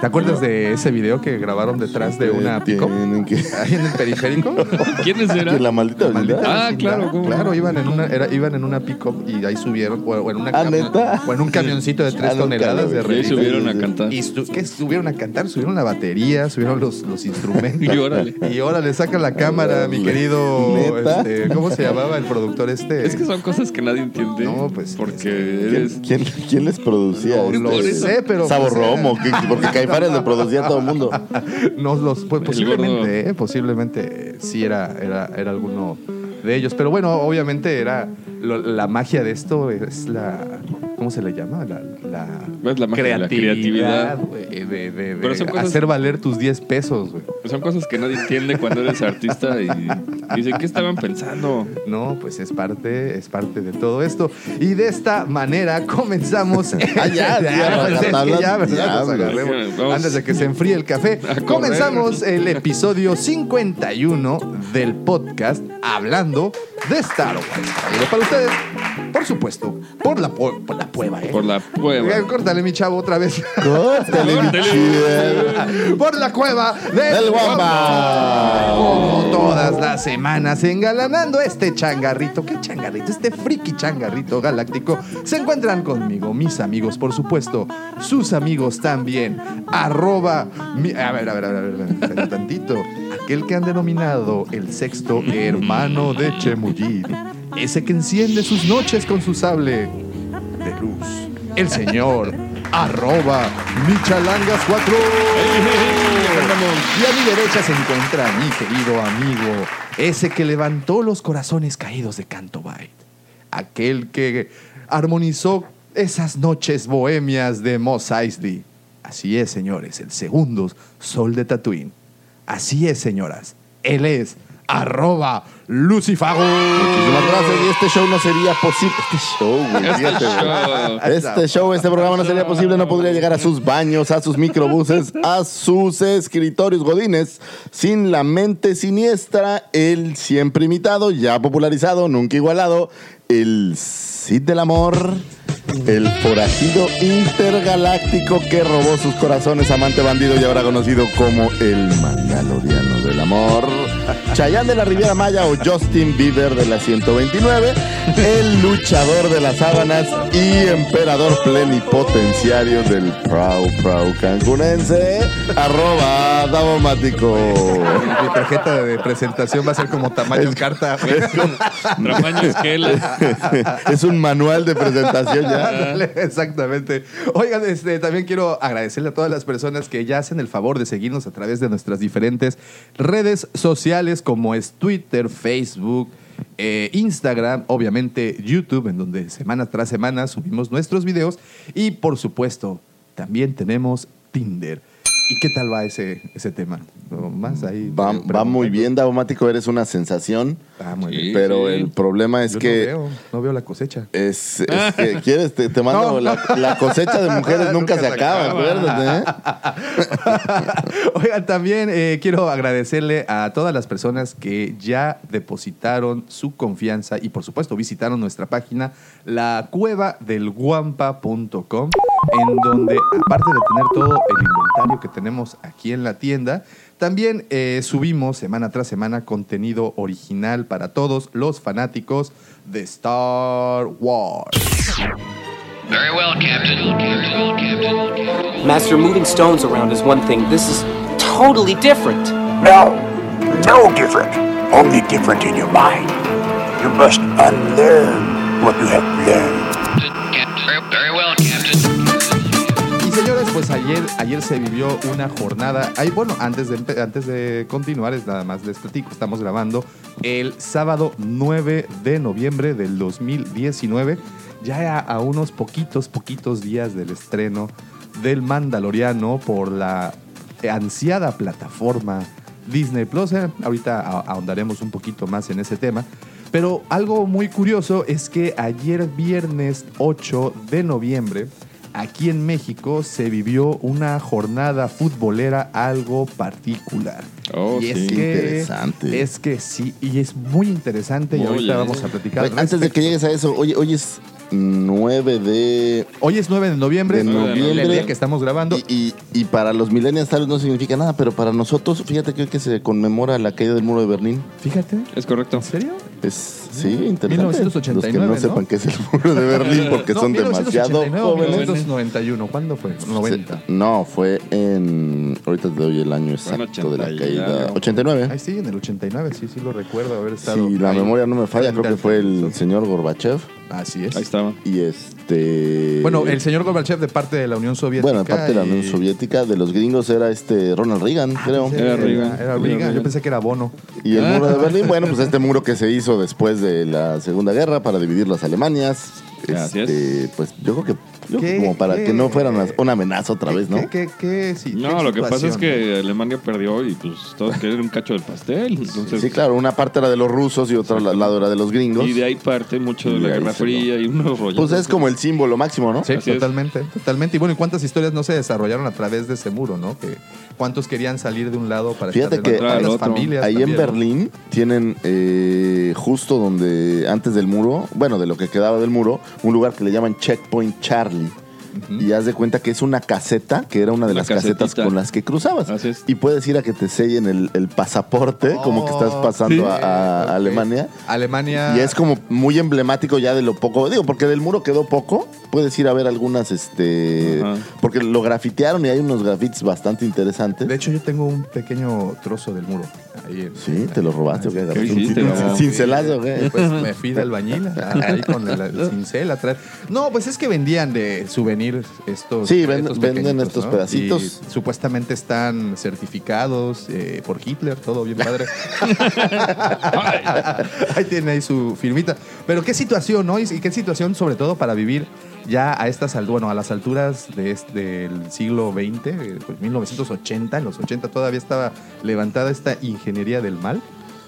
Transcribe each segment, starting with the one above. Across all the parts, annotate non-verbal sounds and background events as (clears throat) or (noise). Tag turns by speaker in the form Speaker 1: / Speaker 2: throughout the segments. Speaker 1: ¿Te acuerdas de ese video que grabaron detrás de una pico?
Speaker 2: Tienen que...
Speaker 1: Ahí en el periférico.
Speaker 3: ¿Quiénes
Speaker 2: (laughs) De
Speaker 3: eran?
Speaker 2: Ah, la maldita
Speaker 1: Maldita
Speaker 2: habilidad.
Speaker 3: Ah,
Speaker 1: vecindad.
Speaker 3: claro, ¿cómo?
Speaker 1: Claro, iban en una, era- iban en una pick-up y ahí subieron, o, o en una
Speaker 2: Ah,
Speaker 1: cami-
Speaker 2: ¿neta?
Speaker 1: o en un camioncito de
Speaker 2: Ah,
Speaker 1: tres
Speaker 2: nunca
Speaker 1: toneladas
Speaker 2: lo
Speaker 1: de
Speaker 2: vi.
Speaker 3: Sí,
Speaker 1: refri.
Speaker 3: subieron a cantar.
Speaker 1: Y su- ¿qué? subieron a cantar, subieron la batería, subieron los, los
Speaker 3: (laughs)
Speaker 1: instrumentos.
Speaker 3: Y órale.
Speaker 1: Y ahora le saca la cámara, mi querido.
Speaker 2: ¿Neta?
Speaker 1: este, ¿Cómo se llamaba el productor este?
Speaker 3: Es que son cosas que nadie entiende.
Speaker 1: No, pues, es
Speaker 3: Porque
Speaker 1: que-
Speaker 3: eres.
Speaker 2: ¿Quién, quién, quién les producía
Speaker 1: No lo
Speaker 2: este?
Speaker 1: sé, pero,
Speaker 2: Sabo
Speaker 1: pues, era-
Speaker 2: Romo, ¿qué? porque Caifares le producía a todo el
Speaker 1: (laughs)
Speaker 2: mundo.
Speaker 1: No los pues,
Speaker 3: El gordo.
Speaker 1: posiblemente, eh, posiblemente eh, sí era, era, era alguno de ellos. Pero bueno, obviamente era lo- la magia de esto es la ¿cómo se le llama? La, la
Speaker 3: ¿Ves la magia de la creatividad?
Speaker 1: güey, de, de- de
Speaker 3: Pero son cosas-
Speaker 1: hacer valer tus 10 pesos, güey.
Speaker 3: Son cosas que nadie entiende cuando eres artista y dicen, ¿qué estaban pensando?
Speaker 1: No, pues es parte, es parte de todo esto. Y de esta manera comenzamos.
Speaker 2: (laughs) Ah, ya, ya,
Speaker 1: pues,
Speaker 2: ya,
Speaker 1: es que
Speaker 2: tablas,
Speaker 1: (laughs) ya, ¿verdad?
Speaker 2: ya,
Speaker 1: Nos
Speaker 2: güey.
Speaker 1: agarremos.
Speaker 3: Vamos.
Speaker 1: Antes de que se enfríe el café,
Speaker 3: correr.
Speaker 1: comenzamos el episodio 51 del podcast hablando de Star Wars. Traído para ustedes, por supuesto, por la, pu- por la cueva, ¿eh?
Speaker 3: Por la
Speaker 1: Ya,
Speaker 3: prueba.
Speaker 1: Córtale, mi chavo, otra vez.
Speaker 2: Córtale, mi chida.
Speaker 1: (laughs) por la cueva del,
Speaker 2: Del
Speaker 1: Guamba.
Speaker 2: Guamba.
Speaker 1: Como todas las semanas, engalanando este changarrito, ¿qué changarrito? Este friki changarrito galáctico. Se encuentran conmigo, mis amigos, por supuesto, sus amigos también. Arroba. mi- a ver, a ver, a ver, a ver, espera tantito. Aquel que han denominado el sexto hermano de Chemuyid. Ese que enciende sus noches con su sable de luz. El señor arroba michalangas 4. Y a mi derecha se encuentra mi querido amigo, ese que levantó los corazones caídos de Canto Bight. Aquel que armonizó esas noches bohemias de Mos Eisley. Así es, señores, el segundo sol de Tatooine. Así es, señoras. Él es arroba Lucifago.
Speaker 2: Muchísimas gracias. Y este show no sería posible. Este show, güey. fíjate,
Speaker 3: show.
Speaker 2: güey. Este show, este programa no sería posible. No podría llegar a sus baños, a sus microbuses, a sus escritorios godines. Sin la mente siniestra, el siempre imitado, ya popularizado, nunca igualado. El Cid del Amor. El forajido intergaláctico que robó sus corazones, amante bandido y ahora conocido como el Mandaloriano del Amor. Chayán de la Riviera Maya o Justin Bieber de la 129. El luchador de las sábanas y emperador plenipotenciario del Prau Prau Cancunense. Arroba Davomático.
Speaker 1: Mi tarjeta de presentación va a ser como tamaño
Speaker 2: (laughs)
Speaker 1: carta.
Speaker 3: Trapaño esquela.
Speaker 2: Es un manual (laughs) de presentación ya.
Speaker 1: Ándale, Exactamente. Oigan, este, también quiero agradecerle a todas las personas que ya hacen el favor de seguirnos a través de nuestras diferentes redes sociales como es Twitter, Facebook, eh, Instagram, obviamente YouTube, en donde semana tras semana subimos nuestros videos y por supuesto también tenemos Tinder. ¿Y qué tal va ese, ese tema? No, más ahí.
Speaker 2: Va, va muy bien, Davomático, eres una sensación.
Speaker 1: Va Ah, muy
Speaker 3: Sí,
Speaker 1: bien.
Speaker 2: Pero
Speaker 3: sí.
Speaker 2: el problema es
Speaker 1: Yo
Speaker 2: que...
Speaker 1: no, veo, no veo la cosecha.
Speaker 2: Es, es
Speaker 1: (laughs)
Speaker 2: que, ¿quieres? Te, te mando
Speaker 1: No,
Speaker 2: la, la cosecha de
Speaker 1: (laughs)
Speaker 2: mujeres nunca, se, acaba, acuérdate, ¿eh?
Speaker 1: (laughs) Oigan, también eh, quiero agradecerle a todas las personas que ya depositaron su confianza y por supuesto visitaron nuestra página la cueva (laughs) del guampa.com en donde aparte de tener todo el inventario que tenemos aquí en la tienda, también eh, subimos semana tras semana contenido original para todos los fanáticos de Star Wars.
Speaker 4: Very well, Captain.
Speaker 5: Master, moving stones around is one thing. This is totally different.
Speaker 6: No, no different. Only different in your mind. You must unlearn
Speaker 7: what you have learned.
Speaker 4: Captain. Very, very well, Captain.
Speaker 1: Y señores, pues ayer, ayer se vivió una jornada. Ay, bueno, antes de, empe- antes de continuar, es nada más les platico. Estamos grabando el sábado 9 de noviembre del 2019. Ya a, a unos poquitos, poquitos días del estreno del Mandaloriano por la ansiada plataforma Disney Plus. Eh, Ahorita a- ahondaremos un poquito más en ese tema. Pero algo muy curioso es que ayer viernes 8 de noviembre, aquí en México, se vivió una jornada futbolera algo particular.
Speaker 3: Oh,
Speaker 1: y es
Speaker 3: sí.
Speaker 1: que,
Speaker 2: Interesante.
Speaker 1: Es que sí, y es muy interesante y
Speaker 3: Muy
Speaker 1: ahorita
Speaker 3: bien.
Speaker 1: vamos a platicar.
Speaker 2: Güey,
Speaker 1: al
Speaker 2: antes de
Speaker 1: respecto.
Speaker 2: que llegues a eso, oye, hoy es 9 de...
Speaker 1: Hoy es 9 de noviembre,
Speaker 2: De noviembre.
Speaker 1: el día que estamos grabando.
Speaker 2: Y, y- y para los millennials tal vez no significa nada, pero para nosotros, fíjate que hoy que se conmemora la caída del muro de Berlín.
Speaker 1: Fíjate,
Speaker 3: Es correcto.
Speaker 1: ¿en serio?
Speaker 2: Es,
Speaker 1: Mm,
Speaker 2: sí, interesante.
Speaker 1: 1989,
Speaker 2: los que no,
Speaker 1: ¿no?
Speaker 2: sepan qué es el muro de Berlín porque
Speaker 1: (laughs) No,
Speaker 2: son
Speaker 1: 1989,
Speaker 2: demasiado jóvenes.
Speaker 1: 1991, ¿cuándo fue? 90.
Speaker 2: Se- No, fue en. Ahorita te doy el año
Speaker 3: Fue en
Speaker 2: exacto de la
Speaker 3: 80 y
Speaker 2: caída.
Speaker 3: algo.
Speaker 1: Ay,
Speaker 2: 89.
Speaker 1: sí, en el 89, sí, sí lo recuerdo haber
Speaker 2: Si
Speaker 1: estado.
Speaker 2: la
Speaker 1: ahí.
Speaker 2: memoria no me falla, creo que fue el señor Gorbachev.
Speaker 1: Así
Speaker 3: Ahí
Speaker 1: es.
Speaker 3: estaba.
Speaker 2: Y este.
Speaker 1: Bueno, el señor Gorbachev de parte de la Unión Soviética.
Speaker 2: Bueno, aparte de la Unión
Speaker 1: y- Ah,
Speaker 2: Soviética, de los gringos era este Ronald Reagan, creo.
Speaker 1: Sí,
Speaker 3: Era Reagan.
Speaker 1: Era
Speaker 3: Era
Speaker 1: Reagan, yo
Speaker 3: Reagan.
Speaker 1: pensé que era Bono.
Speaker 2: Y el
Speaker 3: Ah.
Speaker 2: muro de Berlín, bueno, pues este muro que se hizo después de la Segunda Guerra para dividir las Alemanias.
Speaker 3: Así
Speaker 2: Este, pues yo creo que, yo creo que
Speaker 1: ¿Qué-
Speaker 2: como para
Speaker 1: qué-
Speaker 2: que no fuera una, una amenaza otra vez, ¿no?
Speaker 1: ¿Qué, qué, qué, sí,
Speaker 3: No,
Speaker 1: qué
Speaker 3: lo que pasa es
Speaker 1: situación.
Speaker 3: que Alemania perdió y pues todos querían un cacho del pastel. Entonces,
Speaker 2: Sí, claro, una parte era de los rusos y otra la- lado era de los gringos.
Speaker 3: Y de ahí parte mucho de
Speaker 2: Y
Speaker 3: la
Speaker 2: ahí
Speaker 3: Guerra
Speaker 2: se lo-
Speaker 3: Fría y unos rollos.
Speaker 2: Pues es como el símbolo máximo, ¿no?
Speaker 1: Sí,
Speaker 3: Así es.
Speaker 1: totalmente, totalmente. Y bueno, ¿y cuántas historias no se desarrollaron a través de ese muro, no? Que cuántos querían salir de un lado para
Speaker 2: Fíjate
Speaker 1: estar del
Speaker 2: que
Speaker 1: otro?
Speaker 3: al
Speaker 1: Las
Speaker 3: otro.
Speaker 1: familias
Speaker 2: Ahí en
Speaker 1: también, ¿no?
Speaker 2: Berlín tienen eh, justo donde, antes del muro, bueno, de lo que quedaba del muro, un lugar que le llaman Checkpoint Charlie. Y haz de cuenta que es una caseta, que era una de
Speaker 3: Una
Speaker 2: las casetas
Speaker 3: casetita.
Speaker 2: con las que cruzabas.
Speaker 3: Así es.
Speaker 2: Y puedes ir a que te sellen el, el pasaporte, como que estás
Speaker 1: Oh,
Speaker 2: pasando
Speaker 1: sí.
Speaker 2: a, a
Speaker 1: Ok.
Speaker 2: Alemania.
Speaker 1: Alemania.
Speaker 2: Y es como muy emblemático ya de lo poco. Digo, porque del muro quedó poco. Puedes ir a ver algunas, este.
Speaker 3: Ajá.
Speaker 2: Porque lo grafitearon y hay unos grafites bastante interesantes.
Speaker 1: De hecho, yo tengo un pequeño trozo del muro. Ahí en-
Speaker 2: sí, te lo robaste, ¿o qué?
Speaker 3: ¿Qué
Speaker 2: Agarraste un
Speaker 3: hiciste,
Speaker 2: cin-
Speaker 3: no?
Speaker 2: cin- cincelazo, ¿o qué?
Speaker 1: Pues me fui del albañil ahí con el, el cincel atrás. No, pues es que vendían de souvenir estos.
Speaker 2: Sí, ven- venden
Speaker 1: pequeñitos,
Speaker 2: estos pedacitos.
Speaker 1: Y supuestamente están certificados eh, por Hitler, todo bien (laughs) padre. ahí tiene ahí su firmita. Pero qué situación, ¿no? Y y qué situación, sobre todo, para vivir ya a estas alturas, bueno, a las alturas de este- del siglo XX, eh, pues, 1980, en los 80 todavía estaba levantada esta ingeniería del mal.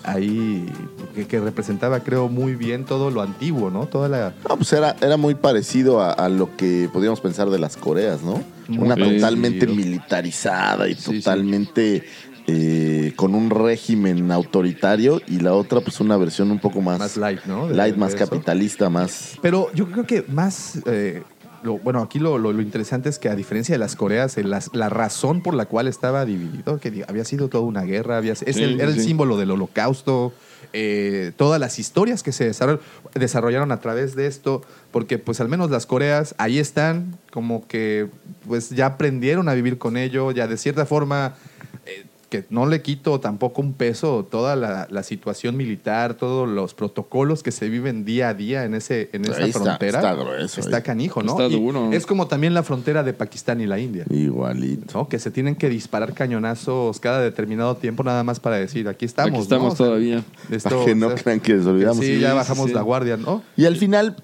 Speaker 1: Ahí, que, que representaba, creo, muy bien todo lo antiguo, ¿no? Toda la.
Speaker 2: No, pues era, era muy parecido a, a lo que podríamos pensar de las Coreas, ¿no?
Speaker 1: Muy
Speaker 2: Una
Speaker 1: parecido.
Speaker 2: totalmente militarizada y
Speaker 1: Sí, sí.
Speaker 2: totalmente eh, con un régimen autoritario y la otra, pues una versión un poco más,
Speaker 1: Más light, ¿no? De-
Speaker 2: Light,
Speaker 1: de
Speaker 2: más
Speaker 1: eso.
Speaker 2: capitalista, más.
Speaker 1: Pero yo creo que más. eh, lo- bueno, aquí lo, lo- lo interesante es que, a diferencia de las Coreas, eh, las- la razón por la cual estaba dividido, que di- había sido toda una guerra, había, es
Speaker 3: Sí,
Speaker 1: el- era el
Speaker 3: sí.
Speaker 1: símbolo del holocausto, eh, todas las historias que se desarroll- desarrollaron a través de esto, porque, pues, al menos las Coreas ahí están, como que, pues, ya aprendieron a vivir con ello, ya de cierta forma que no le quito tampoco un peso toda la, la situación militar, todos los protocolos que se viven día a día en ese en esa
Speaker 2: Ahí está,
Speaker 1: frontera.
Speaker 2: está grueso,
Speaker 1: Está
Speaker 2: ahí.
Speaker 1: canijo, ¿no?
Speaker 3: Está
Speaker 1: Y
Speaker 3: duro.
Speaker 1: Es como también la frontera de Pakistán y la India.
Speaker 2: Igualito.
Speaker 1: ¿no? Que se tienen que disparar cañonazos cada determinado tiempo nada más para decir, aquí estamos.
Speaker 3: Aquí
Speaker 1: ¿no?
Speaker 3: estamos
Speaker 1: O sea,
Speaker 3: todavía.
Speaker 1: pues
Speaker 2: (laughs)
Speaker 1: esto,
Speaker 2: Para que no
Speaker 1: o sea,
Speaker 2: crean que les olvidamos.
Speaker 1: Sí, ya
Speaker 3: Sí,
Speaker 1: bajamos
Speaker 3: sí, sí.
Speaker 1: la guardia, ¿no?
Speaker 2: Y al final,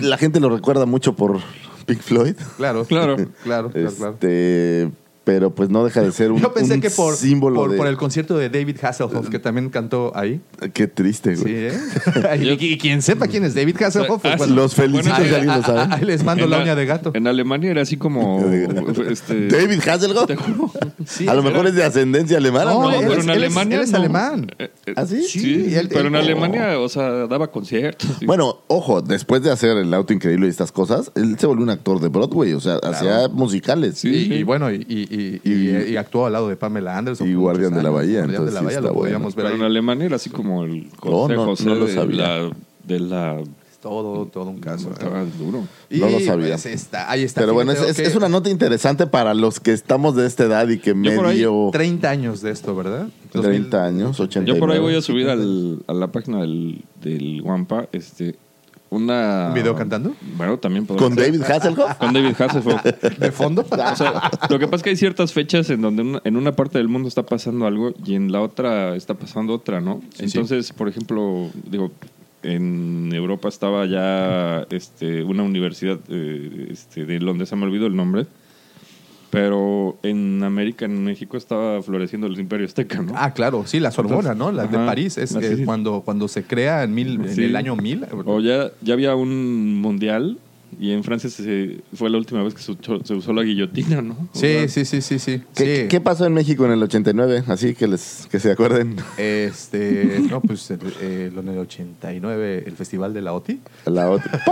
Speaker 2: la gente lo recuerda mucho por Pink Floyd.
Speaker 1: Claro,
Speaker 3: (laughs) Claro.
Speaker 1: (laughs) claro, claro, claro.
Speaker 2: Este, pero pues no deja de ser un,
Speaker 1: Yo pensé
Speaker 2: un
Speaker 1: que por,
Speaker 2: símbolo
Speaker 1: por,
Speaker 2: de-
Speaker 1: por el concierto de David Hasselhoff, que también cantó ahí.
Speaker 2: Qué triste, güey.
Speaker 1: Sí, (laughs) ¿eh? y, y quien sepa quién es David Hasselhoff, pues,
Speaker 3: Ah,
Speaker 1: bueno,
Speaker 2: Los felicito
Speaker 3: Bueno,
Speaker 2: si alguien lo sabe.
Speaker 1: Ahí les mando
Speaker 3: En
Speaker 1: la
Speaker 3: la-
Speaker 1: uña de gato.
Speaker 3: En Alemania era así
Speaker 2: (laughs)
Speaker 3: como. este,
Speaker 2: David
Speaker 3: (laughs)
Speaker 2: Hasselhoff.
Speaker 3: Te juro.
Speaker 1: Sí,
Speaker 2: a lo mejor
Speaker 3: era-
Speaker 2: es de ascendencia alemana,
Speaker 1: No,
Speaker 2: ¿no?
Speaker 1: él
Speaker 3: pero
Speaker 1: es-
Speaker 3: en
Speaker 1: él es-
Speaker 3: Alemania
Speaker 1: él es
Speaker 3: no.
Speaker 1: alemán.
Speaker 3: Eh, eh,
Speaker 2: (laughs) ¿Ah, sí?
Speaker 3: Sí,
Speaker 1: Sí, él-
Speaker 3: pero en
Speaker 1: él-
Speaker 3: Alemania, o sea, daba conciertos. y-
Speaker 2: Bueno, ojo, después de hacer el auto increíble y estas cosas, él se volvió un actor de Broadway, o sea, hacía musicales.
Speaker 3: Sí.
Speaker 1: Y, y bueno, y, y, y- y-
Speaker 2: Y-
Speaker 1: y actuó al lado de Pamela Anderson.
Speaker 2: y
Speaker 1: por
Speaker 2: Guardián de
Speaker 1: muchos
Speaker 2: la
Speaker 1: años.
Speaker 2: Bahía,
Speaker 1: Guardián de
Speaker 2: entonces
Speaker 1: la
Speaker 2: sí
Speaker 1: Bahía
Speaker 2: está
Speaker 1: lo podíamos
Speaker 3: pero
Speaker 1: ver
Speaker 3: en
Speaker 1: ahí.
Speaker 3: Alemania era así como el
Speaker 2: No, no,
Speaker 3: consejo
Speaker 2: no lo
Speaker 3: de,
Speaker 2: sabía.
Speaker 3: La, de la.
Speaker 1: Todo, todo un caso. ¿eh?
Speaker 3: Estaba duro.
Speaker 2: No lo sabía.
Speaker 1: pues, está, ahí está.
Speaker 2: Pero bueno, es,
Speaker 1: Fíjate,
Speaker 2: es-
Speaker 1: ok,
Speaker 2: es una nota interesante para los que estamos de esta edad y que
Speaker 3: Yo por ahí
Speaker 2: medio
Speaker 1: 30 años de esto, ¿verdad?
Speaker 2: 30 años, 80
Speaker 3: Yo por ahí voy a subir al, a la página del, del Wampa este, una...
Speaker 1: ¿Un video cantando?
Speaker 3: Bueno, también podría
Speaker 2: ¿Con
Speaker 3: ser.
Speaker 2: David Hasselhoff?
Speaker 3: Con David Hasselhoff.
Speaker 2: (laughs)
Speaker 1: ¿De fondo?
Speaker 3: O sea, lo que pasa es que hay ciertas fechas en donde una- en una parte del mundo está pasando algo y en la otra está pasando otra, ¿no? Entonces, por ejemplo, digo, en Europa estaba ya este, una universidad eh, este, de Londres, se me olvidó el nombre, pero en América, en México, estaba floreciendo el Imperio Azteca, ¿no?
Speaker 1: (laughs) Ah, claro, sí, la Sorbona, ¿no? La de
Speaker 3: Ajá.
Speaker 1: París. Es
Speaker 3: Ah,
Speaker 1: que
Speaker 3: sí.
Speaker 1: Cuando, cuando se crea en, mil, eh,
Speaker 3: Sí.
Speaker 1: en el año 1000.
Speaker 3: O ya, ya había un mundial y en Francia se, fue la última vez que se, usó- se usó la guillotina, ¿no? O
Speaker 1: Sí,
Speaker 3: sea,
Speaker 1: sí, sí, sí, sí.
Speaker 2: ¿Qué,
Speaker 1: sí.
Speaker 2: qué pasó en México en el 89? Así que les que se acuerden. (laughs)
Speaker 1: Este, no, pues el- eh, lo en el 89, el Festival de la OTI.
Speaker 2: La
Speaker 1: (laughs)
Speaker 2: otra.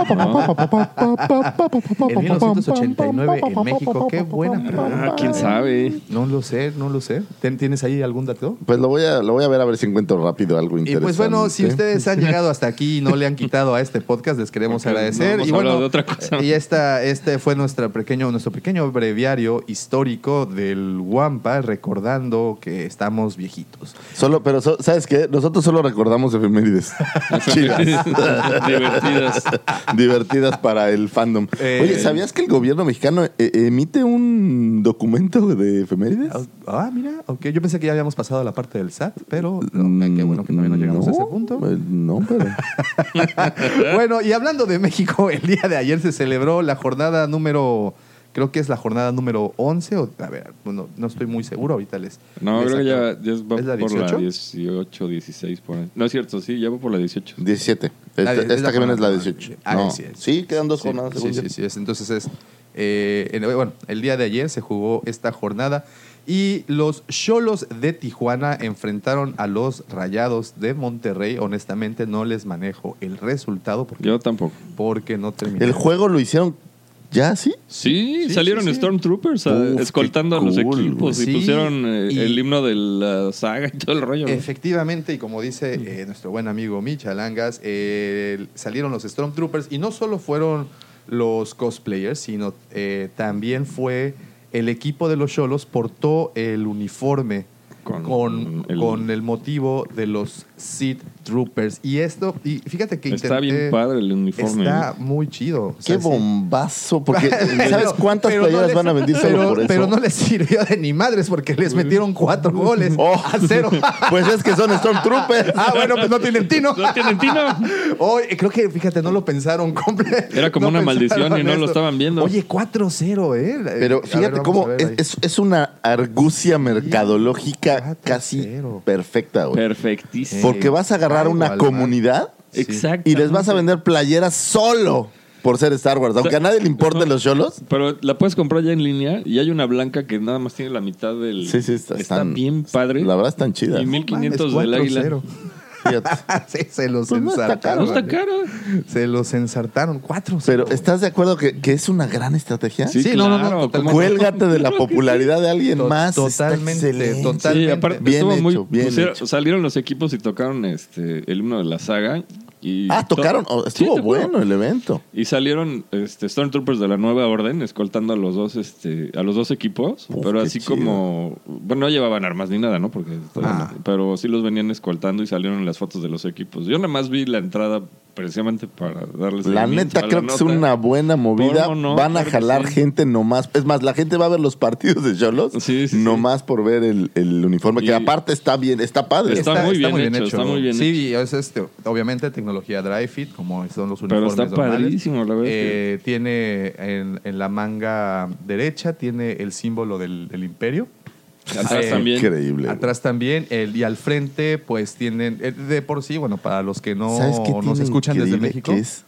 Speaker 1: En 1989 en México, qué buena pregunta.
Speaker 3: Ah, quién sabe.
Speaker 1: No lo sé, no lo sé. ¿Ten- ¿Tienes ahí algún dato?
Speaker 2: Pues lo voy a, lo voy a ver a ver si encuentro rápido algo
Speaker 1: Y
Speaker 2: interesante.
Speaker 1: pues bueno, si ustedes han llegado hasta aquí y no le han quitado a este podcast, les queremos
Speaker 3: Porque no
Speaker 1: agradecer.
Speaker 3: hemos
Speaker 1: y bueno,
Speaker 3: hablado de otra cosa.
Speaker 1: y esta, este fue nuestra pequeño, nuestro pequeño breviario histórico del Wampa, recordando que estamos viejitos.
Speaker 2: Solo, pero so- ¿sabes qué? Nosotros solo recordamos
Speaker 1: (laughs)
Speaker 2: efemérides chidas,
Speaker 3: Divertidas.
Speaker 2: divertidas para el fandom.
Speaker 1: Eh,
Speaker 2: Oye, ¿sabías que el gobierno mexicano eh, emite un documento de efemérides?
Speaker 1: Ah, mira, ok. Yo pensé que ya habíamos pasado a la parte del SAT, pero no, qué bueno que todavía no llegamos a ese punto.
Speaker 2: eh, No,
Speaker 1: (laughs)
Speaker 2: pero.
Speaker 3: (laughs)
Speaker 1: Bueno, y hablando de México, el día de ayer se celebró la jornada número, creo que es la jornada número 11, o, a ver, no, no estoy muy seguro, ahorita les...
Speaker 3: No,
Speaker 1: les
Speaker 3: creo que ya,
Speaker 1: acabo.
Speaker 3: ya va
Speaker 1: ¿Es la
Speaker 3: por la
Speaker 1: 18?
Speaker 3: 18, 16. Por ahí. No es cierto, sí, ya va por la 18.
Speaker 2: 17. Esta,
Speaker 1: La de-
Speaker 2: esta
Speaker 1: es la
Speaker 2: que viene es la
Speaker 1: jornada.
Speaker 2: 18.
Speaker 1: Ah,
Speaker 2: No.
Speaker 1: sí, es.
Speaker 2: Sí, quedan dos
Speaker 1: Sí,
Speaker 2: jornadas.
Speaker 1: Sí,
Speaker 2: según yo.
Speaker 1: sí, sí, es- entonces es... eh, en- bueno, el día de ayer se jugó esta jornada y los Cholos de Tijuana enfrentaron a los Rayados de Monterrey. Honestamente, no les manejo el resultado porque,
Speaker 3: Yo tampoco.
Speaker 1: porque no terminó.
Speaker 2: El juego lo hicieron ya, sí.
Speaker 3: Sí,
Speaker 1: Sí,
Speaker 3: salieron
Speaker 1: sí, sí.
Speaker 3: Stormtroopers a-
Speaker 2: Uf,
Speaker 3: escoltando
Speaker 2: qué
Speaker 3: a los
Speaker 2: cool,
Speaker 3: equipos
Speaker 1: güey.
Speaker 3: y
Speaker 1: Sí,
Speaker 3: pusieron eh,
Speaker 1: y-
Speaker 3: el himno de la saga y todo el rollo. ¿no?
Speaker 1: Efectivamente, y como dice eh, nuestro buen amigo Michalangas, eh, salieron los Stormtroopers y no solo fueron los cosplayers, sino eh, también fue el equipo de los Cholos portó el uniforme con,
Speaker 3: Con
Speaker 1: el,
Speaker 3: el-
Speaker 1: con el motivo de los Sith Troopers. Y esto, y fíjate que
Speaker 3: Está bien padre el uniforme.
Speaker 1: Está
Speaker 3: ¿eh?
Speaker 1: muy chido. O sea,
Speaker 2: Qué
Speaker 1: sí.
Speaker 2: bombazo. Porque
Speaker 1: (laughs) Pero-
Speaker 2: ¿sabes cuántas
Speaker 1: pero no
Speaker 2: playeras
Speaker 1: les-
Speaker 2: van a vender solo
Speaker 1: pero-
Speaker 2: por eso?
Speaker 1: Pero no les sirvió de ni madres porque les
Speaker 3: Pues
Speaker 1: metieron cuatro goles
Speaker 2: Oh.
Speaker 1: a
Speaker 2: (laughs)
Speaker 1: cero.
Speaker 2: (laughs) Pues es que son Stormtroopers.
Speaker 1: Ah, bueno, pues no tienen tino.
Speaker 3: (laughs) ¿No tienen tino?
Speaker 1: Oye, creo que, fíjate, no lo pensaron completamente.
Speaker 3: Era como una maldición y no lo estaban viendo.
Speaker 1: Oye, 4-0, ¿eh?
Speaker 2: Pero fíjate cómo es, es- es una argucia mercadológica
Speaker 1: Cuatro,
Speaker 2: casi
Speaker 1: cero.
Speaker 2: perfecta, güey.
Speaker 3: Perfectísimo.
Speaker 2: Porque vas a agarrar
Speaker 1: Ay,
Speaker 2: una
Speaker 1: igual,
Speaker 2: comunidad
Speaker 3: Exacto.
Speaker 2: y les vas a vender playeras solo por ser Star Wars. Aunque a nadie
Speaker 1: (laughs)
Speaker 2: le importen los cholos.
Speaker 3: Pero la puedes comprar ya en línea y hay una blanca que nada más tiene la mitad del.
Speaker 2: Sí, sí,
Speaker 3: está,
Speaker 2: está, están-
Speaker 3: bien padre.
Speaker 2: La verdad están chidas.
Speaker 3: Y 1500 del águila.
Speaker 2: Fíjate.
Speaker 1: (laughs) sí, se los
Speaker 2: Pues no está
Speaker 3: No
Speaker 1: ensartaron.
Speaker 3: está cara.
Speaker 1: Se los ensartaron. 4-0.
Speaker 2: Pero ¿estás de acuerdo que, que es una gran estrategia?
Speaker 1: Sí, no, no, no, totalmente.
Speaker 2: Cuélgate de la popularidad de alguien
Speaker 1: To-
Speaker 2: más. está
Speaker 1: totalmente,
Speaker 2: excelente.
Speaker 1: total-
Speaker 3: Sí,
Speaker 1: Totalmente.
Speaker 3: aparte,
Speaker 2: Bien
Speaker 3: estuvo muy-
Speaker 2: hecho, bien
Speaker 3: pusieron-
Speaker 2: hecho.
Speaker 3: Salieron los equipos y tocaron este, el himno de la saga. Y
Speaker 2: Ah,
Speaker 3: to-
Speaker 2: tocaron. Oh,
Speaker 3: Sí,
Speaker 2: estuvo
Speaker 3: te juro.
Speaker 2: bueno el evento.
Speaker 3: Y salieron este, Stormtroopers de la Nueva Orden escoltando a los dos, este, a los dos equipos.
Speaker 2: Uf,
Speaker 3: pero
Speaker 2: qué
Speaker 3: así
Speaker 2: chido.
Speaker 3: como. Bueno, no llevaban armas ni nada, ¿no? Porque todavía
Speaker 1: Ah.
Speaker 3: no- Pero sí los venían escoltando y salieron las fotos de los equipos. Yo nada más vi la entrada precisamente para darles. seguimiento
Speaker 2: La
Speaker 3: a
Speaker 2: neta,
Speaker 3: la
Speaker 2: creo que es
Speaker 3: nota.
Speaker 2: una buena movida.
Speaker 3: ¿Cómo no?
Speaker 2: Van a
Speaker 3: Claro que
Speaker 2: jalar
Speaker 3: sí.
Speaker 2: gente nomás. Es más, la gente va a ver los partidos de Cholos
Speaker 3: Sí, sí, sí.
Speaker 2: nomás por ver el, el uniforme, que
Speaker 3: Y-
Speaker 2: aparte está bien, está padre.
Speaker 3: Está- muy bien hecho, está muy bien
Speaker 1: sí, y es este, obviamente tecnología dry fit, como son los
Speaker 3: Pero
Speaker 1: uniformes
Speaker 3: está
Speaker 1: normales.
Speaker 3: padrísimo, la verdad es que-
Speaker 1: Eh, Tiene en, en la manga derecha, tiene el símbolo del, del imperio.
Speaker 3: Atrás
Speaker 1: Eh,
Speaker 3: también.
Speaker 2: Increíble. güey.
Speaker 1: Atrás también, el, y al frente, pues tienen, eh, de por sí, bueno, para los que no
Speaker 2: ¿Sabes qué
Speaker 1: nos
Speaker 2: tiene
Speaker 1: escuchan desde
Speaker 2: increíble?
Speaker 1: México.
Speaker 2: Que es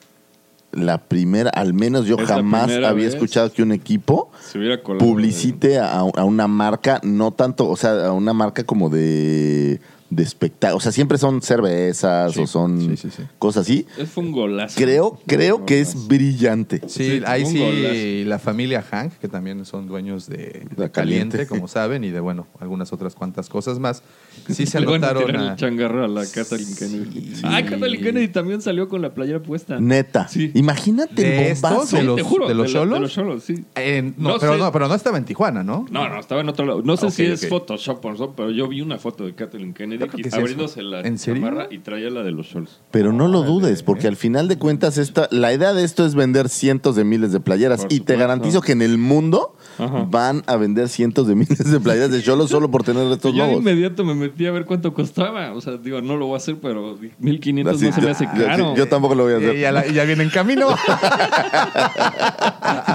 Speaker 2: la primera, al menos yo
Speaker 3: Es la
Speaker 2: jamás
Speaker 3: primera
Speaker 2: había
Speaker 3: vez.
Speaker 2: escuchado que un equipo
Speaker 3: Se hubiera colado.
Speaker 2: publicite a, a una marca, no tanto, o sea, a una marca como de, de espectáculo. O sea, siempre son cervezas
Speaker 1: Sí,
Speaker 2: o son
Speaker 1: sí, sí, sí.
Speaker 2: cosas así.
Speaker 3: Es fue un golazo.
Speaker 2: Creo, creo que es brillante.
Speaker 1: Sí,
Speaker 3: Sí,
Speaker 1: ahí
Speaker 3: un
Speaker 1: sí,
Speaker 3: golazo.
Speaker 1: la familia Hank, que también son dueños de, de
Speaker 2: La
Speaker 1: caliente,
Speaker 2: Caliente.
Speaker 1: como saben, y de, bueno, algunas otras cuantas
Speaker 3: (laughs)
Speaker 1: cosas más. Sí se
Speaker 3: Le van a
Speaker 1: anotaron
Speaker 3: tirar
Speaker 1: a-
Speaker 3: el changarro a la Kathleen Kennedy.
Speaker 1: Sí.
Speaker 3: Ay, Kathleen Kennedy también salió con la playera puesta.
Speaker 2: Neta.
Speaker 3: Sí.
Speaker 2: Imagínate
Speaker 1: De
Speaker 2: el
Speaker 1: estos,
Speaker 2: bombazo.
Speaker 1: de los-
Speaker 3: te juro,
Speaker 1: de los
Speaker 3: la-
Speaker 1: Xolos?
Speaker 3: De los Xolos, sí.
Speaker 1: En- no,
Speaker 3: No
Speaker 1: pero
Speaker 3: sé.
Speaker 1: no, pero no estaba en Tijuana, ¿no?
Speaker 3: No, no, estaba en otro lado. No sé
Speaker 1: Ah, ok,
Speaker 3: si es
Speaker 1: ok.
Speaker 3: Photoshop o no, pero yo vi una foto de Kathleen Lady
Speaker 1: Yo creo que
Speaker 3: Kid
Speaker 1: sí es-
Speaker 3: abriéndose la
Speaker 1: ¿En serio?
Speaker 3: chamarra y traía la de los Souls.
Speaker 2: Pero no lo dudes, porque al final de cuentas esta, la idea de esto es vender cientos de miles de playeras.
Speaker 3: Por
Speaker 2: Y te
Speaker 3: supuesto.
Speaker 2: garantizo que en el mundo
Speaker 3: Ajá.
Speaker 2: van a vender cientos de miles de playeras de Cholo solo por tener estos
Speaker 3: yo de
Speaker 2: logos.
Speaker 3: inmediato me metí a ver cuánto costaba. O sea, digo, no lo voy a hacer, pero 1500
Speaker 2: Así,
Speaker 3: no se me hace
Speaker 2: yo- yo-
Speaker 3: caro.
Speaker 2: yo tampoco lo voy a hacer.
Speaker 1: Y Eh, ya, la- y ya viene
Speaker 2: (laughs)
Speaker 1: en camino.
Speaker 3: (laughs)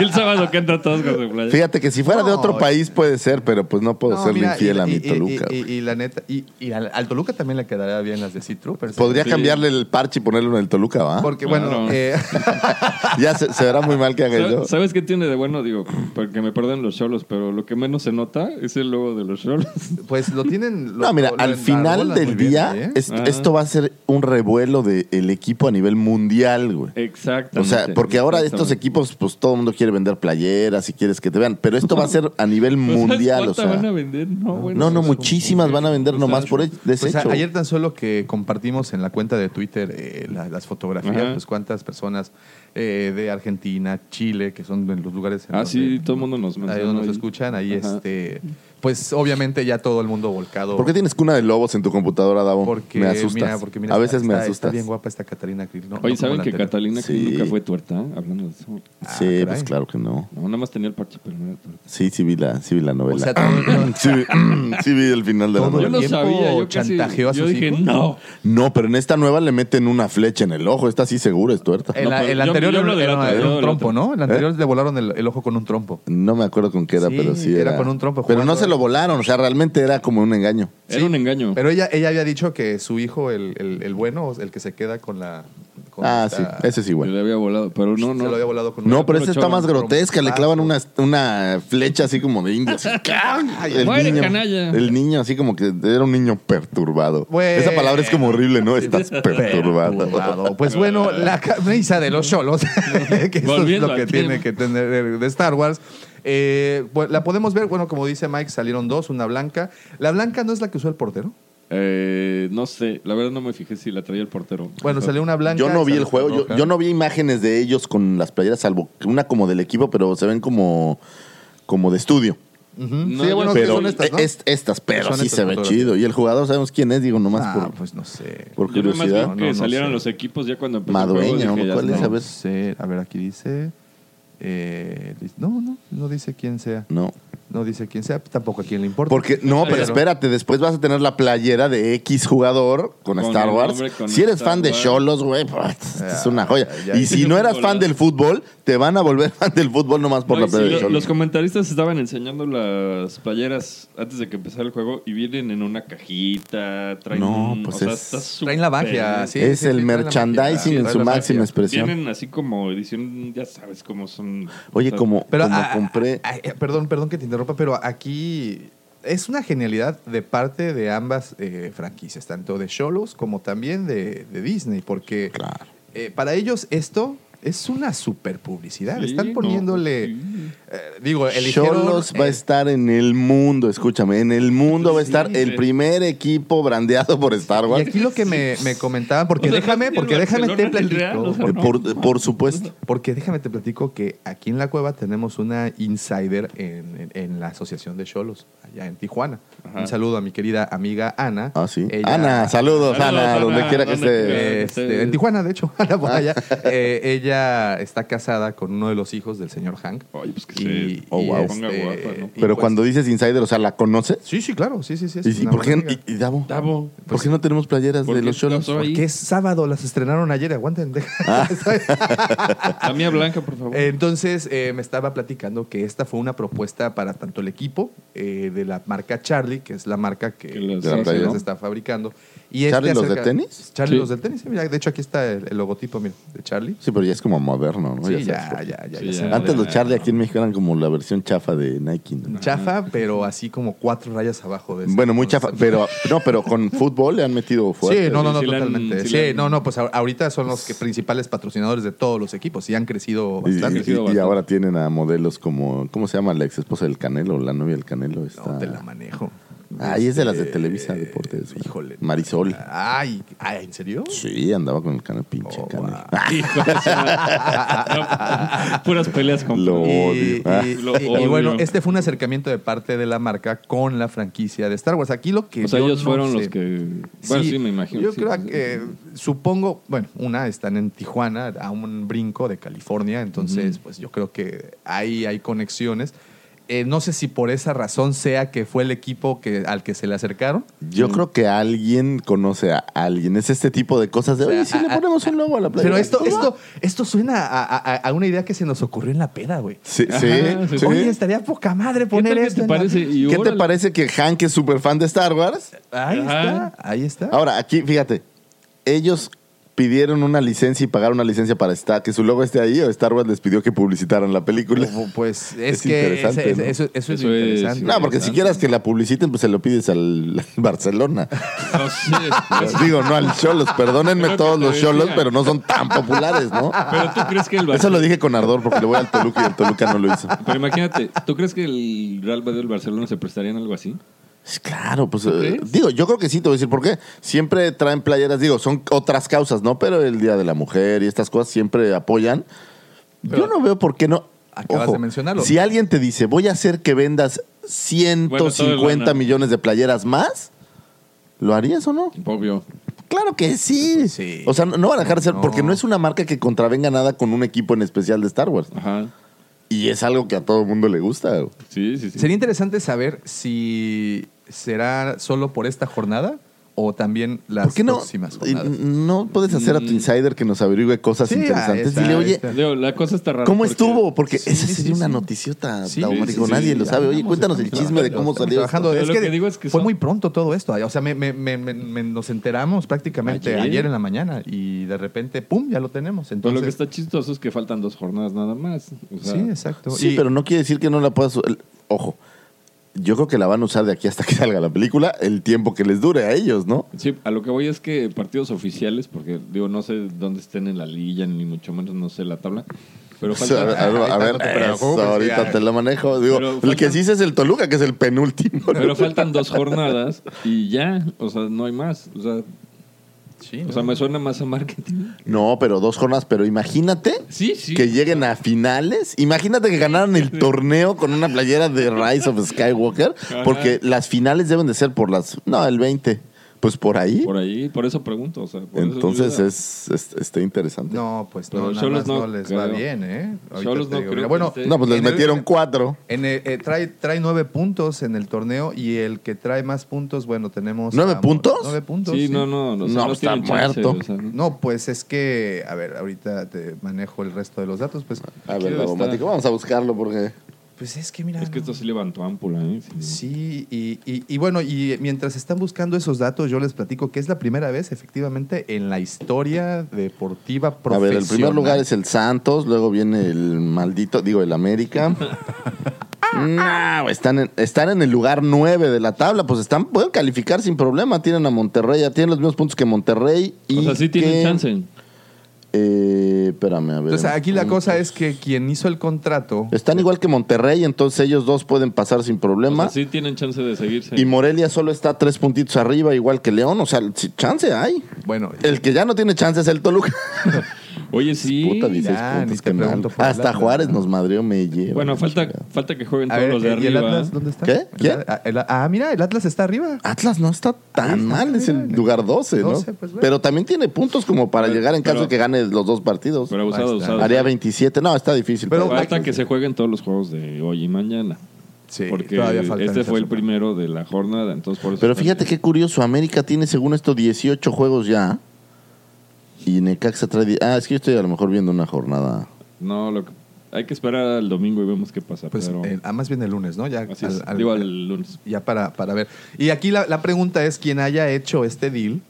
Speaker 3: El sábado que entra todos con su playa.
Speaker 2: Fíjate que si fuera de
Speaker 1: No,
Speaker 2: otro país puede ser, pero pues no puedo
Speaker 1: No,
Speaker 2: serle
Speaker 1: mira,
Speaker 2: infiel
Speaker 1: y-
Speaker 2: a mi
Speaker 1: y- y-
Speaker 2: Toluca.
Speaker 1: Y, y la neta, y, y al, al Toluca también le quedaría bien las de C-Troopers.
Speaker 2: Podría
Speaker 3: Sí.
Speaker 2: cambiarle el parche y ponerlo en el Toluca, ¿va?
Speaker 1: Porque, bueno,
Speaker 3: Claro. (laughs)
Speaker 1: eh,
Speaker 2: (laughs) Ya se, se verá muy mal que haga
Speaker 3: ¿Sabes-
Speaker 2: yo.
Speaker 3: ¿Sabes qué tiene de bueno? Digo, porque me perdonen los cholos, pero lo que menos se nota es el logo de los cholos. (laughs)
Speaker 1: pues lo tienen. lo-
Speaker 2: No, mira,
Speaker 1: lo
Speaker 2: al final
Speaker 1: enarbolan
Speaker 2: del
Speaker 1: muy bien,
Speaker 2: día,
Speaker 1: ¿eh?
Speaker 2: est-
Speaker 3: Ajá.
Speaker 2: esto va a ser un revuelo del equipo a nivel mundial, güey. O
Speaker 3: Exactamente.
Speaker 2: sea, porque ahora estos
Speaker 3: Exactamente.
Speaker 2: equipos, pues todo el mundo quiere vender playeras y quieres que te vean, pero esto va a ser a nivel
Speaker 3: Pues, ¿sabes
Speaker 2: mundial, o
Speaker 3: cuánta
Speaker 2: sea.
Speaker 3: van a vender? No, bueno,
Speaker 2: no, no,
Speaker 3: es
Speaker 2: muchísimas
Speaker 3: como-
Speaker 2: van a vender
Speaker 3: o sea,
Speaker 2: nomás por el
Speaker 1: Pues,
Speaker 2: desecho.
Speaker 1: a- ayer tan solo que compartimos en la cuenta de Twitter eh, la- las fotografías,
Speaker 3: Ajá.
Speaker 1: pues cuántas personas eh, de Argentina, Chile, que son de los lugares en
Speaker 3: Ah,
Speaker 1: donde-
Speaker 3: sí, todo el mundo nos
Speaker 1: ahí
Speaker 3: menciona
Speaker 1: donde nos
Speaker 3: ahí.
Speaker 1: escuchan, ahí
Speaker 3: Ajá.
Speaker 1: este, pues obviamente ya todo el mundo volcado.
Speaker 2: ¿Por qué tienes cuna de lobos en tu computadora, Davo?
Speaker 1: Porque,
Speaker 2: me asustas.
Speaker 1: mira, porque mira,
Speaker 2: a
Speaker 1: está-
Speaker 2: veces me
Speaker 1: está-
Speaker 2: asustas.
Speaker 1: Está bien guapa esta Catalina Krill. ¿no? No
Speaker 3: Oye,
Speaker 1: como
Speaker 3: ¿saben
Speaker 1: la
Speaker 3: que
Speaker 1: anterior.
Speaker 3: Catalina Krill
Speaker 2: Sí.
Speaker 3: nunca fue tuerta? Hablando de eso.
Speaker 2: sí,
Speaker 1: Ah,
Speaker 2: pues
Speaker 1: caray.
Speaker 2: claro que no.
Speaker 3: No, nada más tenía el parche, pero no era tuerta.
Speaker 2: Sí, sí vi la, sí vi la novela.
Speaker 1: O
Speaker 2: (clears throat)
Speaker 1: sea, todo-
Speaker 2: sí, vi, sí vi el final de la
Speaker 1: Todo
Speaker 3: Yo
Speaker 2: novela.
Speaker 1: el
Speaker 3: no
Speaker 1: tiempo
Speaker 3: sabía, yo casi,
Speaker 1: chantajeó a
Speaker 3: yo
Speaker 1: sus
Speaker 3: dije,
Speaker 1: hijos.
Speaker 3: no.
Speaker 2: No, pero en esta nueva le meten una flecha en el ojo. Esta sí seguro es tuerta.
Speaker 1: El,
Speaker 3: No, pero
Speaker 1: el
Speaker 3: yo-
Speaker 1: anterior
Speaker 3: yo hablo del
Speaker 1: era,
Speaker 3: otro,
Speaker 1: era
Speaker 3: yo hablo
Speaker 1: un
Speaker 3: del
Speaker 1: trompo,
Speaker 3: otro.
Speaker 1: ¿no?
Speaker 2: ¿Eh?
Speaker 1: El anterior le volaron el, el ojo con un trompo.
Speaker 2: No me acuerdo con qué era,
Speaker 1: Sí,
Speaker 2: pero sí era.
Speaker 1: era con un trompo
Speaker 2: Pero no
Speaker 1: jugando.
Speaker 2: se lo volaron, o sea, realmente era como un engaño.
Speaker 3: Era un engaño.
Speaker 1: Pero ella, ella había dicho que su hijo, el, el, el bueno, el que se queda con la. con
Speaker 2: Ah, sí,
Speaker 1: esta-
Speaker 2: ese sí,
Speaker 3: Yo
Speaker 2: güey.
Speaker 3: le había volado, pero no,
Speaker 1: Se
Speaker 3: no.
Speaker 1: lo había volado con
Speaker 2: No,
Speaker 1: una-
Speaker 3: puro
Speaker 2: pero ese está
Speaker 3: choro,
Speaker 2: más
Speaker 1: puro
Speaker 2: grotesca. Le
Speaker 1: pasto.
Speaker 2: clavan una, una flecha así como de
Speaker 1: (laughs)
Speaker 2: indio. así, ¡cam! el,
Speaker 3: Muere,
Speaker 2: niño,
Speaker 3: canalla.
Speaker 2: el niño así como que era un niño perturbado.
Speaker 1: Bueno.
Speaker 2: Esa palabra es como horrible, ¿no? Estás perturbado.
Speaker 1: Perturbado. Pues bueno, la camisa de los cholos, (laughs) que eso es
Speaker 3: Volviendo
Speaker 1: lo que
Speaker 3: al tema.
Speaker 1: tiene que tener de Star Wars. Eh, bueno, la podemos ver, bueno, como dice Mike, salieron dos, una blanca. La blanca no es la que usó el portero.
Speaker 3: Eh, no sé, la verdad no me fijé si la traía el portero.
Speaker 1: Bueno, salió una blanca.
Speaker 2: Yo no vi
Speaker 1: salió
Speaker 2: el juego, yo,
Speaker 1: roja.
Speaker 2: yo no vi imágenes de ellos con las playeras, salvo una como del equipo, pero se ven como, como de estudio.
Speaker 1: Ujú.
Speaker 3: No,
Speaker 1: sí,
Speaker 3: yo-
Speaker 1: bueno, que
Speaker 2: Pero e,
Speaker 1: son estas, ¿no?
Speaker 2: es- estas, pero
Speaker 1: Son
Speaker 2: sí
Speaker 1: estas
Speaker 2: se ve
Speaker 1: fotografías.
Speaker 2: chido. Y el jugador, sabemos quién es, digo, nomás
Speaker 1: Ah,
Speaker 2: por,
Speaker 1: pues no sé.
Speaker 2: por
Speaker 3: Yo nada más vi
Speaker 2: curiosidad.
Speaker 3: que
Speaker 1: No, no
Speaker 3: salieron
Speaker 1: sé.
Speaker 3: los equipos ya cuando empezó el
Speaker 2: Madueña,
Speaker 3: juego.
Speaker 2: ¿no?
Speaker 3: dije, ya
Speaker 2: ¿Cuál es?
Speaker 3: está.
Speaker 2: A ver.
Speaker 1: sé, a ver, aquí dice. eh, no, no, no dice quién sea.
Speaker 2: No.
Speaker 1: No dice quién sea, tampoco a quién le importa.
Speaker 2: Porque, no, pero
Speaker 3: Pero-
Speaker 2: espérate, después vas a tener la playera de X jugador con,
Speaker 3: Con
Speaker 2: Star
Speaker 3: el
Speaker 2: Wars.
Speaker 3: nombre, con
Speaker 2: si eres
Speaker 3: Star
Speaker 2: fan de
Speaker 3: Wars.
Speaker 2: Cholos, güey, pues, es una joya.
Speaker 1: Ah, ya, ya.
Speaker 2: Y si no eras fan del fútbol, te van a volver (laughs) fan del fútbol nomás por
Speaker 3: No,
Speaker 2: la
Speaker 3: y sí,
Speaker 2: playera de
Speaker 3: lo-
Speaker 2: Cholos.
Speaker 3: los comentaristas estaban enseñando las playeras antes de que empezara el juego y vienen en una cajita, traen
Speaker 2: No,
Speaker 3: un-
Speaker 2: pues
Speaker 3: o sea,
Speaker 2: es-
Speaker 3: está súper-
Speaker 1: Traen la magia, sí.
Speaker 2: es el
Speaker 1: sí, sí, traen la magia.
Speaker 2: merchandising en
Speaker 1: Traen
Speaker 2: su
Speaker 1: la magia.
Speaker 2: máxima expresión.
Speaker 3: Vienen así como edición, ya sabes cómo son. o
Speaker 2: Oye,
Speaker 3: sea,
Speaker 2: como,
Speaker 1: Pero
Speaker 2: como
Speaker 1: ah, ah,
Speaker 2: compré.
Speaker 1: ah, eh, perdón, perdón que te interrumpa, pero aquí es una genialidad de parte de ambas eh, franquicias, tanto de Cholos como también de, de Disney, porque
Speaker 2: Claro.
Speaker 1: eh, para ellos esto es una super publicidad.
Speaker 3: Sí,
Speaker 1: Están
Speaker 3: no,
Speaker 1: poniéndole,
Speaker 3: sí.
Speaker 1: eh, digo, eligieron
Speaker 2: Cholos va a
Speaker 1: eh,
Speaker 2: estar en el mundo, escúchame, en el mundo va a estar el
Speaker 3: Sí.
Speaker 2: primer equipo brandeado por Star
Speaker 1: Y
Speaker 2: Wars.
Speaker 1: aquí lo
Speaker 2: (laughs)
Speaker 1: que me, me comentaban, porque
Speaker 3: O sea,
Speaker 1: déjame,
Speaker 3: el
Speaker 1: porque déjame te
Speaker 3: Barcelona del Real,
Speaker 1: platico,
Speaker 3: o sea,
Speaker 2: Eh,
Speaker 1: por-
Speaker 3: no.
Speaker 2: Por, por supuesto.
Speaker 1: porque déjame te platico que aquí en la cueva tenemos una insider en, en- en la asociación de Cholos, allá en Tijuana.
Speaker 3: Ajá.
Speaker 1: Un saludo a mi querida amiga Ana.
Speaker 2: Ah, sí.
Speaker 1: Ella-
Speaker 2: Ana, saludos,
Speaker 3: Saludos,
Speaker 2: Ana,
Speaker 3: Ana,
Speaker 2: donde quiera que
Speaker 3: donde
Speaker 2: esté.
Speaker 3: quiera.
Speaker 1: eh, este, en Tijuana, de hecho, (laughs) Ana por allá. Eh, ella está casada con uno de los hijos del señor Hank.
Speaker 3: Oye, pues que se
Speaker 1: Y-
Speaker 2: oh,
Speaker 1: y
Speaker 2: wow.
Speaker 3: ponga
Speaker 1: este,
Speaker 3: guapa, ¿no?
Speaker 1: y
Speaker 2: Pero
Speaker 1: pues-
Speaker 2: cuando dices insider, o sea, ¿la conoces?
Speaker 1: Sí, sí, claro, sí, sí, sí. es
Speaker 2: ¿Y, y
Speaker 1: una
Speaker 2: por qué,
Speaker 1: buena amiga. pues,
Speaker 2: y- y Davo,
Speaker 3: Davo,
Speaker 2: ¿por qué no tenemos playeras
Speaker 3: pues, ¿por
Speaker 2: de
Speaker 3: qué
Speaker 2: los Cholos?
Speaker 3: pasó ahí?
Speaker 1: Porque es sábado, las estrenaron ayer, aguanten. (laughs) deja-
Speaker 2: Ah.
Speaker 3: La mía blanca, por favor. (laughs)
Speaker 1: Entonces eh, me estaba platicando que esta fue una propuesta para tanto el equipo eh, de la marca Charlie, que es la marca que,
Speaker 3: Que las
Speaker 1: que
Speaker 2: hace,
Speaker 1: las
Speaker 2: ¿no?
Speaker 1: está fabricando. Y
Speaker 2: ¿Charlie
Speaker 1: este
Speaker 2: los de tenis?
Speaker 1: Charlie
Speaker 3: Sí.
Speaker 1: los del tenis. sí, mira, de hecho aquí está el, el logotipo mira, de Charlie.
Speaker 2: Sí, pero ya es como moderno, ¿no?
Speaker 1: Sí,
Speaker 2: sabes,
Speaker 1: ya,
Speaker 2: porque-
Speaker 1: ya, ya,
Speaker 3: Sí,
Speaker 1: ya
Speaker 3: ya.
Speaker 1: se-
Speaker 2: Antes los
Speaker 3: moderno.
Speaker 2: Charlie aquí en México eran como la versión chafa de Nike. ¿no?
Speaker 1: (laughs) Chafa, pero así como cuatro rayas abajo de ese
Speaker 2: Bueno, muy chafa, pero
Speaker 1: concepto.
Speaker 2: no, pero con fútbol le han metido fuerte.
Speaker 1: Sí, no, no, no,
Speaker 3: Sí, sí le han-
Speaker 1: totalmente.
Speaker 3: sí
Speaker 1: Sí,
Speaker 3: le han-
Speaker 1: no, no, pues ahor- ahorita son los que principales patrocinadores de todos los equipos y han crecido
Speaker 2: Y,
Speaker 1: bastante.
Speaker 2: y-
Speaker 3: crecido
Speaker 2: y
Speaker 3: bastante.
Speaker 2: ahora tienen a modelos como, ¿cómo se llama la ex esposa del Canelo? La novia del Canelo
Speaker 1: No
Speaker 2: está.
Speaker 1: te la manejo.
Speaker 2: Ahí es de las de
Speaker 1: Este,
Speaker 2: Televisa Deportes. güey.
Speaker 1: híjole.
Speaker 2: Marisol.
Speaker 1: Ay, ay, ¿en serio? Oh,
Speaker 2: Sí, andaba con el cano pinche (laughs) Ah, cana.
Speaker 3: Puras peleas con.
Speaker 2: Lo
Speaker 1: Y,
Speaker 2: odio. Ah.
Speaker 1: y-
Speaker 3: Lo
Speaker 1: y- y bueno,
Speaker 3: odio.
Speaker 1: este fue un acercamiento de parte de la marca con la franquicia de Star Wars. Aquí lo que.
Speaker 3: O sea,
Speaker 1: yo
Speaker 3: ellos
Speaker 1: no
Speaker 3: fueron los
Speaker 1: sé-
Speaker 3: que. Bueno, sí, me imagino.
Speaker 1: Yo
Speaker 3: sí.
Speaker 1: creo que, eh, supongo, bueno, una están en Tijuana, a un brinco de California, entonces, pues yo creo que ahí hay conexiones. Eh, no sé si por esa razón sea que fue el equipo que, al que se le acercaron.
Speaker 2: Yo creo que alguien conoce a alguien. Es este tipo de cosas de,
Speaker 1: O sea,
Speaker 2: oye, si
Speaker 1: a-
Speaker 2: le
Speaker 1: a-
Speaker 2: ponemos un logo a la playa.
Speaker 1: Pero esto, esto, esto suena a, a- a una idea que se nos ocurrió en la peda, güey.
Speaker 2: Sí, sí,
Speaker 3: Ajá, sí.
Speaker 2: sí.
Speaker 1: Oye, estaría poca madre
Speaker 3: ¿Qué
Speaker 1: poner
Speaker 3: tal que
Speaker 1: esto.
Speaker 3: te
Speaker 1: en la-
Speaker 3: parece? Y
Speaker 2: ¿Qué te
Speaker 3: órale.
Speaker 2: parece que Hank es súper fan de Star Wars?
Speaker 1: Ahí
Speaker 3: Ajá.
Speaker 1: está, ahí está.
Speaker 2: Ahora, aquí, fíjate. Ellos pidieron una licencia y pagaron una licencia para Star, que su logo esté ahí o Star Wars les pidió que publicitaran la película.
Speaker 1: Pu- Pues es,
Speaker 2: Es
Speaker 1: que ese-
Speaker 2: interesante,
Speaker 1: ese-
Speaker 2: ¿no?
Speaker 1: eso, eso es
Speaker 3: Eso
Speaker 1: lo
Speaker 3: es
Speaker 1: interesante.
Speaker 2: No, porque si
Speaker 3: interesante.
Speaker 2: quieras que la publiciten, pues se lo pides al, (laughs) al Barcelona.
Speaker 3: No sé.
Speaker 2: Pues (laughs) digo, no al Cholos.
Speaker 3: Es
Speaker 2: Perdónenme
Speaker 3: lo
Speaker 2: todos
Speaker 3: que te
Speaker 2: los Cholos,
Speaker 3: decía.
Speaker 2: pero no son tan populares, ¿no?
Speaker 3: Pero tú crees que el Barcelona.
Speaker 2: Eso lo dije con ardor porque le voy al Toluca y el Toluca no lo hizo.
Speaker 3: Pero imagínate, ¿tú crees que el Real Madrid o el Barcelona se prestarían algo así?
Speaker 2: Sí, Claro, pues eh,
Speaker 3: crees?
Speaker 2: digo, yo creo que sí, te voy a decir por qué. Siempre traen playeras, digo, son otras causas, ¿no? Pero el Día de la Mujer y estas cosas siempre apoyan. yo
Speaker 1: Pero-
Speaker 2: no veo por qué no.
Speaker 1: Acabas de mencionarlo.
Speaker 2: Si alguien te dice, voy a hacer que vendas 150
Speaker 3: Bueno, todo es
Speaker 2: millones de playeras más, ¿lo harías o no?
Speaker 3: Obvio.
Speaker 2: Claro que sí.
Speaker 1: Pues, Sí.
Speaker 2: O sea, no, no van a dejar de ser,
Speaker 1: No.
Speaker 2: porque no es una marca que contravenga nada con un equipo en especial de Star Wars.
Speaker 3: Ajá.
Speaker 2: Y es algo que a todo el mundo le gusta.
Speaker 3: Sí, sí, sí.
Speaker 1: Sería interesante saber si será solo por esta jornada o también las
Speaker 2: ¿Por qué no?
Speaker 1: próximas
Speaker 2: y mm,
Speaker 1: jornadas.
Speaker 2: No puedes hacer a tu insider que nos averigüe cosas
Speaker 1: Mm. Sí, ahí
Speaker 2: interesantes.
Speaker 1: está,
Speaker 2: Dile,
Speaker 1: ahí
Speaker 2: oye,
Speaker 1: está.
Speaker 3: Digo, la cosa está rara.
Speaker 2: ¿cómo
Speaker 3: porque-
Speaker 2: estuvo? Porque
Speaker 1: Sí,
Speaker 2: esa
Speaker 1: sí,
Speaker 2: sería una
Speaker 1: sí.
Speaker 2: noticiota,
Speaker 1: Sí,
Speaker 2: Taumarico.
Speaker 1: sí, sí,
Speaker 2: Nadie
Speaker 1: sí,
Speaker 2: lo sabe. Oye,
Speaker 1: hablamos
Speaker 2: cuéntanos
Speaker 1: de-
Speaker 2: el chisme de cómo
Speaker 1: estamos
Speaker 2: salió.
Speaker 1: trabajando.
Speaker 2: esto.
Speaker 1: Es
Speaker 3: Lo
Speaker 1: que
Speaker 3: que digo es que
Speaker 1: fue
Speaker 3: son-
Speaker 1: muy pronto todo esto. O sea, me- me- me- me- me- nos enteramos prácticamente
Speaker 3: Ayer.
Speaker 1: ayer. en la mañana y de repente, ¡pum!, ya lo tenemos.
Speaker 3: Pero
Speaker 1: Entonces,
Speaker 3: lo que está chistoso es que faltan dos jornadas nada más. O sea,
Speaker 1: Sí, exacto.
Speaker 2: Sí,
Speaker 1: Y-
Speaker 2: pero no quiere decir que no la puedas. el- Ojo, yo creo que la van a usar de aquí hasta que (laughs) salga la película, el tiempo que les dure a ellos, ¿no?
Speaker 3: Sí, a lo que voy es que partidos oficiales, porque digo, no sé dónde estén en la liga, ni mucho menos no sé la tabla. Pero
Speaker 2: (laughs) O sea,
Speaker 3: falta.
Speaker 2: a ver, a ver,
Speaker 1: ahorita no te preocupes,
Speaker 2: eso, ahorita
Speaker 1: ya.
Speaker 2: te lo manejo. Digo,
Speaker 3: Pero
Speaker 2: el que
Speaker 3: faltan-
Speaker 2: sí es el Toluca, que es el penúltimo.
Speaker 3: Pero faltan dos jornadas y ya, o sea, no hay más. O sea,
Speaker 1: Sí,
Speaker 3: o
Speaker 1: ¿no?
Speaker 3: sea me suena más a marketing.
Speaker 2: No, pero dos jornadas, pero imagínate
Speaker 3: Sí, sí.
Speaker 2: que lleguen a finales. Imagínate que ganaran el torneo con una playera de Rise of Skywalker, porque las finales deben de ser por las... No, el 20, pues por ahí.
Speaker 3: Por ahí, por eso pregunto. O sea, por eso
Speaker 2: Entonces
Speaker 3: ayuda.
Speaker 2: es, es- está interesante. No,
Speaker 1: No, pues
Speaker 3: Pero
Speaker 1: no, nada
Speaker 3: Cholos
Speaker 1: más no,
Speaker 3: no
Speaker 1: les
Speaker 3: creo.
Speaker 1: va bien, ¿eh? Ahorita
Speaker 3: Cholos
Speaker 1: te
Speaker 3: no
Speaker 1: digo,
Speaker 3: creo
Speaker 1: mira,
Speaker 3: que
Speaker 1: bueno,
Speaker 3: esté-
Speaker 2: pues les
Speaker 1: en el-
Speaker 2: metieron cuatro.
Speaker 1: en el- eh, trae, trae nueve puntos en el torneo y el que trae más puntos, bueno, tenemos...
Speaker 2: ¿Nueve
Speaker 1: a-
Speaker 2: puntos?
Speaker 1: Nueve puntos.
Speaker 3: Sí, no, no. o sea,
Speaker 2: No, pues, está
Speaker 3: tienen chance,
Speaker 2: muerto.
Speaker 3: o sea, no.
Speaker 1: No, pues es que, a ver, ahorita te manejo el resto de los datos, pues,
Speaker 2: A ver,
Speaker 3: Quiero
Speaker 2: la bombática,
Speaker 3: estar.
Speaker 2: vamos a buscarlo porque...
Speaker 1: pues es que mira,
Speaker 3: Es que
Speaker 1: no.
Speaker 3: esto sí levantó ámpula, ¿eh? Sí.
Speaker 1: sí, y, y- y bueno, y mientras están buscando esos datos, yo les platico que es la primera vez, efectivamente, en la historia deportiva
Speaker 2: A
Speaker 1: profesional.
Speaker 2: ver, el primer lugar es el Santos, luego viene el maldito, digo, el
Speaker 1: (laughs)
Speaker 2: América. No, están en, están en el lugar 9 de la tabla, pues están pueden calificar sin problema. Tienen a Monterrey, ya tienen los mismos puntos que Monterrey. Y
Speaker 3: O sea, sí
Speaker 2: que-
Speaker 3: tienen chance.
Speaker 2: Eh, espérame, a ver. Mm,
Speaker 1: Entonces, aquí la cosa es que quien hizo el contrato...
Speaker 2: Están igual que Monterrey, entonces ellos dos pueden pasar sin
Speaker 3: O
Speaker 2: problema.
Speaker 3: sea, sí tienen chance de seguirse.
Speaker 2: Y Morelia solo está tres puntitos arriba, igual que León. O sea, sí, chance hay.
Speaker 1: Bueno,
Speaker 2: El que ya no tiene chance es el Toluca. (laughs)
Speaker 3: Oye, sí.
Speaker 2: Puta, 16
Speaker 1: ya, ni
Speaker 2: puntos
Speaker 1: te
Speaker 2: que mal.
Speaker 1: pregunto por
Speaker 2: Hasta
Speaker 1: Atlas.
Speaker 2: Juárez nos madrió, me lleva.
Speaker 3: Bueno,
Speaker 2: la
Speaker 3: falta,
Speaker 2: chingada.
Speaker 3: falta que jueguen
Speaker 1: A
Speaker 3: todos los
Speaker 1: ver, eh,
Speaker 3: de
Speaker 1: ¿y
Speaker 3: arriba.
Speaker 1: el Atlas dónde está?
Speaker 2: ¿Qué?
Speaker 1: El
Speaker 2: ¿Quién?
Speaker 1: A- el- ah, mira, el Atlas está arriba.
Speaker 2: Atlas no está
Speaker 1: Ahí
Speaker 2: tan
Speaker 1: está,
Speaker 2: mal, es el
Speaker 1: mira.
Speaker 2: lugar 12, ¿no?
Speaker 1: 12, pues, bueno.
Speaker 2: Pero también tiene puntos como para
Speaker 3: Pero-
Speaker 2: llegar en caso
Speaker 3: pero-
Speaker 2: de que gane los dos partidos.
Speaker 3: Pero pues, abusado,
Speaker 1: Ahí está.
Speaker 3: abusado.
Speaker 2: Haría 27, no, está difícil.
Speaker 1: Pero-
Speaker 3: Falta que se jueguen todos los juegos de hoy y mañana.
Speaker 1: Sí,
Speaker 3: porque
Speaker 1: todavía faltan
Speaker 3: este
Speaker 1: esta
Speaker 3: fue el
Speaker 1: semana.
Speaker 3: primero de la jornada, entonces por eso.
Speaker 2: Pero fíjate qué curioso, América tiene según esto 18 juegos ya. Y Necaxa trae... die- Ah, es que yo estoy a lo mejor viendo una jornada.
Speaker 3: No, lo que- hay que esperar al domingo y vemos qué pasa.
Speaker 1: Pues
Speaker 3: pero
Speaker 1: eh, ah, más bien el lunes, ¿no? Ya,
Speaker 3: así
Speaker 1: al-
Speaker 3: es.
Speaker 1: al-
Speaker 3: Digo al lunes.
Speaker 1: ya para, para ver. Y aquí la, la pregunta es: quien haya hecho este deal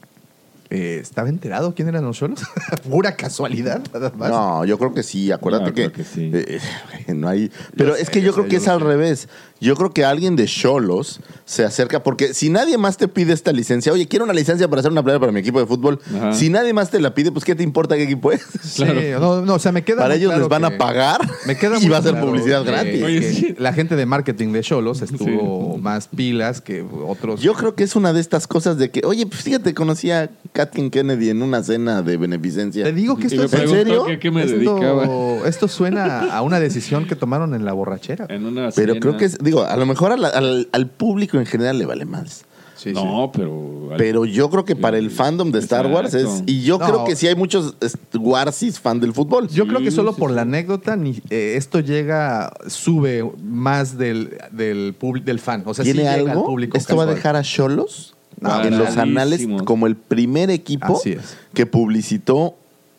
Speaker 1: eh, ¿estaba enterado quién eran los cholos? (laughs) Pura casualidad, nada más.
Speaker 2: No, yo creo que sí, acuérdate
Speaker 3: No,
Speaker 2: que,
Speaker 3: creo que sí.
Speaker 2: eh, eh, (laughs) no hay... Pero es
Speaker 1: sé,
Speaker 2: que
Speaker 1: yo
Speaker 2: yo creo
Speaker 1: sé,
Speaker 2: que
Speaker 1: yo
Speaker 2: es
Speaker 1: lo
Speaker 2: al
Speaker 1: sé.
Speaker 2: revés. Yo creo que alguien de Cholos se acerca, porque si nadie más te pide esta licencia, oye, quiero una licencia para hacer una playa para mi equipo de fútbol,
Speaker 3: Ajá.
Speaker 2: si nadie más te la pide, pues ¿qué te importa qué equipo
Speaker 1: (laughs)
Speaker 2: es?
Speaker 1: Sí, no, no, o sea, me
Speaker 2: (laughs)
Speaker 1: queda
Speaker 2: para
Speaker 1: muy
Speaker 2: ellos
Speaker 1: claro
Speaker 2: les van
Speaker 1: que-
Speaker 2: a pagar
Speaker 1: (laughs) Me
Speaker 2: (laughs)
Speaker 1: queda
Speaker 2: y
Speaker 1: muy
Speaker 2: va a ser
Speaker 1: claro
Speaker 2: publicidad
Speaker 1: que-
Speaker 2: gratis.
Speaker 3: Oye,
Speaker 1: que
Speaker 3: sí.
Speaker 1: La gente de marketing de Cholos estuvo más pilas que otros.
Speaker 2: Yo creo que es una de estas cosas de que, oye, pues fíjate, conocí a Kathleen Kennedy en una cena de beneficencia.
Speaker 1: te digo que
Speaker 3: Y
Speaker 1: esto
Speaker 3: me
Speaker 1: es- ¿En
Speaker 3: preguntó
Speaker 1: serio?
Speaker 3: que a qué me
Speaker 1: esto,
Speaker 3: dedicaba.
Speaker 1: esto suena a una decisión que tomaron en la borrachera.
Speaker 3: En una
Speaker 2: Pero
Speaker 3: cena.
Speaker 2: creo que, es, digo, a lo mejor a la- al, al público en general le vale más.
Speaker 1: Sí, sí.
Speaker 3: No, pero...
Speaker 2: Pero yo creo que para el fandom de Star Wars es...
Speaker 3: Exacto.
Speaker 2: Y yo
Speaker 1: No.
Speaker 2: creo que sí hay muchos es, Warsis fan del fútbol.
Speaker 1: Yo creo que
Speaker 3: Sí,
Speaker 1: solo
Speaker 3: sí,
Speaker 1: por
Speaker 3: sí.
Speaker 1: la anécdota ni, eh, esto llega, sube más del, del, publi- del fan. O sea, sí
Speaker 2: ¿Tiene
Speaker 1: llega al
Speaker 2: algo?
Speaker 1: público
Speaker 2: Esto va a
Speaker 1: casual.
Speaker 2: dejar a Cholos
Speaker 3: No,
Speaker 2: en los
Speaker 3: clarísimo.
Speaker 2: anales como el primer equipo
Speaker 1: Así es.
Speaker 2: que publicitó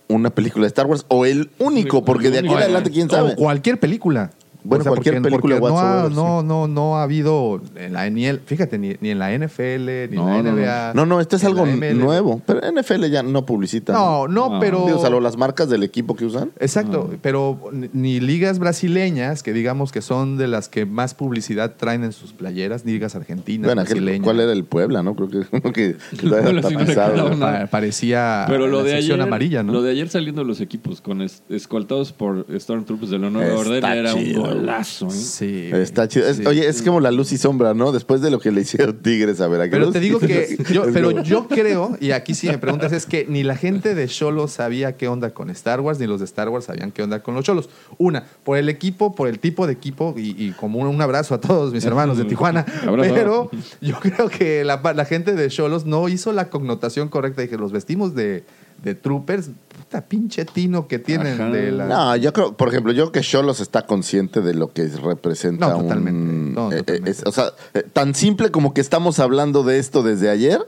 Speaker 2: una película de Star Wars o el único, porque de aquí en
Speaker 3: Oye,
Speaker 2: adelante quién
Speaker 1: O
Speaker 2: sabe.
Speaker 1: cualquier película.
Speaker 2: Bueno, cualquier película
Speaker 1: no, ha,
Speaker 2: whatsoever,
Speaker 1: no, no, no ha habido en la ni el- fíjate, ni, ni en la NFL, ni
Speaker 3: No, no,
Speaker 1: en la
Speaker 3: no.
Speaker 1: NBA.
Speaker 2: No, no, esto es
Speaker 1: en
Speaker 2: algo
Speaker 1: la ML.
Speaker 2: nuevo. Pero NFL ya no publicita.
Speaker 1: No, no,
Speaker 3: No.
Speaker 1: pero.
Speaker 2: Digo, salvo las marcas del equipo que usan.
Speaker 1: Exacto, pero ni- ni ligas brasileñas, que digamos que son de las que más publicidad traen en sus playeras, ni ligas argentinas,
Speaker 2: Bueno, aquel-
Speaker 1: brasileñas.
Speaker 2: ¿cuál era el Puebla, no? Creo que, (laughs) creo que lo
Speaker 3: Bueno,
Speaker 2: había
Speaker 3: sí,
Speaker 2: tapizado.
Speaker 3: claro, no.
Speaker 1: Pa- Parecía
Speaker 3: Pero lo
Speaker 1: la
Speaker 3: de
Speaker 1: sección
Speaker 3: ayer,
Speaker 1: amarilla, ¿no?
Speaker 3: lo de ayer saliendo los equipos con es- escoltados por Stormtroopers de la nueva
Speaker 2: Está
Speaker 3: orden era un
Speaker 2: chido.
Speaker 3: golazo. ¿eh?
Speaker 1: Sí.
Speaker 2: Está chido. Es-
Speaker 1: Sí.
Speaker 2: Oye, es como la luz y sombra, ¿no? Después de lo que le hicieron Tigres a Veracruz.
Speaker 1: Pero te digo que,
Speaker 2: (laughs) Es
Speaker 1: yo,
Speaker 2: como-
Speaker 1: pero yo creo, y aquí sí me preguntas, es que ni la gente de Cholos sabía qué onda con Star Wars, ni los de Star Wars sabían qué onda con los Cholos. Una, por el equipo, por el tipo de equipo, y, y como un, un abrazo a
Speaker 3: (laughs)
Speaker 1: todos mis hermanos de Tijuana.
Speaker 3: Abrazo.
Speaker 1: Pero yo creo que la, la gente de Cholos no hizo la connotación correcta. Dije, los vestimos de, de troopers, puta pinche tino que tienen
Speaker 3: Ajá.
Speaker 1: de la.
Speaker 2: No, yo creo, por ejemplo, yo creo que Cholos está consciente de lo que representa
Speaker 1: No,
Speaker 2: un-
Speaker 1: totalmente. No,
Speaker 2: eh, eh,
Speaker 1: totalmente.
Speaker 2: es- o sea, eh, tan simple como que estamos hablando de esto desde ayer.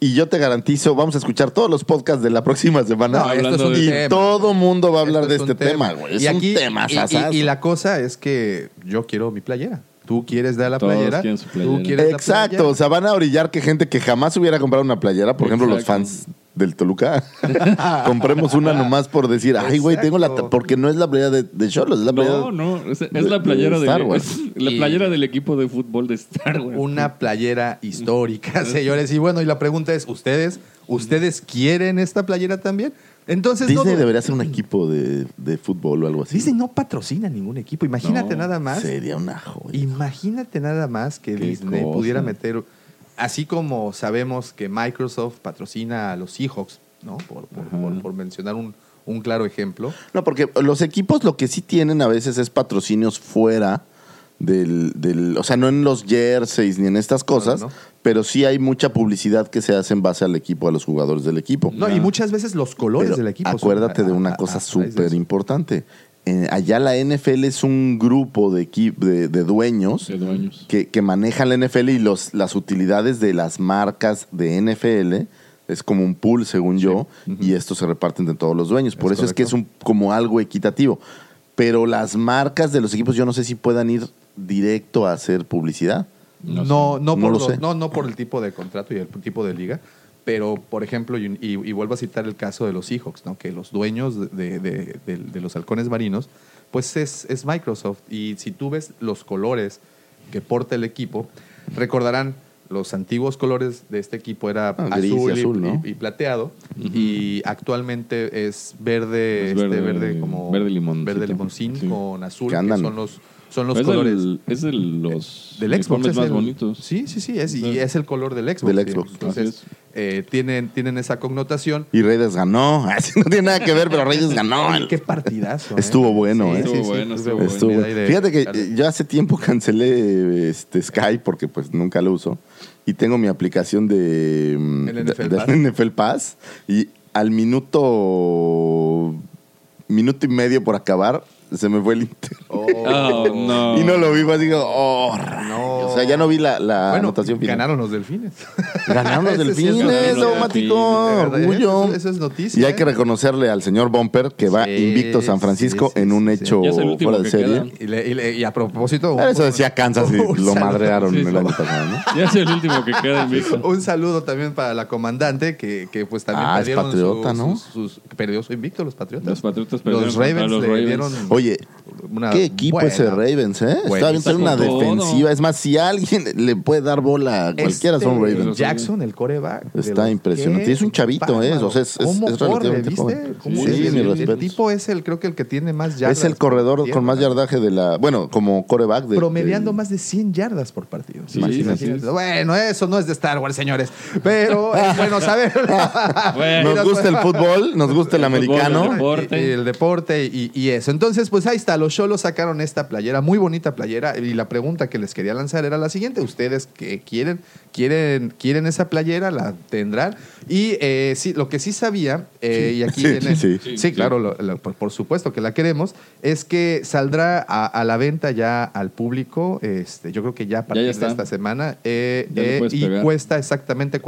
Speaker 2: Y yo te garantizo, vamos a escuchar todos los podcasts de la próxima semana.
Speaker 1: No, esto
Speaker 3: es un
Speaker 2: y
Speaker 1: tema.
Speaker 2: todo mundo va a hablar de
Speaker 1: Esto es
Speaker 2: este
Speaker 1: un
Speaker 2: tema, güey. Es
Speaker 1: Y
Speaker 2: un
Speaker 1: aquí-
Speaker 2: tema,
Speaker 1: y-
Speaker 2: sasazo.
Speaker 1: y, y la cosa es que yo quiero mi playera. Tú quieres dar la
Speaker 3: Todos
Speaker 1: playera.
Speaker 3: quieren su
Speaker 1: Tú
Speaker 3: playera.
Speaker 1: quieres la
Speaker 2: Exacto,
Speaker 1: playera.
Speaker 2: o sea, van a orillar que gente que jamás hubiera comprado una playera, por ejemplo, los
Speaker 3: Exacto.
Speaker 2: fans del Toluca, (laughs) compremos una
Speaker 1: (laughs)
Speaker 2: nomás por decir, ay, güey, tengo la. ta-
Speaker 1: Exacto.
Speaker 2: Porque no es la playera de, de Cholos, es la playera.
Speaker 3: No, no, es, es
Speaker 2: de-
Speaker 3: la playera
Speaker 2: de
Speaker 3: de
Speaker 2: Star Wars.
Speaker 3: (laughs) la
Speaker 1: Y-
Speaker 3: playera del equipo de fútbol de Star Wars.
Speaker 2: (laughs)
Speaker 1: Una playera histórica, señores. Y bueno, y la pregunta es, ¿ustedes ustedes quieren esta playera también? Entonces no
Speaker 2: Disney
Speaker 1: duden.
Speaker 2: debería ser un equipo de, de fútbol o algo así.
Speaker 1: Disney no patrocina ningún equipo. Imagínate
Speaker 3: No,
Speaker 1: nada más.
Speaker 2: Sería una joya.
Speaker 1: Imagínate nada más que
Speaker 3: Qué
Speaker 1: Disney
Speaker 3: cosa.
Speaker 1: pudiera meter, así como sabemos que Microsoft patrocina a los Seahawks, ¿no? Por, por-
Speaker 3: Ajá.
Speaker 1: por- por mencionar un, un claro ejemplo.
Speaker 2: No, porque los equipos lo que sí tienen a veces es patrocinios fuera del, del- o sea, no en los jerseys ni en estas cosas,
Speaker 1: no.
Speaker 2: pero sí hay mucha publicidad que se hace en base al equipo, a los jugadores del equipo.
Speaker 1: No, y muchas veces los colores
Speaker 2: Pero
Speaker 1: del equipo. son-
Speaker 2: Acuérdate de
Speaker 1: a-
Speaker 2: una
Speaker 1: a-
Speaker 2: cosa
Speaker 1: a raíz de
Speaker 2: súper
Speaker 1: eso.
Speaker 2: importante. Eh, allá la NFL es un grupo de, equi- de, de dueños
Speaker 3: de dueños.
Speaker 2: que, que manejan la NFL y los, las utilidades de las marcas de NFL es como un pool, según yo, y esto se reparten de todos los dueños. Por
Speaker 1: Es
Speaker 2: eso es que es un, como algo equitativo. Pero las marcas de los equipos yo no sé si puedan ir directo a hacer publicidad.
Speaker 1: No, no,
Speaker 2: No
Speaker 1: por
Speaker 2: lo
Speaker 1: los-
Speaker 2: sé.
Speaker 1: no, no por el tipo de contrato y el tipo de liga. Pero, por ejemplo, y, y- y vuelvo a citar el caso de los Seahawks, ¿no? que los dueños de, de- de- de los halcones marinos, pues es, es Microsoft. Y si tú ves los colores que porta el equipo, recordarán los antiguos colores de este equipo era
Speaker 2: Ah,
Speaker 1: azul,
Speaker 2: gris y
Speaker 1: y,
Speaker 2: azul, ¿no?
Speaker 1: y- y plateado. Y actualmente es verde,
Speaker 3: Es
Speaker 1: este,
Speaker 3: verde-
Speaker 1: verde como...
Speaker 3: verde limoncito.
Speaker 1: Verde limoncín
Speaker 3: Sí.
Speaker 1: con azul,
Speaker 2: Que
Speaker 1: que,
Speaker 2: andan-
Speaker 1: son los, son los
Speaker 3: es
Speaker 1: colores Eh,
Speaker 3: del- es de los
Speaker 1: del Xbox
Speaker 3: uniformes
Speaker 1: es
Speaker 3: más
Speaker 1: el-
Speaker 3: bonitos.
Speaker 1: Sí, sí, sí, es, y
Speaker 3: Entonces-
Speaker 1: es el color del Xbox.
Speaker 2: Del
Speaker 1: sí.
Speaker 2: Xbox.
Speaker 1: Entonces,
Speaker 3: Así
Speaker 1: eh, tienen, tienen esa connotación.
Speaker 2: Y Reyes ganó. (laughs) Así no tiene nada que ver, pero Reyes ganó.
Speaker 1: (laughs) Qué partidazo.
Speaker 2: (laughs)
Speaker 1: ¿eh?
Speaker 2: Estuvo bueno, ¿eh?
Speaker 3: Estuvo bueno, estuvo
Speaker 1: tuve
Speaker 2: Estuvo
Speaker 1: oportunidad
Speaker 2: bueno.
Speaker 1: ahí de-
Speaker 2: Fíjate que
Speaker 1: Dale.
Speaker 2: eh, yo hace tiempo (laughs) cancelé eh, este Sky porque pues nunca lo uso y tengo mi aplicación de mm,
Speaker 1: El
Speaker 2: de-
Speaker 1: NFL
Speaker 2: del (laughs)
Speaker 1: Pass.
Speaker 2: NFL Pass y al minuto minuto y medio por acabar se me fue el (laughs) internet
Speaker 1: Oh,
Speaker 3: Ah, no.
Speaker 2: (laughs) y no lo vi, pues digo, oh,
Speaker 1: no,
Speaker 2: O sea, ya no vi la, la
Speaker 1: Bueno,
Speaker 2: anotación final.
Speaker 1: ganaron los delfines. (laughs)
Speaker 2: Ganaron los
Speaker 1: Ese sí es
Speaker 2: delfines,
Speaker 3: ganador.
Speaker 2: automático.
Speaker 1: Ganaron los delfines. eh,
Speaker 2: Orgullo.
Speaker 1: Eso- eso es noticia,
Speaker 2: Y hay que
Speaker 1: ¿eh?
Speaker 2: reconocerle al señor Bumper que va
Speaker 1: Sí,
Speaker 2: invicto San Francisco
Speaker 1: sí, sí,
Speaker 2: en un
Speaker 1: sí,
Speaker 2: hecho
Speaker 3: sí. Ya es el último
Speaker 2: fuera de
Speaker 3: que
Speaker 2: serie.
Speaker 3: queda.
Speaker 1: Y, le- y le- y a propósito. un-
Speaker 2: Ah, Eso decía Kansas y
Speaker 1: (laughs) un
Speaker 2: lo
Speaker 1: saludo.
Speaker 2: madrearon
Speaker 3: Sí,
Speaker 2: el
Speaker 3: sí.
Speaker 2: año pasado,
Speaker 3: (laughs)
Speaker 2: ¿no?
Speaker 3: Ya es el último que
Speaker 2: (laughs)
Speaker 3: queda en México.
Speaker 1: Un saludo también para la comandante que, que pues también
Speaker 2: Ah, es
Speaker 1: perdieron
Speaker 2: patriota,
Speaker 1: su-
Speaker 2: ¿no?
Speaker 1: sus- sus- perdió su invicto los patriotas.
Speaker 3: Los Patriotas perdieron
Speaker 1: Los
Speaker 3: contra
Speaker 1: Ravens
Speaker 3: los
Speaker 1: le
Speaker 3: Ravens.
Speaker 1: dieron
Speaker 3: (laughs)
Speaker 2: Oye,
Speaker 1: una
Speaker 2: qué equipo
Speaker 1: buena-
Speaker 2: ese Ravens, ¿eh? Está
Speaker 1: Buena.
Speaker 2: bien,
Speaker 3: Está
Speaker 2: tiene una
Speaker 3: con todo.
Speaker 2: defensiva. Es más, si alguien le puede dar bola a cualquiera, son
Speaker 1: Este
Speaker 2: Ravens.
Speaker 1: Jackson, el coreback. de
Speaker 2: Está
Speaker 1: los-
Speaker 2: impresionante.
Speaker 1: qué
Speaker 2: Es un chavito,
Speaker 1: bárbaro.
Speaker 2: ¿eh? O sea, es- es-
Speaker 1: ¿Cómo
Speaker 2: es
Speaker 1: corre,
Speaker 2: relativamente
Speaker 1: ¿viste?
Speaker 2: joven.
Speaker 1: ¿Cómo
Speaker 2: Sí,
Speaker 1: es?
Speaker 2: mis
Speaker 1: el, el
Speaker 2: respetos.
Speaker 1: tipo es el, creo que el que tiene más yardas.
Speaker 2: Es el corredor con más
Speaker 1: yardas.
Speaker 2: yardaje de la. Bueno, como coreback de.
Speaker 1: Promediando
Speaker 2: del-
Speaker 1: más de 100 yardas por partido.
Speaker 3: Sí,
Speaker 1: Imagínate.
Speaker 3: sí, sí.
Speaker 1: Bueno, eso no es de Star Wars, señores. Pero es
Speaker 2: (laughs)
Speaker 1: bueno saber. Ah,
Speaker 3: Bueno.
Speaker 2: Nos gusta el fútbol, nos gusta el
Speaker 3: El fútbol,
Speaker 2: americano.
Speaker 3: el deporte.
Speaker 1: Y, y el deporte y, y eso. Entonces, pues ahí está. Los Cholos sacaron esta playera, muy bonita playera. Y la pregunta que les quería lanzar era la siguiente: ¿Ustedes qué quieren? ¿Quieren, quieren esa playera? ¿La tendrán? Y eh, sí, lo que sí sabía, eh, y aquí
Speaker 2: Sí,
Speaker 1: viene.
Speaker 2: sí.
Speaker 1: Sí,
Speaker 3: Sí, sí.
Speaker 1: claro, lo- lo- por, por supuesto que la queremos. Es que saldrá a, a la venta ya al público. Este, yo creo que ya a partir
Speaker 3: está.
Speaker 1: de esta semana. eh,
Speaker 3: Ya le
Speaker 1: eh,
Speaker 3: puedes
Speaker 1: y
Speaker 3: pegar.
Speaker 1: cuesta exactamente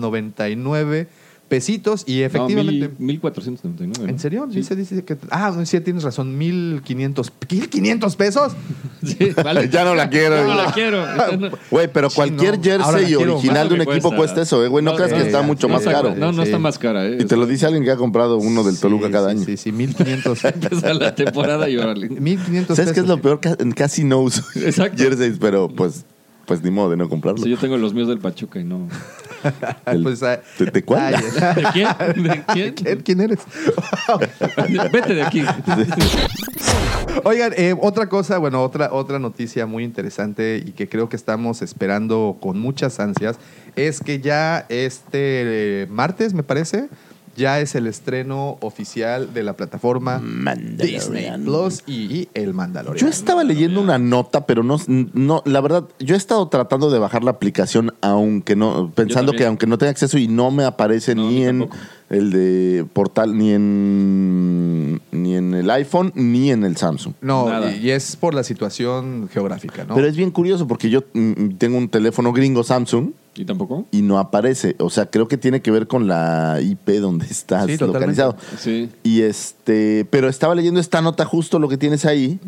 Speaker 1: 499 pesitos. Y efectivamente.
Speaker 3: No, mil- 1499. ¿no?
Speaker 1: ¿En serio? Dice, dice que. Ah, no, sí, tienes razón. 1500. ¿1500 pesos?
Speaker 3: (laughs) Sí, vale.
Speaker 2: (laughs) Ya no la quiero.
Speaker 3: Ya no la
Speaker 2: (laughs)
Speaker 3: quiero. Esta no-
Speaker 2: (laughs) Güey, pero
Speaker 1: Sí,
Speaker 2: cualquier
Speaker 1: no. Ahora la
Speaker 2: jersey
Speaker 1: quiero
Speaker 2: original
Speaker 3: más.
Speaker 2: de un
Speaker 3: Lo que
Speaker 2: equipo
Speaker 3: cuesta.
Speaker 2: cuesta eso, ¿eh? Güey, no,
Speaker 3: No,
Speaker 2: creas que
Speaker 1: eh,
Speaker 2: está
Speaker 1: sí,
Speaker 2: mucho
Speaker 1: sí,
Speaker 2: más
Speaker 1: sí.
Speaker 2: caro.
Speaker 3: No, no
Speaker 1: Sí.
Speaker 3: está más cara, ¿eh?
Speaker 2: Y te lo dice alguien que ha comprado uno del Toluca
Speaker 1: Sí,
Speaker 2: cada
Speaker 1: sí,
Speaker 2: año.
Speaker 1: Sí,
Speaker 2: (laughs)
Speaker 1: sí,
Speaker 3: (laughs)
Speaker 1: 1500.
Speaker 3: Empieza la temporada y órale.
Speaker 1: 1500
Speaker 2: ¿Sabes qué es
Speaker 1: pesos.
Speaker 2: lo peor? Ca- Casi no uso (laughs)
Speaker 3: Exacto.
Speaker 2: jerseys, pero pues, pues ni modo de no comprarlo.
Speaker 3: Sí, yo tengo los míos del Pachuca y no.
Speaker 2: El-
Speaker 1: Pues, ah,
Speaker 2: ¿De- de cuál? (laughs)
Speaker 1: ay,
Speaker 3: ¿De quién?
Speaker 1: (laughs)
Speaker 3: ¿De quién?
Speaker 1: ¿Quién, quién eres? (laughs)
Speaker 3: Vete de aquí.
Speaker 1: Oigan, eh, otra cosa, bueno, otra, otra noticia muy interesante y que creo que estamos esperando con muchas ansias es que ya este eh, martes, me parece, ya es el estreno oficial de la plataforma Disney
Speaker 2: Mm, Mandalorian.
Speaker 1: Plus y, y El Mandalorian.
Speaker 2: Yo estaba leyendo una nota, pero no, no, la verdad, yo he estado tratando de bajar la aplicación, aunque no, pensando
Speaker 3: también.
Speaker 2: que aunque no tenga acceso y no me aparece
Speaker 3: No,
Speaker 2: ni
Speaker 3: yo
Speaker 2: en
Speaker 3: tampoco.
Speaker 2: el de portal, ni en ni en el iPhone, ni en el Samsung.
Speaker 1: No,
Speaker 3: Nada.
Speaker 1: y, y es por la situación geográfica, ¿no?
Speaker 2: Pero es bien curioso porque yo mm, tengo un teléfono gringo Samsung
Speaker 3: ¿Y tampoco?
Speaker 2: y no aparece. O sea, creo que tiene que ver con la IP donde estás
Speaker 1: Sí, totalmente.
Speaker 2: localizado.
Speaker 3: Sí.
Speaker 2: Y este, pero estaba leyendo esta nota justo lo que tienes ahí,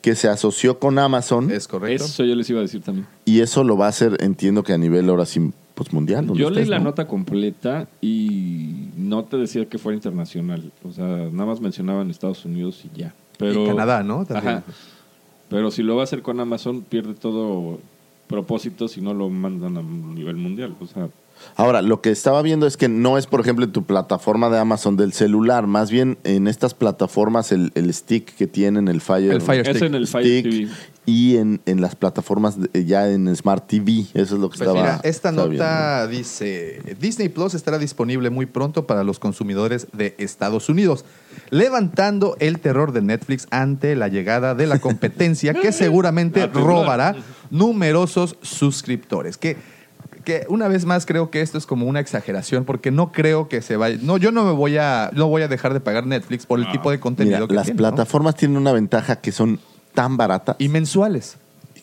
Speaker 2: que se asoció con Amazon
Speaker 1: es correcto.
Speaker 3: Eso yo les iba a decir también.
Speaker 2: y eso lo va a hacer, entiendo que a nivel ahora sí, pues mundial. donde
Speaker 3: Yo leí
Speaker 2: estés,
Speaker 3: la
Speaker 2: ¿no?
Speaker 3: nota completa y no te decía que fuera internacional. O sea, nada más mencionaban Estados Unidos y ya. Pero,
Speaker 1: Y Canadá, ¿no? También.
Speaker 3: Ajá. Pero si lo va a hacer con Amazon, pierde todo propósito si no lo mandan a nivel mundial. O sea,
Speaker 2: Ahora, lo que estaba viendo es que no es, por ejemplo, en tu plataforma de Amazon del celular, más bien en estas plataformas el, el stick que tienen, el Fire,
Speaker 1: El Fire
Speaker 3: es
Speaker 1: Stick.
Speaker 3: en el Fire
Speaker 2: Stick
Speaker 3: TV.
Speaker 2: y en, en las plataformas de- ya en Smart TV. Eso es lo que
Speaker 1: Pues
Speaker 2: estaba.
Speaker 1: mira, esta
Speaker 2: estaba
Speaker 1: nota dice, Disney Plus estará disponible muy pronto para los consumidores de Estados Unidos, levantando el terror de Netflix ante la llegada de la competencia
Speaker 3: (laughs)
Speaker 1: que seguramente robará numerosos suscriptores. Que, que una vez más creo que esto es como una exageración porque no creo que se vaya... No, yo no me voy a, no voy a dejar de pagar Netflix por el
Speaker 3: Ah.
Speaker 1: tipo de
Speaker 2: viendo.
Speaker 1: contenido
Speaker 2: Mira,
Speaker 1: que
Speaker 2: las
Speaker 1: tiene, ¿no?
Speaker 2: plataformas tienen una ventaja que son tan baratas
Speaker 1: Y mensuales.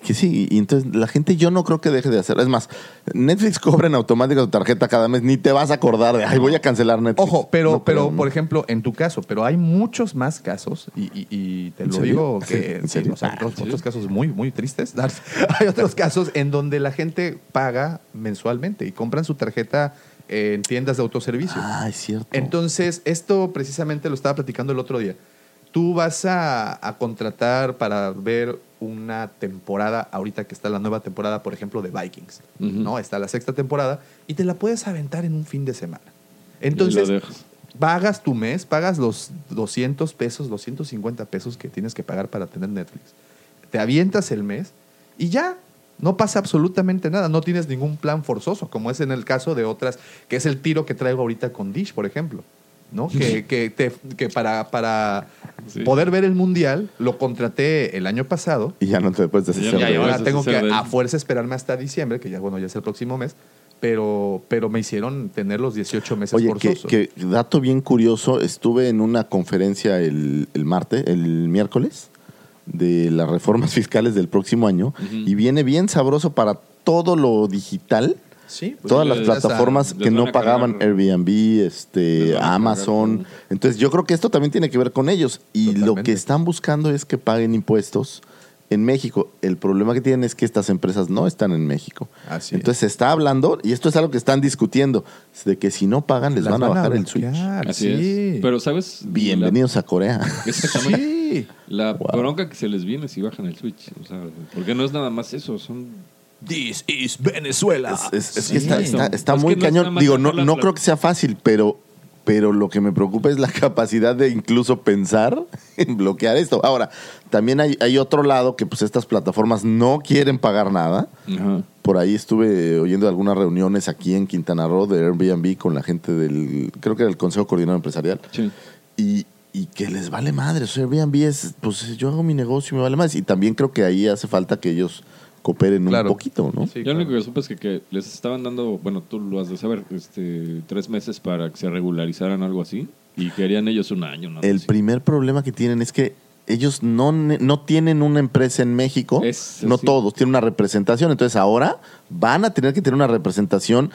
Speaker 2: que sí, y entonces la gente yo no creo que deje de hacer. Es más, Netflix cobra en automático tu tarjeta cada mes, ni te vas a acordar de, ay, voy a cancelar Netflix.
Speaker 1: Ojo, pero,
Speaker 2: No creo,
Speaker 1: pero
Speaker 2: ¿no?
Speaker 1: por ejemplo, en tu caso, pero hay muchos más casos, y, y- y te
Speaker 2: ¿En
Speaker 1: lo
Speaker 2: serio? (laughs)
Speaker 1: digo que
Speaker 2: ¿En
Speaker 1: sí,
Speaker 2: serio?
Speaker 1: o sea,
Speaker 2: Ah,
Speaker 1: otros, otros casos muy, muy tristes. (laughs) hay otros casos en donde la gente paga mensualmente y compran su tarjeta en tiendas de autoservicio.
Speaker 2: Ah, es cierto.
Speaker 1: Entonces, esto precisamente lo estaba platicando el otro día. Tú vas a, a contratar para ver una temporada, ahorita que está la nueva temporada, por ejemplo, de Vikings,
Speaker 3: Ujú.
Speaker 1: ¿no? Está la sexta temporada y te la puedes aventar en un fin de semana.
Speaker 3: lo
Speaker 1: Entonces,
Speaker 3: dejas.
Speaker 1: pagas tu mes, pagas los 200 pesos, 250 pesos que tienes que pagar para tener Netflix. Te avientas el mes y ya. No pasa absolutamente nada, no tienes ningún plan forzoso, como es en el caso de otras, que es el tiro que traigo ahorita con Dish, por ejemplo. ¿no? Que, que te- que para, para
Speaker 3: Sí.
Speaker 1: poder ver el Mundial lo contraté el año pasado
Speaker 2: Y ya no te puedes
Speaker 3: Ya,
Speaker 2: deshacer.
Speaker 1: y
Speaker 3: ya,
Speaker 2: de
Speaker 3: ya.
Speaker 2: él.
Speaker 1: ahora
Speaker 3: Eso
Speaker 1: tengo
Speaker 3: sí
Speaker 1: que
Speaker 3: se ve.
Speaker 1: a fuerza esperarme hasta diciembre, que ya bueno, ya es el próximo mes, pero, pero me hicieron tener los 18 meses
Speaker 2: Oye, que,
Speaker 1: forzosos.
Speaker 2: que dato bien curioso, estuve en una conferencia el, el martes, el miércoles, de las reformas (laughs) fiscales del próximo año y viene bien sabroso para todo lo digital.
Speaker 1: Sí, pues,
Speaker 2: Todas las
Speaker 1: les- les-
Speaker 2: plataformas
Speaker 3: les
Speaker 2: que
Speaker 3: van a
Speaker 2: no pagaban
Speaker 3: cargar.
Speaker 2: Airbnb, este,
Speaker 3: Les van a
Speaker 2: Amazon.
Speaker 3: cargar
Speaker 2: Entonces yo creo que esto también tiene que ver con ellos. Y lo
Speaker 1: Totalmente.
Speaker 2: que están buscando es que paguen impuestos en México. El problema que tienen es que estas empresas no están en México.
Speaker 1: Así es.
Speaker 2: Entonces se está hablando, y esto es algo que están discutiendo, de que si no pagan les
Speaker 1: las
Speaker 2: van, a bajar el switch.
Speaker 1: bloquear,
Speaker 3: Así
Speaker 1: sí.
Speaker 3: es. Pero, ¿sabes?
Speaker 2: Bienvenidos a Corea.
Speaker 3: La, exactamente.
Speaker 1: Sí.
Speaker 3: La
Speaker 2: Wow.
Speaker 3: bronca que se les viene si bajan el Switch. O sea, porque no es nada más eso. Son.
Speaker 1: This is Venezuela.
Speaker 2: Es, es- es
Speaker 1: Sí.
Speaker 2: que está, está- está
Speaker 3: Ah, Es que
Speaker 2: muy
Speaker 3: no está
Speaker 2: cañón.
Speaker 3: mal
Speaker 2: Digo, no,
Speaker 3: hablar,
Speaker 2: no
Speaker 3: la-
Speaker 2: creo que sea fácil, pero, pero lo que me preocupa es la capacidad de incluso pensar (laughs) en bloquear esto. Ahora, también hay, hay otro lado que pues estas plataformas no quieren pagar nada.
Speaker 3: Ajá.
Speaker 2: Por ahí estuve oyendo algunas reuniones aquí en Quintana Roo de Airbnb con la gente del, creo que del Consejo Coordinador Empresarial.
Speaker 3: Sí.
Speaker 2: y, y que les vale madre. O sea, Airbnb es, pues yo hago mi negocio y me vale madre. Y también creo que ahí hace falta que ellos cooperen
Speaker 1: Claro.
Speaker 2: un poquito, ¿no?
Speaker 1: Sí,
Speaker 3: Yo
Speaker 1: claro.
Speaker 3: lo único que supe es que, que les estaban dando, bueno, tú lo has de saber, este, tres meses para que se regularizaran algo así. Y querían ellos un año, ¿no?
Speaker 2: El
Speaker 3: Sí.
Speaker 2: primer problema que tienen es que ellos no, ne- no tienen una empresa en México,
Speaker 3: Es-
Speaker 2: no
Speaker 3: sí.
Speaker 2: todos, tienen una representación. Entonces ahora van a tener que tener una representación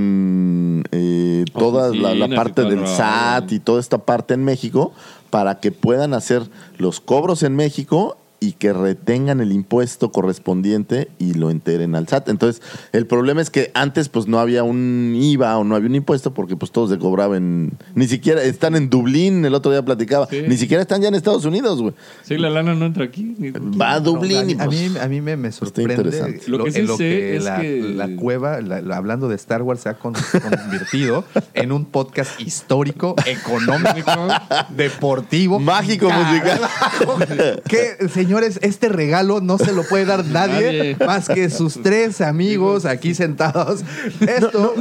Speaker 2: con eh, toda la, la
Speaker 3: Oficinas y
Speaker 2: parte
Speaker 3: todo el
Speaker 2: del
Speaker 3: rollo.
Speaker 2: SAT y toda esta parte en México para que puedan hacer los cobros en México y que retengan el impuesto correspondiente y lo enteren al SAT. Entonces, el problema es que antes pues no había un IVA o no había un impuesto porque pues todos se cobraban, ni siquiera están en Dublín, el otro día platicaba,
Speaker 3: Sí.
Speaker 2: ni siquiera están ya en Estados Unidos, güey.
Speaker 3: Sí, la lana no entra aquí. ni-
Speaker 2: Va a Dublín y
Speaker 1: No, a, mí, a
Speaker 2: pues,
Speaker 1: mí- a mí me, me sorprende
Speaker 2: interesante.
Speaker 1: lo,
Speaker 3: Lo que sí
Speaker 1: en lo
Speaker 3: sé
Speaker 1: que,
Speaker 3: es
Speaker 1: la,
Speaker 3: que-
Speaker 1: la cueva, la- la- hablando de Star Wars, se ha con-
Speaker 2: (laughs)
Speaker 1: convertido en un podcast histórico, económico, deportivo.
Speaker 2: Mágico,
Speaker 1: musical. (laughs) Que, señores, este regalo no se lo puede dar nadie,
Speaker 3: Nadie.
Speaker 1: más que sus tres amigos aquí sentados. Esto,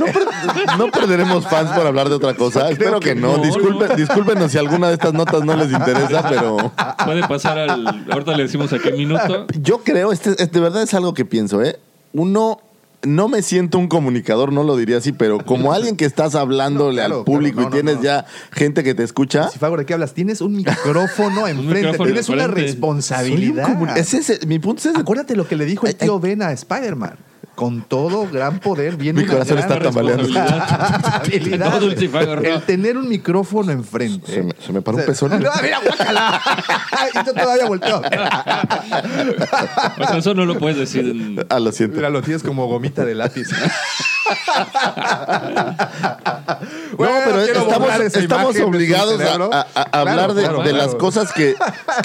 Speaker 2: no perderemos fans por hablar de
Speaker 3: (laughs)
Speaker 2: otra cosa. Espero que,
Speaker 3: que
Speaker 2: no.
Speaker 3: no,
Speaker 2: Disculpen,
Speaker 3: no.
Speaker 2: Discúlpenos si alguna de estas notas no les interesa, pero...
Speaker 3: Puede pasar al. Ahorita le decimos a qué
Speaker 2: (laughs)
Speaker 3: minuto.
Speaker 2: Yo creo, este, este, de verdad es algo que pienso, ¿eh? Uno, no me siento un comunicador, no lo diría así, pero como alguien que estás hablándole
Speaker 1: No, claro,
Speaker 2: al público
Speaker 1: claro, no,
Speaker 2: y tienes
Speaker 1: no, no.
Speaker 2: ya gente que te escucha.
Speaker 1: si Fagor, ¿de qué hablas? Tienes un
Speaker 2: (laughs)
Speaker 1: micrófono enfrente,
Speaker 3: micrófono
Speaker 1: tienes
Speaker 3: enfrente.
Speaker 1: una
Speaker 2: soy un
Speaker 1: responsabilidad.
Speaker 2: comuni- ese es el- mi punto es ese.
Speaker 1: Acuérdate lo que le dijo
Speaker 2: Ay,
Speaker 1: el tío Ben a Spider-Man. Con todo gran poder viene
Speaker 2: Mi
Speaker 1: una
Speaker 2: corazón
Speaker 1: gran
Speaker 2: está tambaleando. (laughs)
Speaker 1: responsabilidad.
Speaker 3: No, Dulce y Fagor, no.
Speaker 1: El tener un micrófono enfrente.
Speaker 2: Se me, se me paró un
Speaker 1: Se- (laughs)
Speaker 2: pezón.
Speaker 1: No, mira, guácala. (laughs) y yo todavía
Speaker 2: (laughs)
Speaker 1: volteo.
Speaker 3: O sea, eso no lo puedes decir. en-
Speaker 2: Ah, lo siento.
Speaker 1: Mira, lo tienes como gomita
Speaker 2: (laughs)
Speaker 1: de lápiz.
Speaker 2: No, pero estamos, estamos obligados a, a- a hablar de, de las cosas que.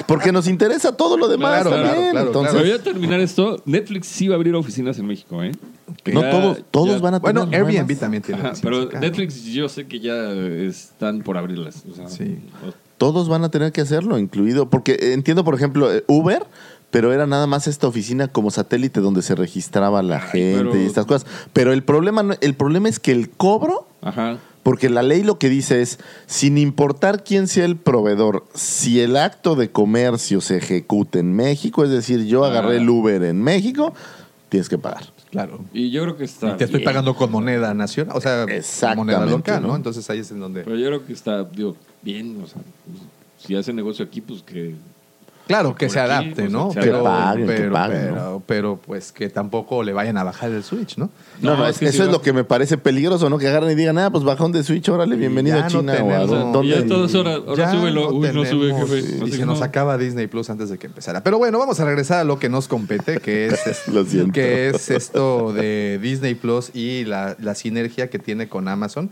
Speaker 2: Porque nos interesa todo lo demás
Speaker 1: Claro,
Speaker 2: también.
Speaker 1: claro, claro,
Speaker 2: Entonces,
Speaker 3: Pero voy a terminar esto. Netflix sí va a abrir oficinas en México, ¿eh?
Speaker 2: no
Speaker 3: Ya-
Speaker 2: todos, todos
Speaker 3: ya-
Speaker 2: van a tener.
Speaker 1: Bueno,
Speaker 2: no hay
Speaker 1: Airbnb
Speaker 2: más.
Speaker 1: también tiene.
Speaker 3: Ajá,
Speaker 1: licencia,
Speaker 3: pero
Speaker 1: claro.
Speaker 3: Netflix yo sé que ya están por abrirlas. o sea,
Speaker 1: Sí.
Speaker 3: o-
Speaker 2: todos van a tener que hacerlo, incluido, porque eh, entiendo, por ejemplo, eh, Uber, pero era nada más esta oficina como satélite donde se registraba la
Speaker 3: Ay,
Speaker 2: gente
Speaker 3: pero-
Speaker 2: y estas cosas. Pero el problema, no- el problema es que el cobro,
Speaker 3: Ajá.
Speaker 2: porque la ley lo que dice es, sin importar quién sea el proveedor, si el acto de comercio se ejecuta en México, es decir, yo agarré
Speaker 3: Ah.
Speaker 2: el Uber en México, tienes que pagar.
Speaker 1: Claro.
Speaker 3: Y yo creo que está.
Speaker 1: Y te estoy
Speaker 3: bien.
Speaker 1: pagando con moneda nacional, o sea,
Speaker 2: Exactamente,
Speaker 1: moneda local, ¿no?
Speaker 2: ¿no?
Speaker 1: Entonces ahí es en donde.
Speaker 3: Pero yo creo que está, digo, bien. O sea, pues, si hace negocio aquí, pues que.
Speaker 1: Claro, que
Speaker 3: Por
Speaker 1: se
Speaker 3: aquí,
Speaker 1: adapte,
Speaker 3: o sea,
Speaker 1: ¿no?
Speaker 3: que se
Speaker 1: Pero,
Speaker 2: adapte. Que paguen, que
Speaker 1: pero,
Speaker 2: paguen,
Speaker 1: pero, pero, pues que tampoco le vayan a bajar el Switch, ¿no?
Speaker 2: No, no, es-
Speaker 3: que
Speaker 2: eso
Speaker 3: si
Speaker 2: es
Speaker 3: va-
Speaker 2: lo que me parece peligroso, ¿no? Que agarren y digan, ah, pues bajón de Switch, órale,
Speaker 1: Y
Speaker 2: bienvenido
Speaker 1: ya
Speaker 2: a
Speaker 1: no
Speaker 2: China o a
Speaker 1: tenemos-
Speaker 2: dónde-
Speaker 3: Y ya
Speaker 2: dónde.
Speaker 3: todo es hora. Ahora
Speaker 1: Ya
Speaker 3: súbelo. Uy, no sube,
Speaker 1: tenemos.
Speaker 3: jefe. No
Speaker 1: Y
Speaker 3: sé
Speaker 1: se
Speaker 3: qué,
Speaker 1: nos
Speaker 3: no.
Speaker 1: acaba Disney Plus antes de que empezara. Pero bueno, vamos a regresar a lo que nos compete, que (laughs) es, es-
Speaker 2: Lo siento.
Speaker 1: que es esto de Disney Plus y la, la sinergia que tiene con Amazon.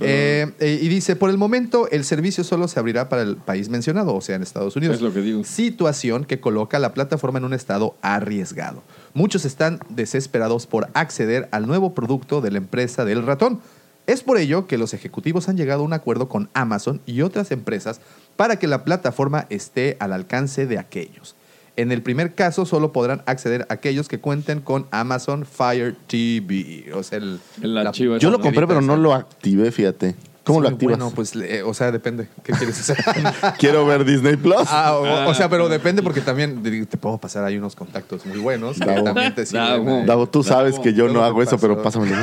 Speaker 1: Eh, eh, y dice, por el momento el servicio solo se abrirá para el país mencionado, o sea, en Estados Unidos.
Speaker 3: Es lo que digo.
Speaker 1: Situación que coloca a la plataforma en un estado arriesgado. Muchos están desesperados por acceder al nuevo producto de la empresa del ratón. Es por ello que los ejecutivos han llegado a un acuerdo con Amazon y otras empresas para que la plataforma esté al alcance de aquellos. En el primer caso solo podrán acceder aquellos que cuenten con Amazon Fire TV. O sea, el-
Speaker 3: La chiva
Speaker 2: Yo lo compré, pero no lo activé, fíjate. ¿Cómo
Speaker 1: Sí,
Speaker 2: lo activas?
Speaker 1: Bueno, pues, le- eh, o sea, depende. ¿Qué quieres hacer?
Speaker 2: (laughs) Quiero ver Disney Plus.
Speaker 1: Ah, o, o
Speaker 3: Ah.
Speaker 1: sea, pero depende porque también te te puedo pasar ahí unos contactos muy buenos. que
Speaker 2: Davo.
Speaker 1: también te sirven,
Speaker 3: Davo.
Speaker 1: eh.
Speaker 2: Davo, tú sabes que yo
Speaker 1: luego
Speaker 2: no
Speaker 1: te
Speaker 2: hago eso,
Speaker 1: paso.
Speaker 2: pero
Speaker 1: (laughs)
Speaker 2: pásamelo.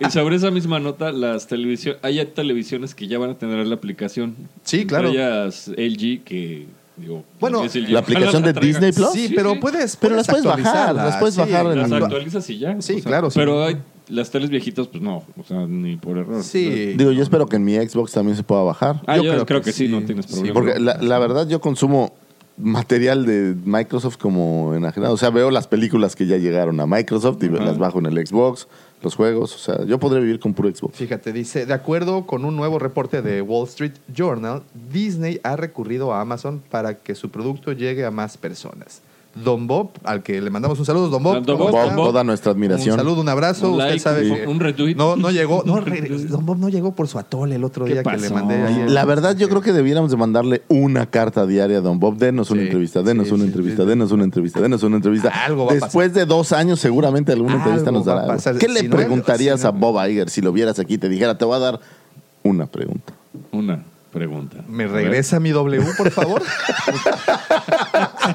Speaker 3: Y sobre esa misma nota, las televisiones. Hay televisiones que ya van a tener la aplicación.
Speaker 1: Sí, claro.
Speaker 3: Entre ellas LG, que Digo,
Speaker 1: Bueno,
Speaker 3: difícil
Speaker 2: ¿La
Speaker 3: llevarlas
Speaker 2: aplicación
Speaker 3: a
Speaker 2: de
Speaker 3: tragar.
Speaker 2: Disney Plus?
Speaker 1: Sí,
Speaker 3: Sí,
Speaker 1: pero
Speaker 3: sí.
Speaker 1: puedes.
Speaker 2: Pero las puedes bajar,
Speaker 1: actualizarlas,
Speaker 2: las puedes bajar en-
Speaker 3: Las
Speaker 2: Lo-
Speaker 3: actualizas y ya.
Speaker 1: Sí, claro, sí.
Speaker 3: Pero hay, las teles viejitas, pues no, o sea, ni por error.
Speaker 1: Sí.
Speaker 2: Digo, yo espero que en mi Xbox también se pueda bajar.
Speaker 3: Ah, yo, creo, que, sí, no tienes
Speaker 1: Sí,
Speaker 3: problema.
Speaker 2: Porque la, la verdad yo consumo material de Microsoft como enajenado. O sea, veo las películas que ya llegaron a Microsoft y las bajo en el Xbox, los juegos. O sea, yo podría vivir con puro Xbox.
Speaker 1: Fíjate, dice, de acuerdo con un nuevo reporte de Wall Street Journal, Disney ha recurrido a Amazon para que su producto llegue a más personas. Don Bob, al que le mandamos un saludo, Don Bob.
Speaker 3: Don
Speaker 1: ¿cómo
Speaker 3: Bob,
Speaker 1: está?
Speaker 3: Bob,
Speaker 2: toda nuestra admiración.
Speaker 1: Un saludo, un abrazo.
Speaker 3: Un
Speaker 1: Usted
Speaker 3: like,
Speaker 1: sabe
Speaker 3: un-
Speaker 1: que
Speaker 3: un retweet.
Speaker 1: No, no llegó.
Speaker 3: (laughs)
Speaker 1: No,
Speaker 3: Un retweet.
Speaker 1: Don Bob no llegó por su atole el otro
Speaker 3: ¿Qué
Speaker 1: día que le
Speaker 3: pasó?
Speaker 1: mandé. ayer.
Speaker 2: La verdad yo creo que debiéramos de mandarle una carta diaria a Don Bob. Denos una
Speaker 1: Sí,
Speaker 2: entrevista, denos
Speaker 1: sí,
Speaker 2: una
Speaker 1: sí,
Speaker 2: entrevista,
Speaker 1: sí.
Speaker 2: denos una entrevista, denos una entrevista.
Speaker 1: Algo va a
Speaker 2: Después de dos años seguramente alguna
Speaker 1: Algo
Speaker 2: entrevista nos
Speaker 1: va a
Speaker 2: dará.
Speaker 1: pasar.
Speaker 2: ¿Qué le
Speaker 1: Si no,
Speaker 2: preguntarías
Speaker 1: si no-
Speaker 2: a Bob Iger si lo vieras aquí? Te dijera, te voy a dar una pregunta. (laughs)
Speaker 3: Una pregunta.
Speaker 1: ¿Me regresa mi W,
Speaker 2: (laughs)
Speaker 1: por favor?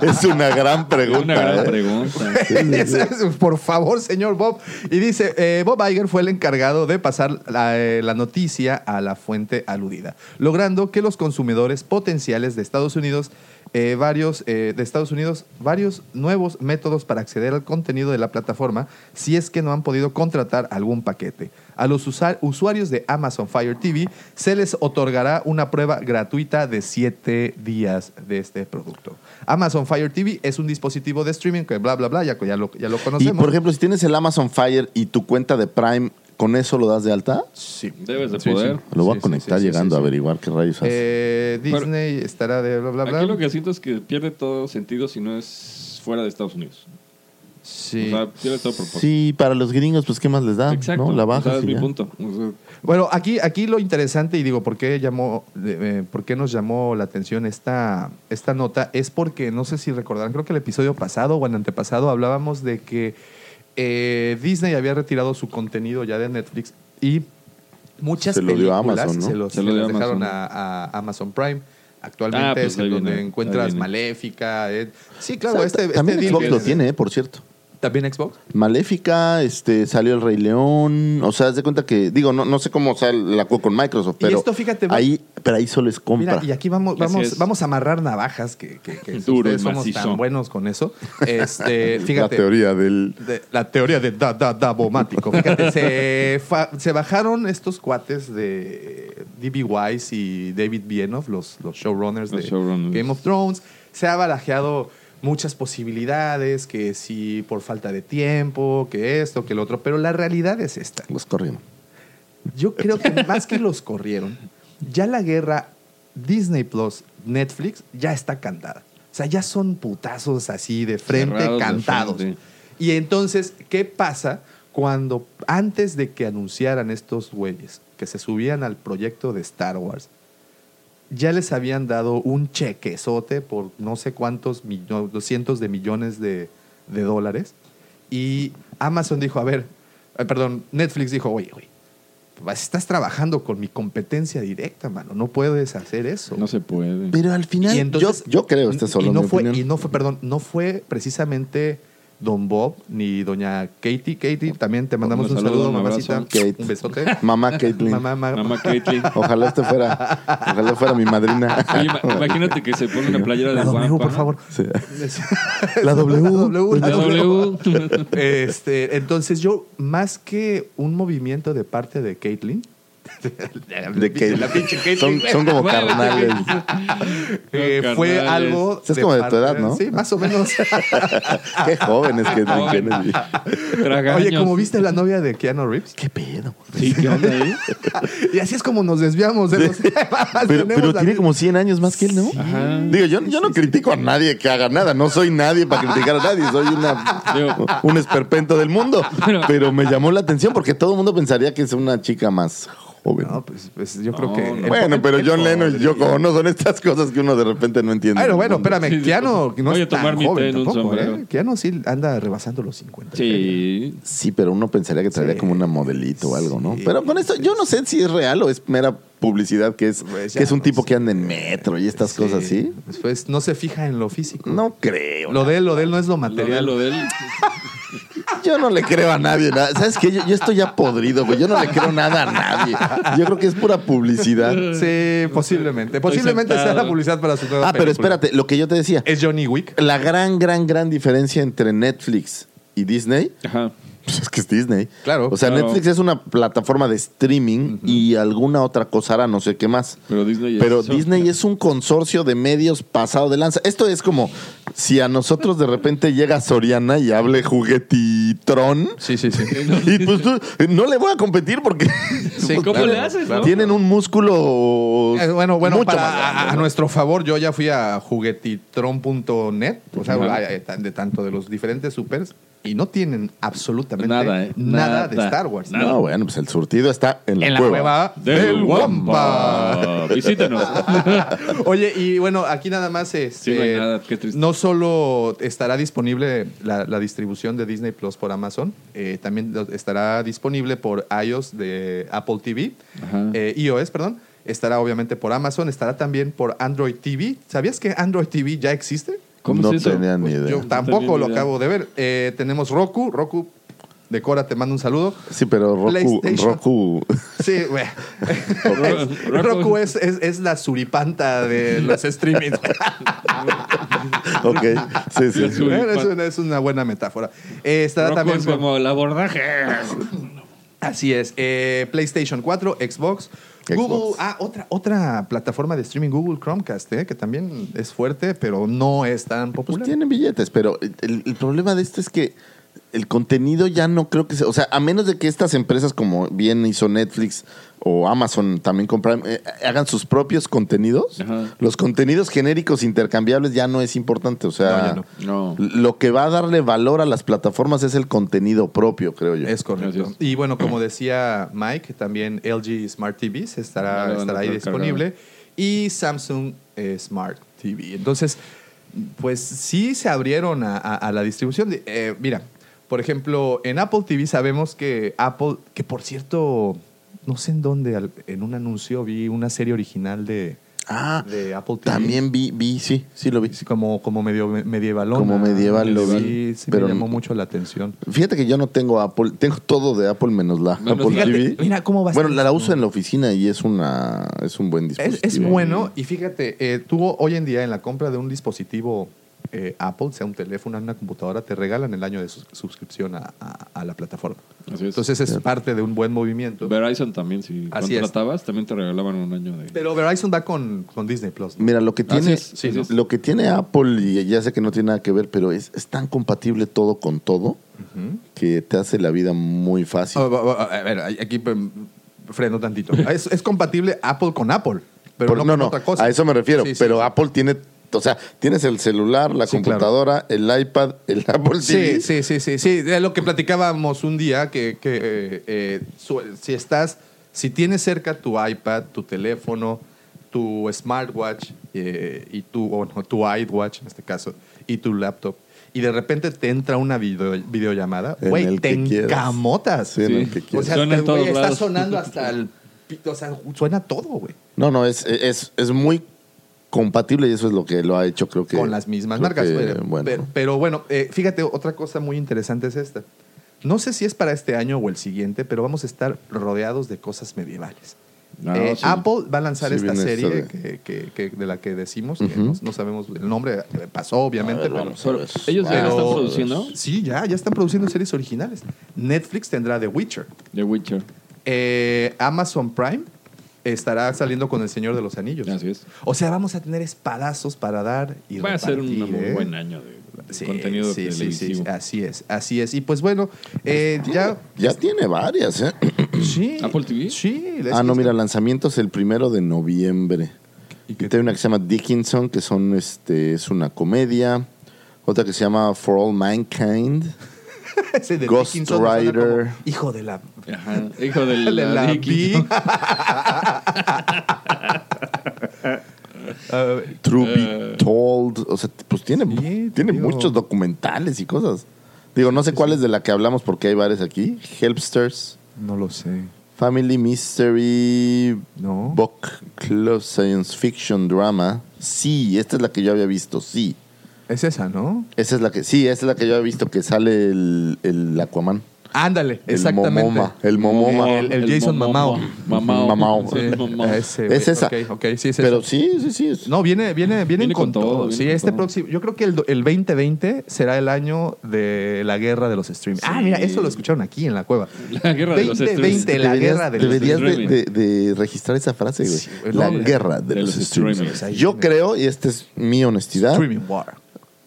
Speaker 2: Es una gran pregunta.
Speaker 3: Una gran (laughs)
Speaker 2: ¿eh?
Speaker 3: pregunta.
Speaker 2: (laughs)
Speaker 1: Esa es- Por favor, señor Bob. Y dice, eh, Bob Iger fue el encargado de pasar la, eh, la noticia a la fuente aludida, logrando que los consumidores potenciales de Estados Unidos, eh, varios eh, de Estados Unidos, varios nuevos métodos para acceder al contenido de la plataforma, si es que no han podido contratar algún paquete. A los usa- usuarios de Amazon Fire TV se les otorgará una prueba gratuita de 7 días de este producto. Amazon Fire TV es un dispositivo de streaming que bla, bla, bla, ya, ya, lo, ya lo
Speaker 2: Y
Speaker 1: conocemos.
Speaker 2: por ejemplo, si tienes el Amazon Fire y tu cuenta de Prime, ¿con eso lo das de alta?
Speaker 1: Sí.
Speaker 3: Debes de
Speaker 1: Sí,
Speaker 3: poder.
Speaker 1: sí.
Speaker 2: Lo voy
Speaker 1: Sí,
Speaker 2: a
Speaker 1: sí,
Speaker 2: conectar
Speaker 1: sí, sí,
Speaker 2: llegando
Speaker 1: sí,
Speaker 2: a
Speaker 1: sí.
Speaker 2: averiguar qué rayos hace.
Speaker 1: Eh, Disney estará de bla, bla, bla.
Speaker 3: Aquí lo que siento es que pierde todo sentido si no es fuera de Estados Unidos.
Speaker 1: Sí.
Speaker 3: O sea, pierde todo propósito.
Speaker 2: sí, para los gringos, pues qué más les da,
Speaker 3: Exacto.
Speaker 2: ¿no? La bajas
Speaker 3: O sea, es
Speaker 2: y
Speaker 3: mi
Speaker 2: ya.
Speaker 3: punto. O sea,
Speaker 1: Bueno, aquí, aquí lo interesante, y digo, ¿por qué, llamó, de- eh, ¿por qué nos llamó la atención esta, esta nota? Es porque, no sé si recordarán, creo que el episodio pasado o el antepasado hablábamos de que eh, Disney había retirado su contenido ya de Netflix y muchas
Speaker 2: Se lo dio a
Speaker 1: películas
Speaker 2: Amazon, ¿no?
Speaker 1: se, los,
Speaker 3: Se lo
Speaker 1: se
Speaker 3: dio
Speaker 1: las
Speaker 3: a Amazon.
Speaker 1: dejaron a, a Amazon Prime. Actualmente
Speaker 3: Ah, pues
Speaker 1: es
Speaker 3: ahí
Speaker 1: en donde
Speaker 3: viene, ahí
Speaker 1: encuentras
Speaker 3: viene.
Speaker 1: Maléfica. eh. Sí,
Speaker 2: O sea,
Speaker 1: claro, este, este
Speaker 2: también
Speaker 1: deal
Speaker 2: Xbox
Speaker 1: que-
Speaker 2: lo tiene, eh, por cierto.
Speaker 1: ¿También Xbox?
Speaker 2: Maléfica, este, salió El Rey León. O sea, haz de cuenta que, digo, no, no sé cómo sale la cueva con Microsoft,
Speaker 1: Y
Speaker 2: pero,
Speaker 1: esto, fíjate, va-
Speaker 2: ahí, pero ahí solo es compra.
Speaker 1: Mira, y aquí vamos,
Speaker 3: Así
Speaker 1: vamos,
Speaker 3: es.
Speaker 1: vamos a amarrar navajas, que, que, que si
Speaker 3: Duro y
Speaker 1: ustedes somos tan
Speaker 3: macizo.
Speaker 1: buenos
Speaker 3: (laughs)
Speaker 1: con eso. Este, fíjate,
Speaker 2: (laughs) La teoría del...
Speaker 1: de- la teoría de da, da, da, bomático. Fíjate, se, fa- se bajaron estos cuates de D.B. Wise y David Bienoff, los, los showrunners
Speaker 3: Los
Speaker 1: de
Speaker 3: showrunners.
Speaker 1: Game of Thrones. Se ha balajeado muchas posibilidades, que si por falta de tiempo, que esto, que lo otro, pero la realidad es esta.
Speaker 2: Los corrieron.
Speaker 1: Yo creo que más que los corrieron, ya la guerra Disney Plus, Netflix, ya está cantada. O sea, ya son putazos así de frente,
Speaker 3: Cerrados de
Speaker 1: cantados.
Speaker 3: frente.
Speaker 1: Y entonces, ¿qué pasa cuando antes de que anunciaran estos güeyes que se subían al proyecto de Star Wars, ya les habían dado un chequezote por no sé cuántos millones, cientos de millones de, de dólares? Y Amazon dijo, a ver, eh, perdón, Netflix dijo, oye, güey, vas- estás trabajando con mi competencia directa, mano, no puedes hacer eso.
Speaker 3: no se puede.
Speaker 2: Pero al final,
Speaker 1: Y entonces-
Speaker 2: yo, yo creo, esta es solo
Speaker 1: y no
Speaker 2: mi
Speaker 1: fue,
Speaker 2: opinión.
Speaker 1: Y no fue, perdón, no fue precisamente Don Bob ni Doña Katie. Katie, también te mandamos
Speaker 3: Un
Speaker 1: un
Speaker 3: saludo,
Speaker 1: saludo,
Speaker 3: un
Speaker 1: mamacita.
Speaker 3: abrazo.
Speaker 2: Kate.
Speaker 1: Un besote.
Speaker 2: (laughs) Mamá Caitlyn.
Speaker 1: (laughs) Mamá, ma-
Speaker 3: Mamá Caitlyn.
Speaker 2: Ojalá este fuera, ojalá fuera mi madrina.
Speaker 3: Oye, ima- imagínate que se pone una playera de
Speaker 1: La W,
Speaker 3: Juanpa.
Speaker 1: por favor.
Speaker 2: Sí.
Speaker 1: La
Speaker 2: W.
Speaker 3: La W. (laughs)
Speaker 1: Este, entonces yo, más que un movimiento de parte de Caitlyn,
Speaker 2: De Caitlyn.
Speaker 1: la pinche Caitlyn,
Speaker 2: Son,
Speaker 1: güey.
Speaker 2: son como
Speaker 3: Muévete,
Speaker 2: carnales.
Speaker 1: eh,
Speaker 3: Carnales.
Speaker 1: fue algo...
Speaker 2: Es como de tu
Speaker 1: parte-
Speaker 2: edad, ¿no?
Speaker 1: Sí, más o
Speaker 3: (laughs)
Speaker 1: menos.
Speaker 2: (laughs) Qué jóvenes que tienen.
Speaker 3: Tragaños.
Speaker 1: Oye, como viste la novia de Keanu Reeves.
Speaker 2: Qué pedo.
Speaker 3: Sí, ¿qué onda ahí?
Speaker 1: Y así es como nos desviamos de los temas.
Speaker 2: Pero,
Speaker 1: Ah, Tenemos
Speaker 2: pero
Speaker 1: la
Speaker 2: tiene
Speaker 1: misma-
Speaker 2: como 100 años más que él, ¿no?
Speaker 3: Ajá.
Speaker 2: Digo, yo, yo no critico a nadie que haga nada. No soy nadie para criticar a nadie. Soy una,
Speaker 3: Digo,
Speaker 2: un esperpento del mundo.
Speaker 3: Pero-
Speaker 2: Pero me llamó la atención porque todo el mundo pensaría que es una chica más joven.
Speaker 1: No, pues, pues yo creo
Speaker 3: No,
Speaker 1: que...
Speaker 3: no.
Speaker 2: Bueno, pero John Lennon y Yoko Ono son estas cosas que uno de repente no entiende.
Speaker 1: Bueno, bueno,
Speaker 2: espera.
Speaker 1: espérame,
Speaker 3: Sí, sí.
Speaker 1: Keanu no
Speaker 3: Voy
Speaker 1: es
Speaker 3: a tomar
Speaker 1: tan
Speaker 3: mi té
Speaker 1: joven
Speaker 3: en un
Speaker 1: tampoco,
Speaker 3: sombrero.
Speaker 1: ¿eh? Keanu sí anda rebasando los 50.
Speaker 3: Sí.
Speaker 2: Sí, pero uno pensaría que traería
Speaker 1: Sí.
Speaker 2: como una modelito o algo, ¿no?
Speaker 1: Sí.
Speaker 2: Pero con esto, yo no sé si es real o es mera publicidad que es,
Speaker 1: Pues ya
Speaker 2: que es un
Speaker 1: no
Speaker 2: tipo
Speaker 1: sé.
Speaker 2: que anda en metro y estas cosas así.
Speaker 1: Pues, pues, no se fija en lo físico.
Speaker 2: No creo.
Speaker 1: Lo de él, lo de él no es lo
Speaker 3: Lo de
Speaker 1: material.
Speaker 3: él, lo de él.
Speaker 2: Yo no le creo a nadie nada. ¿Sabes qué? Yo, yo estoy ya podrido, güey. Yo no le creo nada a nadie. Yo creo que es pura publicidad.
Speaker 1: Sí, posiblemente. Posiblemente sea la
Speaker 3: sentado.
Speaker 1: publicidad para su nueva
Speaker 2: Ah, pero
Speaker 1: película.
Speaker 2: espérate, lo que yo te decía.
Speaker 1: ¿Es Johnny Wick?
Speaker 2: La gran, gran, gran diferencia entre Netflix y Disney
Speaker 3: Ajá.
Speaker 2: Pues es que es Disney.
Speaker 1: Claro.
Speaker 2: O sea,
Speaker 3: Claro.
Speaker 2: Netflix es una plataforma de streaming y alguna otra cosa hará, no sé qué más.
Speaker 3: Pero Disney es
Speaker 2: Pero
Speaker 3: eso.
Speaker 2: Disney es un consorcio de medios pasado de lanza. Esto es como si a nosotros de repente llega Soriana y hable juguetitrón.
Speaker 1: Sí, sí, sí.
Speaker 2: Y pues tú, no le voy a competir
Speaker 1: (laughs)
Speaker 2: porque
Speaker 3: (laughs) Sí, ¿Cómo le haces? no?
Speaker 2: tienen un músculo.
Speaker 1: Eh, bueno, bueno,
Speaker 2: mucho
Speaker 1: para,
Speaker 2: más
Speaker 1: a-
Speaker 2: grande,
Speaker 1: a,
Speaker 2: ¿no?
Speaker 1: nuestro favor, yo ya fui a juguetitron.net, o sea,
Speaker 3: Ajá.
Speaker 1: hay- hay tan- de tanto de los diferentes supers, y no tienen absolutamente nada,
Speaker 3: Nada, ¿eh?
Speaker 1: de
Speaker 3: Nada.
Speaker 1: Star Wars.
Speaker 3: Nada.
Speaker 2: No, bueno, pues el surtido está en la,
Speaker 1: En la
Speaker 2: cueva.
Speaker 1: cueva del
Speaker 3: Del
Speaker 1: Wampa.
Speaker 3: Wampa. (laughs)
Speaker 1: (laughs)
Speaker 3: Visítenos.
Speaker 1: Oye, y bueno, aquí nada más este,
Speaker 3: Sí, no hay nada, qué triste.
Speaker 1: no solo estará disponible la, la distribución de Disney Plus por Amazon, eh, también lo- estará disponible por iOS de Apple TV,
Speaker 3: Ajá.
Speaker 1: eh, iOS, perdón. Estará obviamente por Amazon, estará también por Android TV. ¿Sabías que Android TV ya existe?
Speaker 3: ¿Cómo
Speaker 2: no
Speaker 3: es eso? Pues
Speaker 2: tenía ni idea.
Speaker 1: Yo
Speaker 3: tenía
Speaker 1: tampoco
Speaker 3: ni
Speaker 1: lo
Speaker 3: idea.
Speaker 1: acabo de ver. Eh, tenemos Roku, Roku, Decora, te mando un saludo.
Speaker 2: Sí, pero Roku,
Speaker 1: PlayStation.
Speaker 2: Roku (laughs)
Speaker 1: Sí, (laughs) güey. Es-
Speaker 3: Roku.
Speaker 1: Roku es, es- es la suripanta de los streamings. (laughs)
Speaker 2: Ok, sí, sí.
Speaker 3: Su-
Speaker 1: Bueno, es, una, es una buena metáfora. Eh, estará
Speaker 3: Rocco
Speaker 1: también
Speaker 3: es
Speaker 1: por-
Speaker 3: como el abordaje.
Speaker 1: Así es. eh, PlayStation 4, Xbox,
Speaker 2: Xbox.
Speaker 1: Google. Ah, otra, otra plataforma de streaming, Google Chromecast, eh, que también es fuerte, pero no es tan
Speaker 2: Pues
Speaker 1: popular.
Speaker 2: tienen billetes, pero el, el problema de esto es que el contenido ya no creo que sea. O sea, a menos de que estas empresas, como bien hizo Netflix o Amazon también con Prime, eh, hagan sus propios contenidos,
Speaker 3: Ajá.
Speaker 2: los contenidos genéricos intercambiables ya no es importante. O sea,
Speaker 3: No.
Speaker 1: No,
Speaker 2: lo que va a darle valor a las plataformas es el contenido propio, creo yo.
Speaker 1: Es correcto.
Speaker 3: Gracias.
Speaker 1: Y bueno, como decía Mike, también LG Smart TVs
Speaker 3: Ah,
Speaker 1: estará,
Speaker 3: la van a
Speaker 1: estará ahí
Speaker 3: poder cargar.
Speaker 1: disponible. Y Samsung eh, Smart TV. Entonces, pues sí se abrieron a, a- a la distribución. de- eh, mira, por ejemplo, en Apple TV sabemos que Apple, que por cierto, no sé en dónde, al- en un anuncio vi una serie original de,
Speaker 2: ah,
Speaker 1: de Apple TV.
Speaker 2: también vi, vi, sí, sí lo vi.
Speaker 1: Sí, Como, como medio medieval.
Speaker 2: Como medieval, lo
Speaker 1: Sí,
Speaker 2: vi,
Speaker 1: sí
Speaker 2: pero-
Speaker 1: me llamó mucho la atención.
Speaker 2: Fíjate que yo no tengo Apple, tengo todo de Apple menos la
Speaker 3: Menos-
Speaker 2: Apple
Speaker 3: fíjate,
Speaker 2: TV.
Speaker 1: mira cómo va a
Speaker 2: Bueno,
Speaker 1: estar
Speaker 2: la, la
Speaker 1: esto.
Speaker 2: uso en la oficina y es una es un buen dispositivo.
Speaker 1: Es, es bueno y fíjate, eh, tú hoy en día en la compra de un dispositivo eh, Apple, sea un teléfono, una computadora, te regalan el año de sus- suscripción a, a- a la plataforma.
Speaker 3: Así es.
Speaker 1: Entonces es parte de un buen movimiento.
Speaker 3: Verizon también, si
Speaker 1: Así es.
Speaker 3: contratabas, también te regalaban un año de.
Speaker 1: Pero Verizon va con, con Disney Plus. ¿no?
Speaker 2: Mira, lo que
Speaker 3: Así
Speaker 2: tiene
Speaker 3: es, Ah, sí,
Speaker 2: lo-
Speaker 3: sí.
Speaker 2: lo que tiene Apple y ya sé que no tiene nada que ver, pero es, es tan compatible todo con todo que te hace la vida muy fácil.
Speaker 1: Ah, ah, ah, a ver, aquí mm, freno tantito. (laughs) Es, es compatible Apple con Apple, pero
Speaker 2: Por-
Speaker 1: no, con otra cosa.
Speaker 2: a eso me refiero,
Speaker 1: Sí, sí,
Speaker 2: pero
Speaker 1: sí.
Speaker 2: Apple tiene o sea, tienes el celular, la
Speaker 1: Sí, claro.
Speaker 2: computadora, el iPad, el (laughs) Apple TV.
Speaker 1: Sí, sí, sí, sí, sí. De lo que platicábamos un día, que, que, eh, eh, su- si estás, si tienes cerca tu iPad, tu teléfono, tu smartwatch eh, y tu, o no, tu iWatch en este caso, y tu laptop, y de repente te entra una video- videollamada,
Speaker 2: En
Speaker 1: güey,
Speaker 2: el
Speaker 1: te
Speaker 2: que quieras.
Speaker 1: encamotas.
Speaker 2: Sí, en el que
Speaker 1: O
Speaker 2: quieras.
Speaker 1: sea,
Speaker 3: Suena
Speaker 1: te-
Speaker 3: en todos
Speaker 1: güey, está
Speaker 3: lados.
Speaker 1: sonando hasta el... pi- O sea, suena todo, güey.
Speaker 2: No, no, es, es, es muy compatible y eso es lo que lo ha hecho, creo que.
Speaker 1: con las mismas
Speaker 2: creo
Speaker 1: marcas.
Speaker 2: que,
Speaker 1: pero,
Speaker 2: bueno.
Speaker 1: pero- pero bueno, eh, fíjate, otra cosa muy interesante es esta. No sé si es para este año o el siguiente, pero vamos a estar rodeados de cosas medievales.
Speaker 3: No,
Speaker 1: Eh,
Speaker 3: Ah, sí.
Speaker 1: Apple va a lanzar
Speaker 2: Ah, Sí,
Speaker 1: esta
Speaker 2: viene
Speaker 1: serie
Speaker 2: esta
Speaker 1: que, que- que- de la que decimos, que
Speaker 2: Ujú.
Speaker 1: no, no sabemos el nombre, eh, pasó obviamente,
Speaker 2: A ver,
Speaker 1: pero-
Speaker 2: vamos a ver.
Speaker 3: Ellos Ah, ya
Speaker 1: Pero-
Speaker 3: están produciendo
Speaker 1: Sí, ya, ya están produciendo series originales. Netflix tendrá The Witcher.
Speaker 3: The Witcher.
Speaker 1: Eh, Amazon Prime estará saliendo con El Señor de los Anillos.
Speaker 3: Así es.
Speaker 1: O sea, vamos a tener espadazos para dar y
Speaker 3: Va a ser un
Speaker 1: repartir,
Speaker 3: muy
Speaker 1: ¿eh?
Speaker 3: buen año de de
Speaker 1: Sí,
Speaker 3: contenido
Speaker 1: sí, sí, sí,
Speaker 3: televisivo.
Speaker 1: así es, así es. Y pues bueno, eh, ya.
Speaker 2: Ya tiene varias,
Speaker 1: (clears throat)
Speaker 2: ¿eh?
Speaker 1: Sí.
Speaker 3: ¿Apple TV?
Speaker 1: Sí. es
Speaker 2: Ah,
Speaker 1: que
Speaker 2: no, mira,
Speaker 1: está-
Speaker 2: lanzamientos el primero de noviembre.
Speaker 1: ¿Y
Speaker 2: Y
Speaker 1: qué?
Speaker 2: hay una que se llama Dickinson, que son, este, es una comedia. Otra que se llama For All Mankind.
Speaker 1: (laughs) ese de
Speaker 2: Ghost
Speaker 1: Dickinson me suena como
Speaker 2: Rider.
Speaker 1: Hijo de la.
Speaker 3: Ajá. Hijo
Speaker 1: Ah. (laughs) de
Speaker 3: del
Speaker 1: la
Speaker 3: Dicky.
Speaker 1: vi. (laughs) A ver,
Speaker 2: True Be Told. O sea, pues tiene,
Speaker 1: Sí, te
Speaker 2: tiene
Speaker 1: digo.
Speaker 2: muchos documentales y cosas. Digo, no sé cuál es de la que hablamos porque hay varias aquí. Helpsters,
Speaker 1: no lo sé.
Speaker 2: Family Mystery,
Speaker 1: No.
Speaker 2: Book Club Science Fiction Drama. Sí, esta es la que yo había visto, sí.
Speaker 1: Es esa, ¿no?
Speaker 2: Esa es la que, sí, esa es la que yo he visto que sale el, el Aquaman.
Speaker 1: Ándale,
Speaker 2: El
Speaker 1: exactamente.
Speaker 2: Momoma, el Momoma.
Speaker 1: El, el Jason Mamao.
Speaker 3: Mamao. (laughs)
Speaker 2: Mamao.
Speaker 3: Sí,
Speaker 1: Sí,
Speaker 3: Mamao.
Speaker 1: Ah, ese, güey.
Speaker 2: Es esa.
Speaker 1: Ok, ok, sí, es
Speaker 2: Pero
Speaker 1: esa.
Speaker 2: sí, sí, sí. es-
Speaker 1: No, viene, viene, vienen
Speaker 3: Viene con
Speaker 1: con, todo.
Speaker 3: todo,
Speaker 1: Sí,
Speaker 3: viene con
Speaker 1: este
Speaker 3: todo.
Speaker 1: próximo. Yo creo que el, do- el 2020 será el año de la guerra de los streams. Ah,
Speaker 3: Sí.
Speaker 1: mira, eso lo escucharon aquí en la cueva.
Speaker 3: La guerra de los
Speaker 1: 2020,
Speaker 3: streams.
Speaker 1: la
Speaker 2: Deberías-
Speaker 1: guerra de los
Speaker 2: Deberías de,
Speaker 3: streaming.
Speaker 2: de- de registrar esa frase, güey.
Speaker 1: Sí, güey,
Speaker 2: la
Speaker 1: no, güey.
Speaker 2: guerra de,
Speaker 3: De
Speaker 2: los,
Speaker 3: los
Speaker 2: streamers.
Speaker 3: streamers.
Speaker 1: Ahí
Speaker 2: Yo
Speaker 1: viene.
Speaker 2: creo, y esta es mi honestidad,
Speaker 1: Streaming War.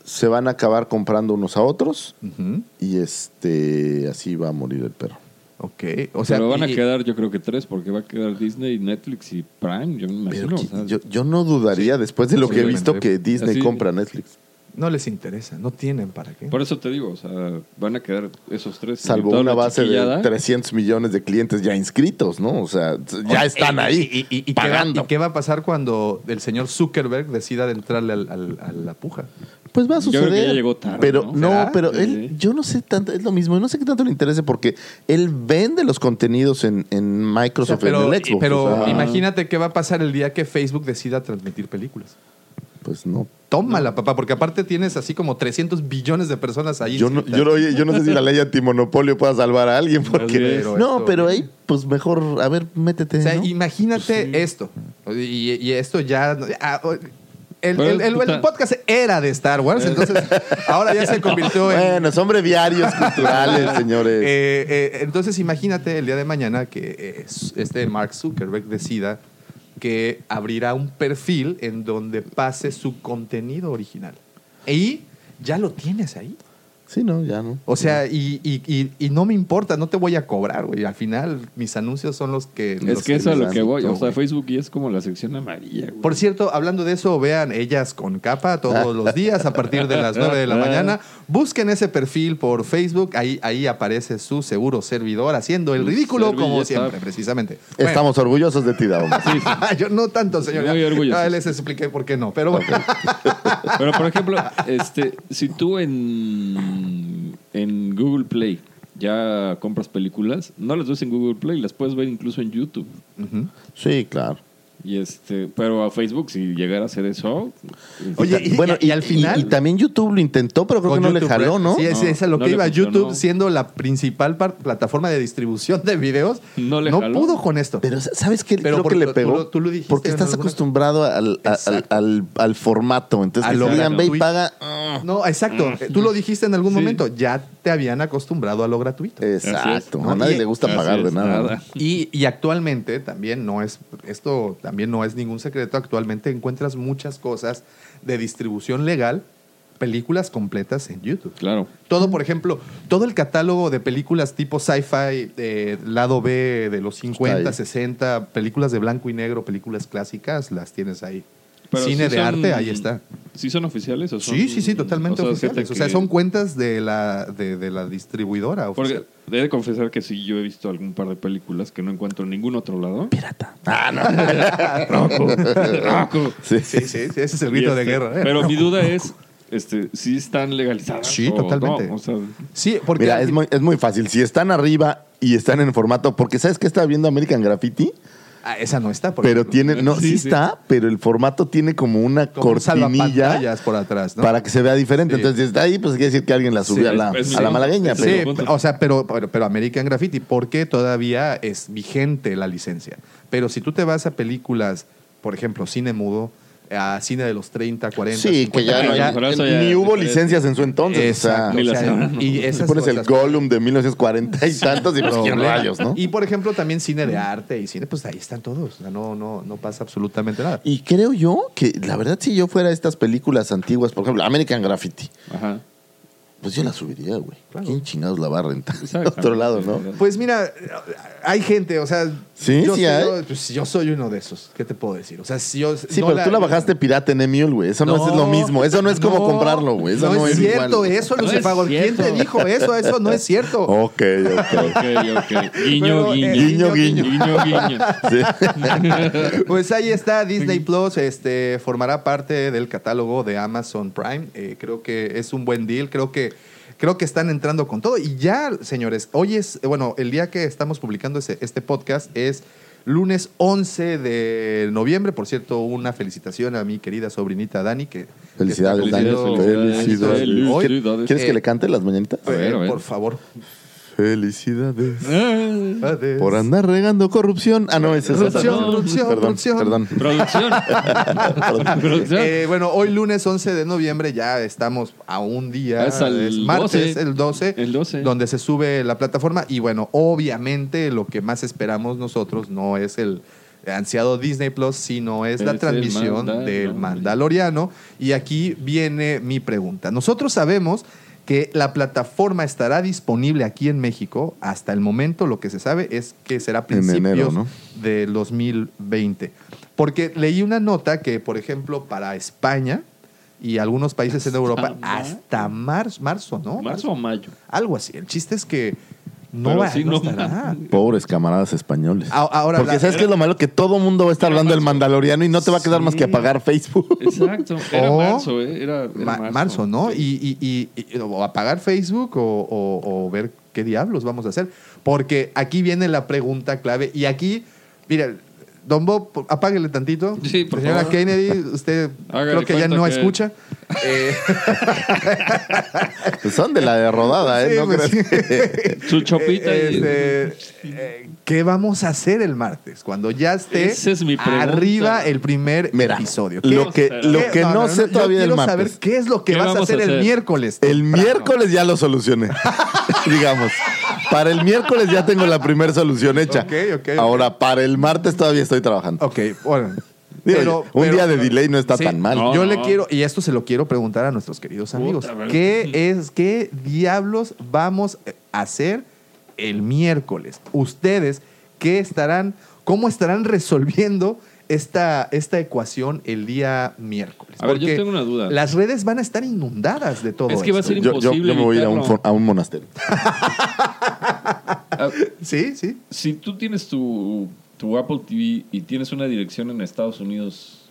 Speaker 2: se van a acabar comprando unos a otros
Speaker 1: Ujú.
Speaker 2: y este así va a morir el perro.
Speaker 1: Ok, o sea.
Speaker 3: Pero van a
Speaker 1: y-
Speaker 3: quedar, yo creo que tres, porque va a quedar Disney, Netflix y Prime, yo me
Speaker 2: Pero
Speaker 3: imagino. o
Speaker 2: qui-
Speaker 3: sea,
Speaker 2: yo, yo no dudaría, después de lo que he visto, que Disney
Speaker 3: Así-
Speaker 2: compra Netflix.
Speaker 1: No les interesa, no tienen para qué.
Speaker 3: Por eso te digo, o sea, van a quedar esos tres.
Speaker 2: Salvo
Speaker 3: Toda
Speaker 2: una
Speaker 3: la
Speaker 2: base de
Speaker 3: chiquillada.
Speaker 2: 300 millones de clientes ya inscritos, ¿no? O sea, ya están
Speaker 1: Eh,
Speaker 2: ahí
Speaker 1: ¿Y, y- y qué, va,
Speaker 2: pagando.
Speaker 1: y qué va a pasar cuando el señor Zuckerberg decida de entrarle al- al- a la puja?
Speaker 2: Pues va a
Speaker 3: Yo creo
Speaker 2: suceder.
Speaker 3: que ya llegó tarde,
Speaker 2: Pero
Speaker 3: ¿no?
Speaker 2: no,
Speaker 1: ¿Será?
Speaker 2: pero
Speaker 3: Sí.
Speaker 2: él, yo no sé tanto, es lo mismo, no sé qué tanto le interese porque él vende los contenidos en, en
Speaker 1: O sea,
Speaker 2: Microsoft
Speaker 1: pero
Speaker 2: en el Xbox.
Speaker 1: pero
Speaker 2: o sea,
Speaker 1: imagínate qué va a pasar el día que Facebook decida transmitir películas.
Speaker 2: Pues no.
Speaker 1: Tómala, papá, porque aparte tienes así como 300 billones de personas ahí.
Speaker 2: Yo no,
Speaker 1: inscritas.
Speaker 2: yo, no, yo no sé si la ley antimonopolio pueda salvar a alguien porque.
Speaker 1: Pero
Speaker 2: no,
Speaker 1: esto-
Speaker 2: pero ahí, pues mejor, a ver, métete.
Speaker 1: O sea,
Speaker 2: ¿no?
Speaker 1: imagínate esto. Y, y esto ya. ah, oh, el,
Speaker 3: Pero,
Speaker 1: el- el- el
Speaker 3: puta.
Speaker 1: podcast era de Star Wars, entonces ahora ya se convirtió en.
Speaker 2: Bueno, son breviarios
Speaker 1: (laughs)
Speaker 2: culturales, señores.
Speaker 1: Eh, eh, entonces imagínate el día de mañana que eh, s- este Mark Zuckerberg decida que abrirá un perfil en donde pase su contenido original. Y ya lo tienes ahí.
Speaker 2: sí, no, ya no.
Speaker 1: O sea, y, y- y- y no me importa, no te voy a cobrar, güey. Al final, mis anuncios son los que...
Speaker 3: Es
Speaker 1: los
Speaker 3: que eso a lo
Speaker 1: les
Speaker 3: que
Speaker 1: dan.
Speaker 3: voy. O sea,
Speaker 1: güey.
Speaker 3: Facebook ya es como la sección amarilla, güey.
Speaker 1: Por cierto, hablando de eso, vean ellas con capa todos los días a partir de las 9 de la mañana. Busquen ese perfil por Facebook, ahí, ahí aparece su seguro servidor haciendo el
Speaker 3: Su
Speaker 1: ridículo como
Speaker 3: servilleta.
Speaker 1: siempre, precisamente. Bueno,
Speaker 2: Estamos orgullosos de ti, Dao.
Speaker 3: Sí, sí.
Speaker 1: (laughs) yo no tanto, señor.
Speaker 3: Muy orgulloso.
Speaker 1: Ya les expliqué por qué no, pero bueno. (laughs)
Speaker 3: Pero, por ejemplo, este, si tú en, en Google Play ya compras películas, no las ves en Google Play, las puedes ver incluso en YouTube.
Speaker 1: Ujú.
Speaker 2: Sí, claro.
Speaker 3: Y este, pero a Facebook, si llegara a hacer eso.
Speaker 1: Oye, y, bueno, y, al final...
Speaker 2: Y, también YouTube lo intentó, pero creo que
Speaker 1: con
Speaker 2: no le
Speaker 1: YouTube
Speaker 2: jaló,
Speaker 1: Red.
Speaker 2: ¿no?
Speaker 1: Sí, es,
Speaker 3: No,
Speaker 1: es a lo
Speaker 3: no
Speaker 1: que
Speaker 3: le
Speaker 1: iba.
Speaker 3: funcionó.
Speaker 1: YouTube siendo la principal par- plataforma de distribución de videos,
Speaker 3: No le jaló.
Speaker 1: pudo con esto.
Speaker 2: Pero ¿sabes qué?
Speaker 1: Pero
Speaker 2: Creo
Speaker 1: por-
Speaker 2: que le
Speaker 1: tú
Speaker 2: pegó.
Speaker 1: lo- tú lo dijiste
Speaker 2: porque
Speaker 1: en
Speaker 2: estás
Speaker 1: alguna-
Speaker 2: acostumbrado al, al-
Speaker 1: Exacto.
Speaker 2: al- al formato. Entonces,
Speaker 1: A
Speaker 2: que
Speaker 1: lo
Speaker 2: te digan, ve y
Speaker 1: gratuito.
Speaker 2: paga.
Speaker 1: No, exacto. Tú lo dijiste en algún
Speaker 3: Mm. Sí.
Speaker 1: momento. Ya te habían acostumbrado a lo gratuito.
Speaker 2: Eh. Exacto.
Speaker 1: ¿no?
Speaker 2: A nadie
Speaker 1: Y-
Speaker 2: le gusta
Speaker 3: así
Speaker 2: pagar de
Speaker 3: es,
Speaker 2: nada.
Speaker 3: nada.
Speaker 1: Y, y actualmente también no es, esto también no es ningún secreto, actualmente encuentras muchas cosas de distribución legal, películas completas en YouTube.
Speaker 3: Claro.
Speaker 1: Todo, por ejemplo, todo el catálogo de películas tipo sci-fi, eh, lado B de los 50,
Speaker 2: ahí.
Speaker 1: 60, películas de blanco y negro, películas clásicas, las tienes ahí.
Speaker 3: Pero
Speaker 1: Cine
Speaker 3: sí
Speaker 1: de
Speaker 3: son-
Speaker 1: arte, ahí está.
Speaker 3: ¿Sí son oficiales o son-
Speaker 1: Sí, sí, sí, totalmente
Speaker 3: o sea,
Speaker 1: oficiales.
Speaker 3: gente
Speaker 1: O sea,
Speaker 3: que-
Speaker 1: son cuentas de la, de, de la distribuidora
Speaker 3: Porque
Speaker 1: oficial.
Speaker 3: he de confesar que sí, yo he visto algún par de películas que no encuentro en ningún otro lado. (laughs)
Speaker 2: Ah, no.
Speaker 3: Roco.
Speaker 2: Sí.
Speaker 1: Sí, sí, sí, ese es el
Speaker 3: (laughs) Y
Speaker 1: grito de
Speaker 3: este,
Speaker 1: guerra. ¿eh?
Speaker 3: Pero mi duda es, este, si están legalizadas.
Speaker 1: Sí,
Speaker 3: o
Speaker 1: totalmente.
Speaker 3: no? O sea,
Speaker 1: Sí, porque
Speaker 2: Mira, es muy, es muy fácil. Si están arriba y están en formato, porque sabes que estaba viendo American Graffiti,
Speaker 1: Ah, esa no está, por
Speaker 2: pero
Speaker 1: ejemplo.
Speaker 2: tiene, no, sí,
Speaker 3: Sí, sí.
Speaker 2: está, pero el formato tiene como pues, una
Speaker 1: Como un
Speaker 2: cortinilla
Speaker 1: salvapantallas por atrás, ¿no?
Speaker 2: para que se vea diferente.
Speaker 1: Sí.
Speaker 2: Entonces, está ahí, pues quiere decir que alguien la subió
Speaker 3: Sí,
Speaker 2: a, la,
Speaker 3: es- es
Speaker 2: a la
Speaker 3: mi-
Speaker 2: malagueña.
Speaker 3: es-
Speaker 1: Sí,
Speaker 2: Pero,
Speaker 3: punto.
Speaker 1: o sea, pero, pero, pero American Graffiti, porque todavía es vigente la licencia. Pero si tú te vas a películas, por ejemplo, cine mudo, a cine de los 30, 40,
Speaker 2: sí, que
Speaker 1: 50,
Speaker 2: ya,
Speaker 3: que
Speaker 2: no-
Speaker 3: ya- eso
Speaker 2: ni
Speaker 3: ya-
Speaker 2: hubo
Speaker 3: eso ya-
Speaker 2: licencias en su entonces. o sea,
Speaker 1: Exacto,
Speaker 3: ni
Speaker 1: o
Speaker 3: las
Speaker 1: sea,
Speaker 3: sabrán, ¿no?
Speaker 1: y
Speaker 2: Si
Speaker 1: esas
Speaker 2: pones el
Speaker 1: cosas-
Speaker 2: Gollum de (laughs) 1940 y tantos y pues quién
Speaker 1: Problema.
Speaker 2: rayos, ¿no?
Speaker 1: Y por ejemplo, también cine de arte y cine, pues ahí están todos. O sea, no, no, no pasa absolutamente nada.
Speaker 2: Y creo yo que, la verdad, si yo fuera a estas películas antiguas, por ejemplo, American Graffiti,
Speaker 3: ajá.
Speaker 2: pues yo la subiría, güey.
Speaker 1: Claro.
Speaker 2: ¿Quién chingados la va a rentar? (laughs) De
Speaker 3: Exacto.
Speaker 2: otro lado, ¿no?
Speaker 1: Pues mira, hay gente, o sea,
Speaker 2: Sí,
Speaker 1: yo,
Speaker 2: sí
Speaker 1: soy,
Speaker 2: hay.
Speaker 1: pues, yo soy uno de esos. ¿Qué te puedo decir? O sea, si yo
Speaker 2: Sí,
Speaker 1: no
Speaker 2: pero tú la bajaste pirata en Emule, güey. Eso no, es lo mismo. Eso no es como comprarlo, güey. Eso no,
Speaker 1: es,
Speaker 2: es
Speaker 1: cierto,
Speaker 2: igual.
Speaker 1: eso,
Speaker 3: No
Speaker 1: Luce
Speaker 3: es
Speaker 1: Fagor. ¿Quién
Speaker 3: cierto.
Speaker 1: te dijo eso? Eso no es cierto.
Speaker 2: Ok, ok.
Speaker 3: Ok, ok. Guiño,
Speaker 1: Pero, eh,
Speaker 3: guiño.
Speaker 2: Guiño, guiño.
Speaker 3: Guiño, guiño.
Speaker 2: Sí.
Speaker 1: (laughs) Pues ahí está, Disney Plus este, formará parte del catálogo de Amazon Prime. Eh, creo que es un buen deal, creo que, creo que están entrando con todo. Y ya, señores, hoy es, eh, bueno, el día que estamos publicando ese- este podcast es lunes 11 de noviembre. Por cierto, una felicitación a mi querida sobrinita Dani, que
Speaker 2: Felicidades,
Speaker 1: está
Speaker 2: Daniel.
Speaker 1: cumpliendo-
Speaker 2: Felicidades.
Speaker 3: Felicidades.
Speaker 2: Hoy-
Speaker 3: Felicidades.
Speaker 2: ¿Quieres que
Speaker 1: Eh.
Speaker 2: le cante las mañanitas?
Speaker 3: A ver, a ver.
Speaker 1: Por favor.
Speaker 2: Felicidades.
Speaker 3: Ah.
Speaker 2: Por
Speaker 1: (laughs)
Speaker 2: andar regando corrupción. Ah, no, ese es
Speaker 1: Corrupción,
Speaker 2: otra.
Speaker 1: corrupción,
Speaker 2: Perdón,
Speaker 1: corrupción.
Speaker 2: perdón.
Speaker 3: Producción. Producción.
Speaker 1: Eh, bueno, hoy lunes 11 de noviembre ya estamos a un día.
Speaker 3: Es al
Speaker 1: martes,
Speaker 3: 12.
Speaker 1: el 12.
Speaker 3: El 12.
Speaker 1: Donde se sube la plataforma. Y bueno, obviamente lo que más esperamos nosotros no es el ansiado Disney Plus, sino es
Speaker 3: Es
Speaker 1: la
Speaker 3: el
Speaker 1: transmisión
Speaker 3: Mandalorian.
Speaker 1: del Mandaloriano. Y aquí viene mi pregunta. Nosotros sabemos que la plataforma estará disponible aquí en México. Hasta el momento lo que se sabe es que será a
Speaker 2: En
Speaker 1: principios
Speaker 2: enero, ¿no?
Speaker 1: del 2020. Porque leí una nota que, por ejemplo, para España y algunos países en Europa,
Speaker 3: mar-
Speaker 1: hasta marzo, marzo, ¿no?
Speaker 3: ¿Marzo o mayo?
Speaker 1: Algo así. El chiste es que no
Speaker 3: Pero
Speaker 1: va
Speaker 3: sí,
Speaker 1: no
Speaker 3: no
Speaker 1: estará.
Speaker 3: mames.
Speaker 2: Pobres camaradas españoles.
Speaker 1: A- Ah, ahora
Speaker 2: Porque
Speaker 1: la-
Speaker 2: sabes que es lo malo que todo mundo va a estar hablando del Mandaloriano y no te va a quedar más que
Speaker 3: (laughs)
Speaker 2: apagar Facebook.
Speaker 3: Exacto. Era
Speaker 1: O-
Speaker 3: marzo, ¿eh? Era, era
Speaker 1: Ma- marzo, ¿no? Y, y- y- y- o apagar Facebook o, o- o ver qué diablos vamos a hacer. Porque aquí viene la pregunta clave. Y aquí, mira, Don Bob, por- apáguele tantito.
Speaker 3: Sí, por
Speaker 1: Señora
Speaker 3: favor.
Speaker 1: Kennedy, usted
Speaker 3: (laughs) Hágale
Speaker 1: creo que ya
Speaker 3: cuenta
Speaker 1: no
Speaker 3: que-
Speaker 1: escucha. Eh,
Speaker 2: Son de la de rodada, ¿eh?
Speaker 1: Sí,
Speaker 2: ¿No
Speaker 1: pues,
Speaker 2: crees?
Speaker 3: (laughs) Su chopita. y-
Speaker 1: Eh, este, eh, ¿Qué vamos a hacer el martes? Cuando ya esté
Speaker 3: Esa es mi pregunta.
Speaker 1: arriba el primer
Speaker 2: (laughs) Mira,
Speaker 1: episodio. ¿Qué-
Speaker 2: lo que,
Speaker 3: ¿Qué?
Speaker 2: lo que no, sé
Speaker 1: yo
Speaker 2: todavía del
Speaker 1: quiero
Speaker 2: martes.
Speaker 1: saber qué es lo que
Speaker 3: ¿Qué
Speaker 1: vas a
Speaker 3: vamos a
Speaker 1: hacer, el
Speaker 3: hacer?
Speaker 1: miércoles.
Speaker 2: El
Speaker 1: temprano.
Speaker 2: miércoles ya lo solucioné, (laughs) digamos. Para el miércoles ya tengo la primera solución hecha.
Speaker 1: Ok, ok, ok.
Speaker 2: Ahora, para el martes todavía estoy trabajando.
Speaker 1: Ok, bueno.
Speaker 2: Digo,
Speaker 1: Pero-
Speaker 2: un
Speaker 1: pero-
Speaker 2: día de delay no está
Speaker 1: Sí.
Speaker 2: tan mal.
Speaker 3: No,
Speaker 1: Yo le quiero, y esto se lo quiero preguntar a nuestros queridos amigos.
Speaker 3: madre.
Speaker 1: ¿Qué es, qué diablos vamos a hacer el miércoles? Ustedes, ¿qué estarán, cómo estarán resolviendo esta, esta ecuación el día miércoles?
Speaker 3: A ver, yo tengo una duda.
Speaker 1: Las redes van a estar inundadas de todo
Speaker 3: Es que va a
Speaker 1: esto.
Speaker 3: ser
Speaker 2: Yo, yo- yo me voy a ir a un,
Speaker 3: Imposible
Speaker 2: fo- a un monasterio.
Speaker 3: Ah,
Speaker 1: Sí, sí.
Speaker 3: si tú tienes tu, tu Apple TV y tienes una dirección en Estados Unidos,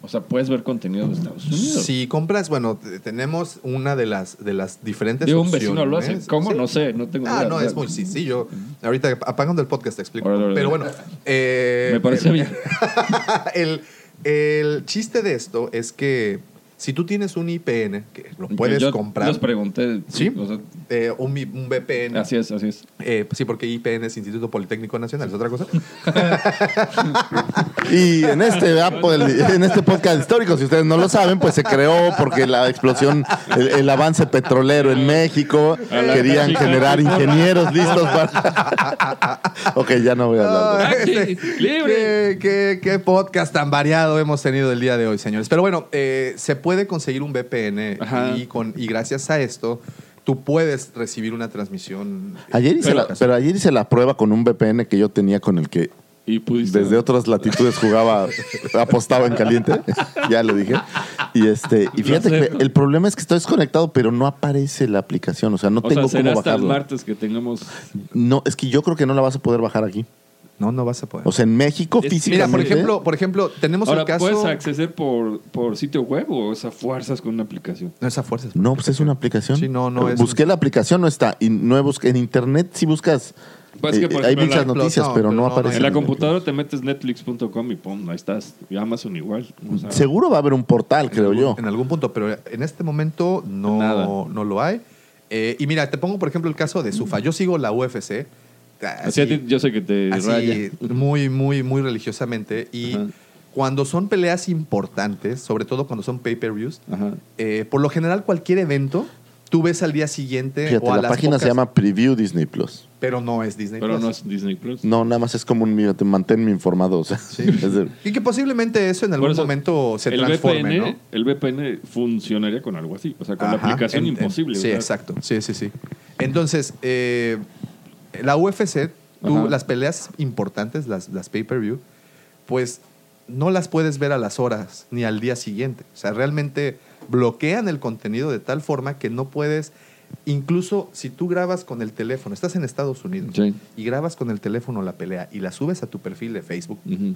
Speaker 3: o sea, puedes ver contenido de Estados Unidos.
Speaker 1: Si compras, bueno, t- tenemos una de las, de las diferentes
Speaker 3: Digo, un
Speaker 1: opciones.
Speaker 3: vecino lo hace. ¿Cómo?
Speaker 1: ¿eh? Sí.
Speaker 3: No sé, no tengo
Speaker 1: Ah,
Speaker 3: idea.
Speaker 1: no, es muy sencillo. Ahorita apagando el podcast te explico.
Speaker 3: Órale, órale.
Speaker 1: Pero bueno, eh,
Speaker 3: Me parece bien.
Speaker 1: (laughs) el, el chiste de esto es que si tú tienes un IPN, que lo puedes
Speaker 3: Yo
Speaker 1: comprar,
Speaker 3: Les pregunté.
Speaker 1: Sí.
Speaker 3: o sea,
Speaker 1: eh, un, I- un VPN,
Speaker 3: así es, así es.
Speaker 1: eh, sí, porque IPN es Instituto Politécnico Nacional, es otra
Speaker 3: (laughs)
Speaker 1: cosa.
Speaker 2: Y en este, Apple- en este podcast histórico, si ustedes no lo saben, pues se creó porque la explosión, el, el avance petrolero en México,
Speaker 3: A la
Speaker 2: querían
Speaker 3: chica.
Speaker 2: generar ingenieros listos para... (laughs) ok, ya no voy a hablar. de-
Speaker 1: Ah,
Speaker 3: (laughs) ¡Libre!
Speaker 1: ¿Qué, qué, qué podcast tan variado hemos tenido el día de hoy, señores. Pero bueno, eh, se puede conseguir un VPN
Speaker 3: Ajá.
Speaker 1: y, con, y gracias a esto tú puedes recibir una transmisión.
Speaker 2: Ayer hice
Speaker 3: Pero-
Speaker 2: la, pero ayer hice la prueba con un VPN que yo tenía con el que
Speaker 3: Y pudiste.
Speaker 2: desde otras latitudes
Speaker 3: (laughs)
Speaker 2: jugaba, apostaba en caliente, ya lo dije. Y este, y
Speaker 3: Lo
Speaker 2: fíjate que
Speaker 3: acepto.
Speaker 2: el problema es que estoy desconectado, pero no aparece la aplicación, o sea, no
Speaker 3: o
Speaker 2: tengo
Speaker 3: sea, será
Speaker 2: cómo
Speaker 3: hasta el
Speaker 2: bajarla.
Speaker 3: martes que tengamos.
Speaker 2: No, es que yo creo que no la vas a poder bajar aquí.
Speaker 1: No, no vas a poder.
Speaker 2: O sea, en México
Speaker 3: Es-
Speaker 1: Mira,
Speaker 2: físicamente.
Speaker 1: por ejemplo, por ejemplo, tenemos
Speaker 3: Ahora,
Speaker 1: el caso.
Speaker 3: ¿puedes acceder por, por sitio web o esa fuerzas con una aplicación?
Speaker 1: No es a fuerzas.
Speaker 2: No, pues es una aplicación.
Speaker 1: Sí, no, no es-
Speaker 2: Busqué la aplicación, no está. Y no he busca- en internet si buscas.
Speaker 3: Pues que, por
Speaker 2: eh, hay
Speaker 3: ejemplo,
Speaker 2: muchas
Speaker 3: la-
Speaker 2: noticias,
Speaker 1: no,
Speaker 2: pero
Speaker 1: pero
Speaker 2: no
Speaker 1: no,
Speaker 2: aparece.
Speaker 3: En la
Speaker 1: Sí.
Speaker 3: computadora te metes netflix.com y pum, ahí estás. Y Amazon igual. O sea,
Speaker 2: Seguro va a haber un portal, creo yo.
Speaker 1: En algún punto, pero en este momento
Speaker 3: Nada.
Speaker 1: no, no lo hay. Eh, y mira, te pongo, por ejemplo, el caso de Sufa. Yo sigo la UFC.
Speaker 3: así a ti, yo sé que te
Speaker 1: ah, así,
Speaker 3: raya.
Speaker 1: muy, muy, muy religiosamente. Y
Speaker 3: Ajá.
Speaker 1: cuando son peleas importantes, sobre todo cuando son pay-per-views,
Speaker 3: Ajá.
Speaker 1: eh, por lo general cualquier evento, tú ves al día siguiente
Speaker 2: Fíjate,
Speaker 1: o a
Speaker 2: la
Speaker 1: las
Speaker 2: página se
Speaker 1: pocas-
Speaker 2: llama Preview Disney Plus.
Speaker 1: Pero no es Disney
Speaker 3: Pero
Speaker 1: Plus.
Speaker 3: no es Disney Plus.
Speaker 2: No, nada más es como un mira, te manténme informado. O sea, (laughs) es de-
Speaker 1: Y que posiblemente eso en algún
Speaker 3: Por eso,
Speaker 1: momento se
Speaker 3: el VPN,
Speaker 1: transforme, ¿no?
Speaker 3: El VPN funcionaría con algo así. O sea, con la
Speaker 1: Ajá.
Speaker 3: aplicación
Speaker 1: En- en-
Speaker 3: imposible. o
Speaker 1: Sí,
Speaker 3: sea,
Speaker 1: exacto. Sí, sí, sí. Entonces, eh, la UFC, tú,
Speaker 3: Ajá.
Speaker 1: las peleas importantes, las, las pay-per-view, pues no las puedes ver a las horas ni al día siguiente. O sea, realmente bloquean el contenido de tal forma que no puedes, incluso si tú grabas con el teléfono, estás en Estados Unidos
Speaker 3: Sí.
Speaker 1: y grabas con el teléfono la pelea y la subes a tu perfil de Facebook, (laughs)
Speaker 3: Ujú.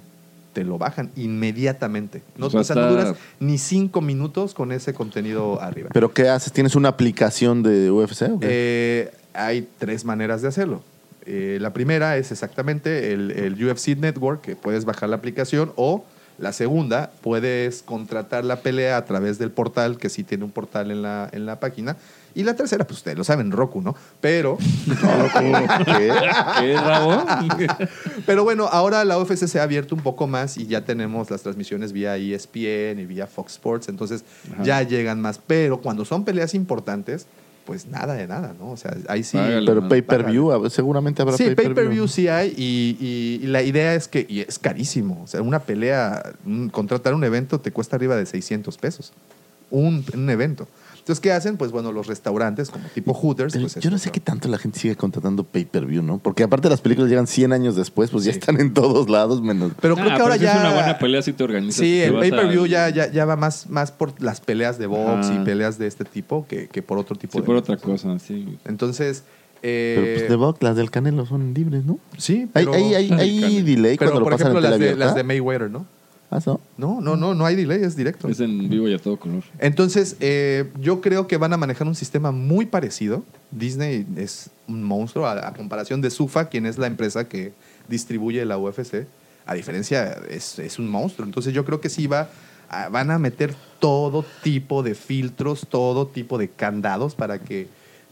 Speaker 1: te lo bajan inmediatamente. No,
Speaker 3: O sea,
Speaker 1: o sea, no
Speaker 3: está-
Speaker 1: duras ni cinco minutos con ese contenido arriba.
Speaker 2: Pero ¿qué haces? ¿Tienes una aplicación de UFC? o (laughs) qué?
Speaker 1: Eh, hay tres maneras de hacerlo. Eh, la primera es exactamente el, el UFC Network, que puedes bajar la aplicación, o La segunda, puedes contratar la pelea a través del portal, que sí tiene un portal en la, en la página. Y la tercera, pues ustedes lo saben, Roku, ¿no? Pero
Speaker 2: ¿Qué?
Speaker 1: (laughs)
Speaker 3: ¿Qué, Ah, Rabo?
Speaker 1: Pero bueno, ahora la UFC se ha abierto un poco más y ya tenemos las transmisiones vía E ESPN y vía Fox Sports, entonces ya llegan más. Pero cuando son peleas importantes, pues nada de nada, ¿no? O sea, ahí sí.
Speaker 3: Págale,
Speaker 2: Pero pay-per-view, seguramente habrá
Speaker 1: Sí,
Speaker 2: pay-per-view.
Speaker 1: pay-per-view sí hay y, y- y la idea es que y es carísimo. O sea, una pelea, mm, contratar un evento te cuesta arriba de 600 pesos. Un, un evento. Entonces, ¿qué hacen? Pues bueno, los restaurantes como tipo Hooters.
Speaker 2: Pero
Speaker 1: pues,
Speaker 2: Eh, yo
Speaker 1: eso,
Speaker 2: no sé qué tanto la gente sigue contratando pay-per-view, ¿no? Porque aparte las películas llegan 100 años después, pues ya están en todos lados, menos...
Speaker 1: Pero creo
Speaker 3: Ah,
Speaker 1: que ahora
Speaker 3: pero sí
Speaker 1: ya...
Speaker 3: Es una buena pelea si te organizas.
Speaker 1: Sí,
Speaker 3: Te
Speaker 1: el
Speaker 3: vas a-
Speaker 1: pay-per-view ya, ya, ya va más, más por las peleas de box
Speaker 3: Ajá.
Speaker 1: y peleas de este tipo que, que por otro tipo
Speaker 3: Ah. Sí,
Speaker 1: de...
Speaker 3: por otra cosa, sí.
Speaker 1: Entonces,
Speaker 2: Pero
Speaker 1: eh,
Speaker 2: pues de Box, las del Canelo son libres, ¿no?
Speaker 1: sí,
Speaker 2: Hay,
Speaker 1: pero,
Speaker 2: hay, hay,
Speaker 3: Ah,
Speaker 2: hay
Speaker 3: Canelo.
Speaker 2: delay
Speaker 1: pero
Speaker 2: cuando lo
Speaker 1: por
Speaker 2: pasan
Speaker 1: ejemplo
Speaker 2: en
Speaker 1: las
Speaker 2: tele
Speaker 1: de, las de
Speaker 2: abierta.
Speaker 1: Mayweather, ¿no?
Speaker 2: Ah, ¿no?
Speaker 1: No, no, no, no hay delay, es directo.
Speaker 3: Es en vivo y a todo color.
Speaker 1: Entonces, eh, yo creo que van a manejar un sistema muy parecido. Disney es un monstruo a, a comparación de Sufa, quien es la empresa que distribuye la UFC. A diferencia, es, es un monstruo. Entonces, yo creo que sí va, a- van a meter todo tipo de filtros, todo tipo de candados para que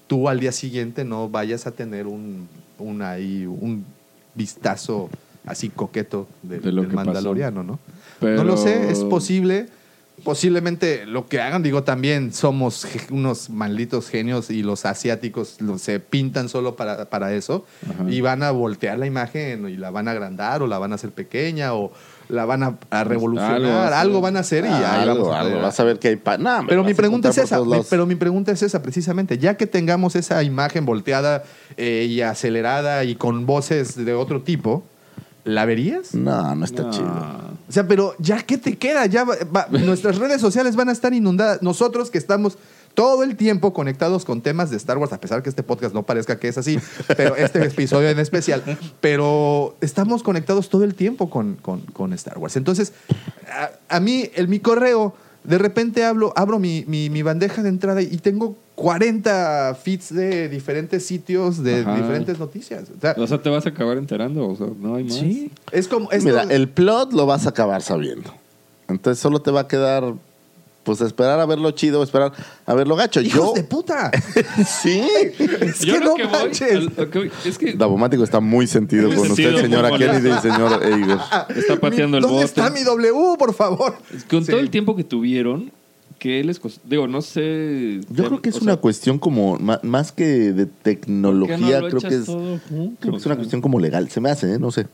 Speaker 1: tú al día siguiente no vayas a tener un, un, ahí, un vistazo así coqueto del,
Speaker 3: De lo
Speaker 1: del
Speaker 3: que pasó.
Speaker 1: mandaloriano, ¿no?
Speaker 3: Pero-
Speaker 1: No lo sé, es posible. Posiblemente lo que hagan, digo, también somos ge- unos malditos genios y los asiáticos lo- se pintan solo para, para eso
Speaker 3: Ajá.
Speaker 1: y van a voltear la imagen y la van a agrandar o la van a hacer pequeña o la van a, a
Speaker 2: Pues
Speaker 1: revolucionar.
Speaker 3: Algo,
Speaker 1: Algo,
Speaker 3: sí.
Speaker 1: van a hacer y
Speaker 2: Ah,
Speaker 1: ahí
Speaker 2: algo,
Speaker 1: vamos a
Speaker 2: algo.
Speaker 1: poder-
Speaker 2: Vas a ver que hay... Pa... Nah, me
Speaker 1: pero
Speaker 2: vas
Speaker 1: mi
Speaker 2: a
Speaker 1: pregunta es
Speaker 2: encontrar por
Speaker 1: esa,
Speaker 2: todos
Speaker 1: mi-
Speaker 2: lados.
Speaker 1: pero mi pregunta es esa precisamente, ya que tengamos esa imagen volteada eh, y acelerada y con voces de otro tipo, ¿la verías?
Speaker 2: No, no está
Speaker 3: No.
Speaker 2: chido.
Speaker 3: Ah,
Speaker 1: O sea, pero ya qué te queda, ya va- va- nuestras redes sociales van a estar inundadas. Nosotros que estamos todo el tiempo conectados con temas de Star Wars, a pesar que este podcast no parezca que es así, pero este episodio en especial, pero estamos conectados todo el tiempo con, con- con Star Wars. Entonces, a, a mí, en mi correo, de repente hablo, abro mi, mi- mi bandeja de entrada y tengo 40 feeds de diferentes sitios, de
Speaker 3: Ajá.
Speaker 1: diferentes noticias. O sea,
Speaker 3: O sea, te vas a acabar enterando, o sea, no hay más.
Speaker 1: sí, es como... es
Speaker 2: Mira,
Speaker 1: como-
Speaker 2: el plot lo vas a acabar sabiendo. Entonces solo te va a quedar... Pues esperar a verlo chido, esperar a verlo gacho.
Speaker 1: ¡Hijos
Speaker 2: yo...
Speaker 1: de puta!
Speaker 2: (laughs) sí.
Speaker 1: Es
Speaker 3: Yo
Speaker 1: que
Speaker 3: lo
Speaker 1: no
Speaker 3: que voy,
Speaker 1: manches.
Speaker 3: al- lo que voy- es que
Speaker 2: Davomático está muy sentido
Speaker 3: Muy
Speaker 2: con
Speaker 3: sentido,
Speaker 2: usted, señora
Speaker 3: muy
Speaker 2: Kennedy y señor Eiger.
Speaker 3: está pateando el
Speaker 1: ¿Dónde
Speaker 3: bote.
Speaker 1: está mi W, por favor?
Speaker 3: Con
Speaker 1: Sí.
Speaker 3: todo el tiempo que tuvieron, que les costó? Digo, no sé.
Speaker 2: Yo
Speaker 3: Ya-
Speaker 2: creo que es
Speaker 3: o
Speaker 2: una
Speaker 3: sea,
Speaker 2: cuestión como, ma- más que de
Speaker 3: ¿por qué
Speaker 2: tecnología,
Speaker 3: no lo
Speaker 2: creo
Speaker 3: echas
Speaker 2: que es...
Speaker 3: todo junto?
Speaker 2: Creo que es una
Speaker 3: O sea,
Speaker 2: cuestión como legal, se me hace, ¿eh? no sé.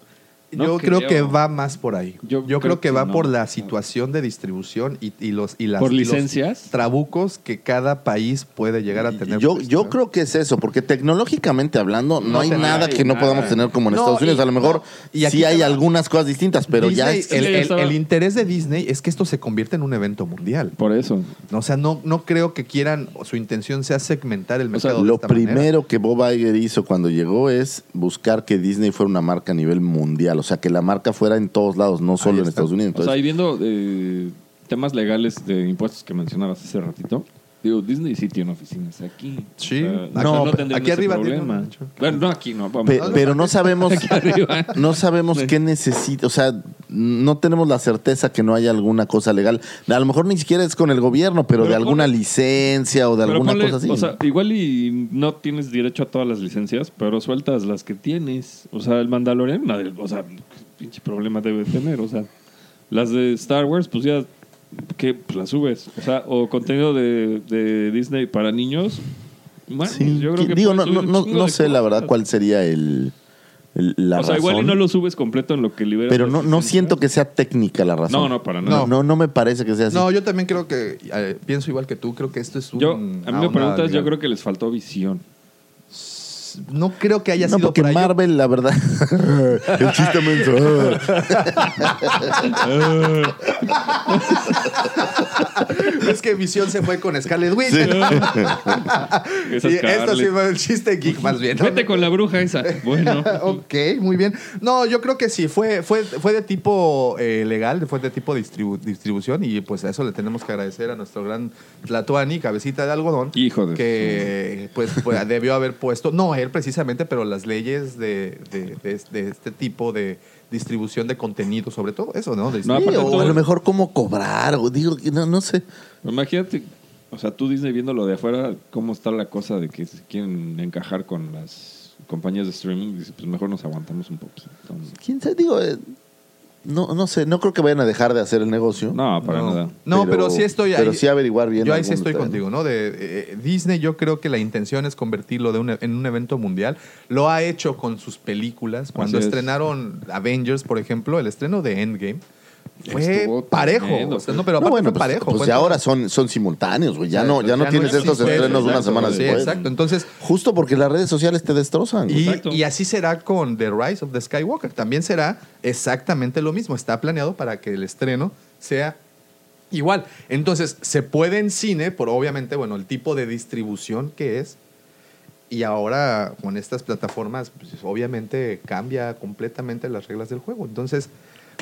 Speaker 3: No
Speaker 1: Yo creo.
Speaker 3: creo.
Speaker 1: que va más por ahí. Yo, creo, que, va
Speaker 3: no.
Speaker 1: por la situación de distribución y, y los y las
Speaker 3: ¿Por
Speaker 1: y los
Speaker 3: licencias?
Speaker 1: trabucos que cada país puede llegar a tener. pues,
Speaker 2: Yo, yo creo que es eso, porque tecnológicamente hablando, no,
Speaker 3: No
Speaker 2: hay
Speaker 3: tenemos
Speaker 2: nada que no
Speaker 3: nada.
Speaker 2: podamos tener como en
Speaker 1: No,
Speaker 2: Estados Unidos.
Speaker 1: y-
Speaker 2: a lo mejor
Speaker 1: no, y aquí
Speaker 2: sí hay
Speaker 1: te va.
Speaker 2: algunas cosas distintas, pero ya es...
Speaker 1: Disney, el,
Speaker 3: Sí,
Speaker 1: el-
Speaker 3: estaba-
Speaker 1: el interés de Disney es que esto se convierta en un evento mundial.
Speaker 3: Por eso.
Speaker 1: O sea, no, no creo que quieran, o su intención sea segmentar el mercado. de
Speaker 2: Lo
Speaker 1: esta manera.
Speaker 2: primero que Bob Iger hizo cuando llegó es buscar que Disney fuera una marca a nivel mundial, o sea, que la marca fuera en todos lados, no solo en
Speaker 1: está.
Speaker 2: Estados Unidos.
Speaker 3: o sea,
Speaker 2: Entonces,
Speaker 3: y viendo eh, temas legales de impuestos que mencionabas hace ratito, digo, Disney sí tiene oficinas aquí.
Speaker 1: Sí. Ah,
Speaker 3: O sea,
Speaker 1: No,
Speaker 3: no,
Speaker 1: pero
Speaker 3: tendrían
Speaker 1: aquí
Speaker 3: ese
Speaker 1: arriba tiene
Speaker 3: problema.
Speaker 1: una, de hecho.
Speaker 3: Bueno, no aquí, no. Vamos.
Speaker 2: Pe- pero no sabemos
Speaker 3: (laughs) arriba.
Speaker 2: no sabemos qué necesita o sea no tenemos la certeza que no haya alguna cosa legal a lo mejor ni siquiera es con el gobierno pero,
Speaker 3: Pero
Speaker 2: de alguna
Speaker 3: ponle-
Speaker 2: licencia o de
Speaker 3: Pero
Speaker 2: alguna
Speaker 3: ponle,
Speaker 2: cosa así
Speaker 3: O sea, igual y no tienes derecho a todas las licencias, pero sueltas las que tienes. O sea, el Mandalorian, nadie- o sea, qué pinche problema debe tener. O sea, las de Star Wars, pues ya, que pues las subes. O sea, o contenido de, de Disney para niños. Bueno,
Speaker 2: Sí,
Speaker 3: yo creo que
Speaker 2: digo no,
Speaker 3: puedes
Speaker 2: no,
Speaker 3: subir un
Speaker 2: no,
Speaker 3: chingo
Speaker 2: no
Speaker 3: de
Speaker 2: sé la verdad
Speaker 3: cosas.
Speaker 2: cuál sería el, el- la
Speaker 3: o sea, igual y
Speaker 2: razón,
Speaker 3: no lo subes completo en lo que liberas.
Speaker 2: pero
Speaker 3: las
Speaker 2: no, no
Speaker 3: licencias.
Speaker 2: siento que sea técnica la razón
Speaker 3: No, no, para nada.
Speaker 2: no, no, no me parece que sea así
Speaker 1: No, yo también creo que, eh, pienso igual que tú, creo que esto es pues, un...
Speaker 3: Yo, a mí me preguntas, yo creo que les faltó visión. (laughs)
Speaker 1: No creo que haya
Speaker 2: No,
Speaker 1: sido
Speaker 2: porque
Speaker 1: por ahí. Yo
Speaker 2: Marvel, la
Speaker 3: (laughs)
Speaker 2: verdad. el chiste menso.
Speaker 1: (laughs) (laughs) Es que Visión se fue con Scarlet
Speaker 3: (laughs)
Speaker 1: Witch.
Speaker 3: Esa
Speaker 1: Sí, esto (laughs) sí
Speaker 3: Scarlett.
Speaker 1: fue el chiste geek más bien. ¿no?
Speaker 3: Vete con la bruja esa.
Speaker 1: (laughs)
Speaker 3: Bueno.
Speaker 1: ok, muy bien. No, yo creo que sí, fue, fue, fue de tipo eh, legal, fue de tipo distribu- distribución y pues a eso le tenemos que agradecer a nuestro gran Tlatuani, cabecita de algodón,
Speaker 3: Hijo de
Speaker 1: que pues, pues, (laughs) debió haber puesto, no él precisamente, pero las leyes de, de- de- de este tipo de distribución de contenido, sobre todo eso, ¿no? De-
Speaker 3: No,
Speaker 2: Sí,
Speaker 3: aparte
Speaker 2: o
Speaker 3: todo-
Speaker 2: a lo mejor cómo cobrar, o digo, que no, no sé.
Speaker 3: Imagínate, o sea, tú Disney viendo lo de afuera, cómo está la cosa de que se quieren encajar con las compañías de streaming. Dice, pues mejor nos aguantamos un poquito.
Speaker 2: ¿Quién sabe? Digo, eh, no, no sé, no creo que vayan a dejar de hacer el negocio.
Speaker 3: No, para
Speaker 1: no,
Speaker 3: nada.
Speaker 1: No, pero, sí estoy
Speaker 2: Pero sí averiguar bien.
Speaker 1: Yo ahí sí
Speaker 2: algún
Speaker 1: estoy
Speaker 2: detalle.
Speaker 1: contigo, ¿no? De eh, Disney, yo creo que la intención es convertirlo de un e- en un evento mundial. Lo ha hecho con sus películas. Cuando
Speaker 3: Así es.
Speaker 1: estrenaron Avengers, por ejemplo, el estreno de Endgame fue
Speaker 3: Estuvo
Speaker 1: parejo.
Speaker 3: tremendo,
Speaker 1: o sea,
Speaker 3: pues.
Speaker 1: no, pero
Speaker 2: No,
Speaker 1: aparte
Speaker 2: bueno,
Speaker 1: fue
Speaker 2: pues,
Speaker 1: parejo.
Speaker 2: pues
Speaker 1: fue
Speaker 2: ya
Speaker 1: todo.
Speaker 2: ahora son, son simultáneos, güey. Ya
Speaker 1: Exacto,
Speaker 2: no, ya no tienes estos
Speaker 1: existe,
Speaker 2: estrenos una
Speaker 1: exacto,
Speaker 2: semana
Speaker 1: sí,
Speaker 2: después.
Speaker 1: Exacto. Entonces,
Speaker 2: Justo porque las redes sociales te destrozan. güey.
Speaker 1: Y,
Speaker 3: Exacto.
Speaker 1: y así será con The Rise of the Skywalker. También será exactamente lo mismo. Está planeado para que el estreno sea igual. Entonces, se puede en cine por obviamente, bueno, el tipo de distribución que es. Y ahora con estas plataformas, pues, obviamente cambia completamente las reglas del juego. Entonces,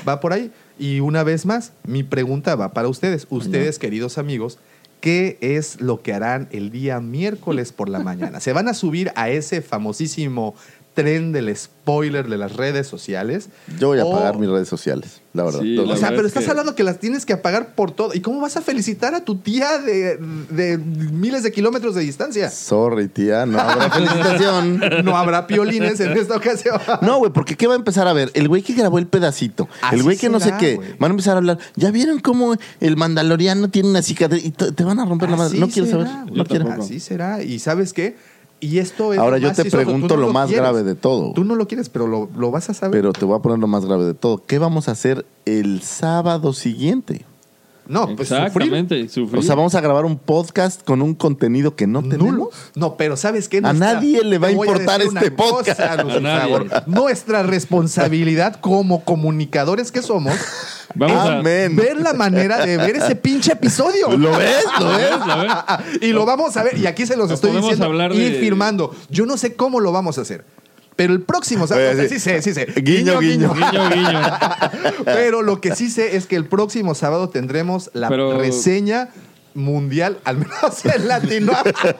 Speaker 1: va por ahí. Y una vez más, mi pregunta va para ustedes. Ustedes, queridos amigos, ¿qué es lo que harán el día miércoles por la mañana? ¿Se van a subir a ese famosísimo tren del spoiler de las redes sociales?
Speaker 2: Yo voy a
Speaker 1: O-
Speaker 2: apagar mis redes sociales, la verdad.
Speaker 3: Sí,
Speaker 2: Todo-
Speaker 3: la
Speaker 1: o sea,
Speaker 3: verdad
Speaker 1: pero
Speaker 3: es
Speaker 1: estás
Speaker 3: que-
Speaker 1: hablando que las tienes que apagar por todo. ¿Y cómo vas a felicitar a tu tía de, de miles de kilómetros de distancia?
Speaker 2: Sorry, tía,
Speaker 1: (laughs)
Speaker 2: no habrá felicitación.
Speaker 1: No habrá piolines en esta ocasión.
Speaker 2: (laughs) No, güey, porque ¿qué va a empezar a ver? El güey que grabó el pedacito.
Speaker 1: Así
Speaker 2: el güey que no sé
Speaker 1: será,
Speaker 2: qué.
Speaker 1: güey.
Speaker 2: Van a empezar a hablar. ¿Ya vieron cómo el mandaloriano tiene una cicatriz? Y te te van a romper la madre.
Speaker 1: Así
Speaker 2: No quiero
Speaker 1: será,
Speaker 2: saber.
Speaker 1: güey.
Speaker 2: No
Speaker 3: Yo
Speaker 2: quiero.
Speaker 3: tampoco.
Speaker 1: Así será. ¿Y sabes qué? Y esto es.
Speaker 2: Ahora
Speaker 1: lo
Speaker 2: yo
Speaker 1: más
Speaker 2: te
Speaker 1: chistoso. Tú
Speaker 2: pregunto
Speaker 1: no
Speaker 2: lo más
Speaker 1: quieres.
Speaker 2: grave de todo.
Speaker 1: Tú no lo quieres, pero lo, lo vas a saber.
Speaker 2: Pero te voy a poner lo más grave de todo. ¿Qué vamos a hacer el sábado siguiente?
Speaker 1: no, pues sufrir.
Speaker 3: Exactamente, sufrir.
Speaker 2: O sea, vamos a grabar un podcast con un contenido que no tenemos.
Speaker 1: Nulo. No, pero ¿sabes qué?
Speaker 2: A nadie le va
Speaker 1: te
Speaker 2: a
Speaker 1: voy
Speaker 2: importar
Speaker 1: decir
Speaker 2: este
Speaker 1: una cosa,
Speaker 2: podcast.
Speaker 1: Luz,
Speaker 3: A
Speaker 1: por
Speaker 3: nadie.
Speaker 1: favor. Nuestra responsabilidad como comunicadores que somos
Speaker 3: Vamos a-
Speaker 2: Amén.
Speaker 1: ver la manera de ver ese pinche episodio.
Speaker 2: (laughs) ¿Lo ves? ¿Lo
Speaker 3: ¿Lo
Speaker 2: ves?
Speaker 3: ves? ¿Lo ves?
Speaker 1: y lo vamos a ver. Y aquí se los
Speaker 3: Lo
Speaker 1: estoy
Speaker 3: podemos
Speaker 1: diciendo
Speaker 3: hablar
Speaker 1: y
Speaker 3: de-
Speaker 1: firmando. Yo no sé cómo lo vamos a hacer. Pero el próximo sábado.
Speaker 2: Oye,
Speaker 1: sí,
Speaker 2: sí.
Speaker 1: sé, sí sé.
Speaker 2: Guiño, guiño. (laughs)
Speaker 3: Guiño, guiño.
Speaker 1: Pero lo que sí sé es que el próximo sábado tendremos la
Speaker 3: Pero-
Speaker 1: reseña mundial, al menos (laughs) en Latinoamérica.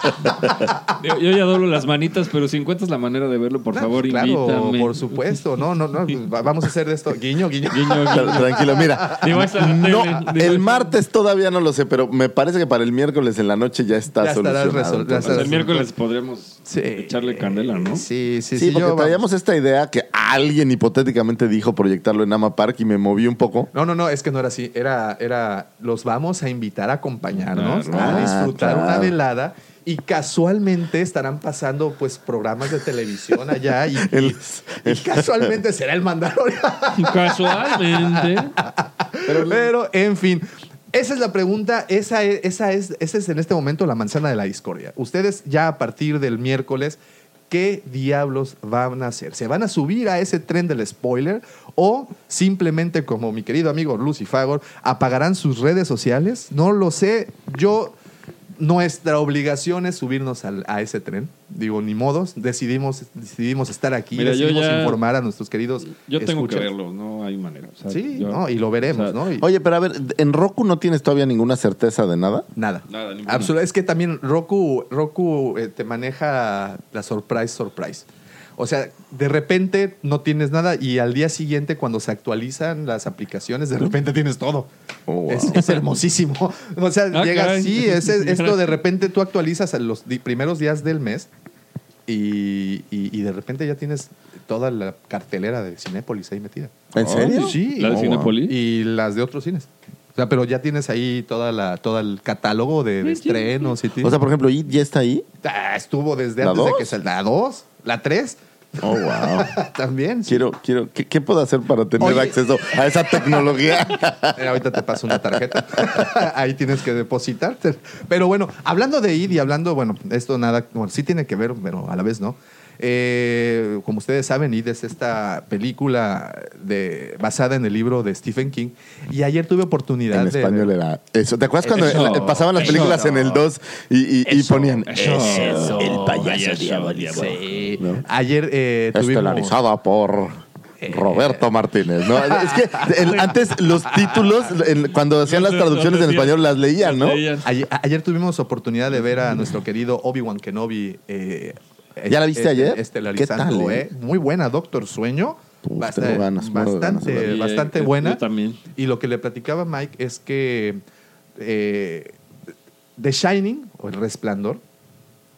Speaker 3: Yo, yo ya doblo las manitas, pero si encuentras la manera de verlo, por favor,
Speaker 1: Ah, pues, claro,
Speaker 3: invítame.
Speaker 1: por supuesto. No, no, no. va- Vamos a hacer de esto. Guiño, guiño.
Speaker 3: Guiño, guiño.
Speaker 2: Tra- Tranquilo,
Speaker 1: (laughs)
Speaker 2: mira.
Speaker 3: Digo, ahí está la
Speaker 2: No,
Speaker 3: tele, digo, ahí
Speaker 2: el
Speaker 3: está.
Speaker 2: martes todavía no lo sé, pero me parece que para el miércoles en la noche ya está
Speaker 1: Ya estará
Speaker 2: solucionado.
Speaker 1: resol- ya
Speaker 3: O sea,
Speaker 1: estará
Speaker 3: el miércoles podríamos
Speaker 1: Sí.
Speaker 3: echarle candela, ¿no?
Speaker 1: Sí, sí, sí.
Speaker 2: Sí, porque
Speaker 1: yo-
Speaker 2: traíamos esta idea que alguien hipotéticamente dijo proyectarlo en Ama Park y me moví un poco.
Speaker 1: No, no, no, es que no era así. Era, era, los vamos a invitar a acompañarnos,
Speaker 3: Claro.
Speaker 1: a disfrutar
Speaker 2: Ah, claro.
Speaker 1: una velada y casualmente estarán pasando pues programas de televisión allá y, y-
Speaker 2: (laughs) El-
Speaker 1: y casualmente será el Mandalorian.
Speaker 3: Casualmente.
Speaker 1: (laughs) Pero, en fin, esa es la pregunta, esa es, esa es, esa es en este momento la manzana de la discordia. Ustedes ya a partir del miércoles, ¿qué diablos van a hacer? ¿Se van a subir a ese tren del spoiler o simplemente como mi querido amigo Lucy Fagor, apagarán sus redes sociales? No lo sé, yo... Nuestra obligación es subirnos al- a ese tren. Digo, ni modos. Decidimos, decidimos estar aquí,
Speaker 3: Mira, yo
Speaker 1: decidimos
Speaker 3: ya-
Speaker 1: informar a nuestros queridos.
Speaker 3: Yo tengo que
Speaker 1: escuchas.
Speaker 3: verlo, no hay manera. o sea,
Speaker 1: Sí,
Speaker 3: yo-
Speaker 1: no, y lo veremos,
Speaker 3: o sea,
Speaker 1: ¿no? Y-
Speaker 2: Oye, pero a ver, en Roku no tienes todavía ninguna certeza de nada.
Speaker 1: Nada.
Speaker 3: Nada, ninguna.
Speaker 1: Absolu- Es que también Roku, Roku eh, te maneja la surprise, surprise. O sea, de repente no tienes nada y al día siguiente cuando se actualizan las aplicaciones, de repente tienes todo. es, es hermosísimo. (laughs) O sea,
Speaker 3: Oh, Ah,
Speaker 1: llega
Speaker 3: caray.
Speaker 1: así, es,
Speaker 3: (laughs)
Speaker 1: es- esto de repente tú actualizas a los di- primeros días del mes y, y- y de repente ya tienes toda la cartelera de Cinépolis ahí metida.
Speaker 2: ¿En serio?
Speaker 1: Sí.
Speaker 3: ¿La de
Speaker 2: Oh, wow.
Speaker 3: Cinépolis?
Speaker 1: Y las de otros cines. O sea, pero ya tienes ahí toda la, todo el catálogo de, de estrenos y ti-
Speaker 2: O sea, por ejemplo, ¿It ya está ahí?
Speaker 1: Ah, estuvo desde
Speaker 2: ¿La
Speaker 1: antes de
Speaker 2: dos?
Speaker 1: que sal- la 2, la 3,
Speaker 2: Oh, wow.
Speaker 1: también.
Speaker 2: (laughs)
Speaker 1: sí.
Speaker 2: Quiero, quiero, ¿qué, qué puedo hacer para tener
Speaker 1: Oye.
Speaker 2: acceso a esa tecnología?
Speaker 1: Eh, ahorita te paso una tarjeta. (laughs) ahí tienes que depositarte. Pero bueno, hablando de ID y hablando, bueno, esto nada, bueno, sí tiene que ver, pero a la vez no. Eh, como ustedes saben, ID es esta película de, basada en el libro de Stephen King. Y ayer tuve oportunidad
Speaker 2: en
Speaker 1: de.
Speaker 2: español era eso. ¿Te acuerdas cuando
Speaker 3: Eso.
Speaker 2: la- pasaban las
Speaker 3: Eso.
Speaker 2: películas en el 2 y, y- y ponían
Speaker 3: Eso.
Speaker 2: el payaso
Speaker 3: Payaso
Speaker 2: diabólico?
Speaker 1: Sí.
Speaker 2: ¿No?
Speaker 1: Ayer eh, tuvimos.
Speaker 2: Estelarizada por Roberto Martínez, ¿no? Es que el- antes los títulos, el- cuando hacían las traducciones en español, las leían, ¿no?
Speaker 3: Leían.
Speaker 1: Ayer, ayer tuvimos oportunidad de ver a nuestro querido Obi-Wan Kenobi eh,
Speaker 2: ¿Ya la viste
Speaker 1: eh,
Speaker 2: ayer?
Speaker 1: Estelarizando,
Speaker 2: ¿Qué tal,
Speaker 1: eh?
Speaker 2: eh?
Speaker 1: Muy buena, Doctor Sueño.
Speaker 2: Uf,
Speaker 1: Basta-
Speaker 2: tengo ganas, muero de ganas de
Speaker 1: bastante,
Speaker 3: verla.
Speaker 1: bastante
Speaker 3: Y, eh,
Speaker 1: buena.
Speaker 3: yo también.
Speaker 1: Y lo que le platicaba Mike es que eh, The Shining, o El Resplandor,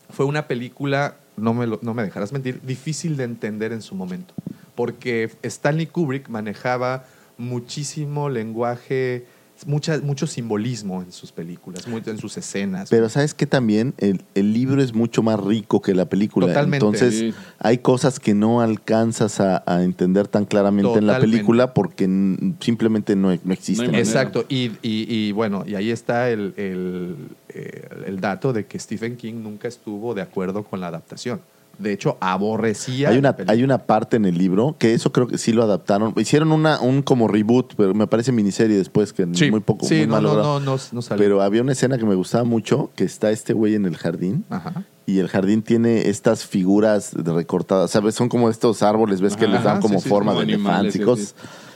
Speaker 1: fue una película, no me, lo- no me dejarás mentir, difícil de entender en su momento. Porque Stanley Kubrick manejaba muchísimo lenguaje, mucha- mucho simbolismo en sus películas, mucho en sus escenas.
Speaker 2: Pero sabes que también el, el libro es mucho más rico que la película.
Speaker 1: Totalmente.
Speaker 2: Entonces
Speaker 3: Sí.
Speaker 2: hay cosas que no alcanzas a, a entender tan claramente en la
Speaker 1: Totalmente.
Speaker 2: película porque n- simplemente no, no existen.
Speaker 3: manera.
Speaker 1: Exacto, y, y- y, bueno, y ahí está el, el, eh, el dato de que Stephen King nunca estuvo de acuerdo con la adaptación. De hecho, aborrecía.
Speaker 2: Hay una,
Speaker 1: la película.
Speaker 2: hay una parte en el libro que eso creo que sí lo adaptaron. Hicieron una, un como reboot, pero me parece miniserie después que
Speaker 1: Sí,
Speaker 2: muy poco,
Speaker 1: sí,
Speaker 2: muy
Speaker 1: no,
Speaker 2: mal
Speaker 1: no,
Speaker 2: logrado.
Speaker 1: no, no, no salió.
Speaker 2: Pero había una escena que me gustaba mucho, que está este güey en el jardín
Speaker 1: Ajá.
Speaker 2: y el jardín tiene estas figuras de- recortadas, ¿sabes? Son como estos árboles, ¿ves? que
Speaker 3: Ajá,
Speaker 2: les dan
Speaker 1: ajá,
Speaker 2: como
Speaker 1: sí, sí,
Speaker 2: forma
Speaker 3: como
Speaker 2: de
Speaker 3: animales,
Speaker 2: elefantes y
Speaker 3: sí,
Speaker 2: cosas.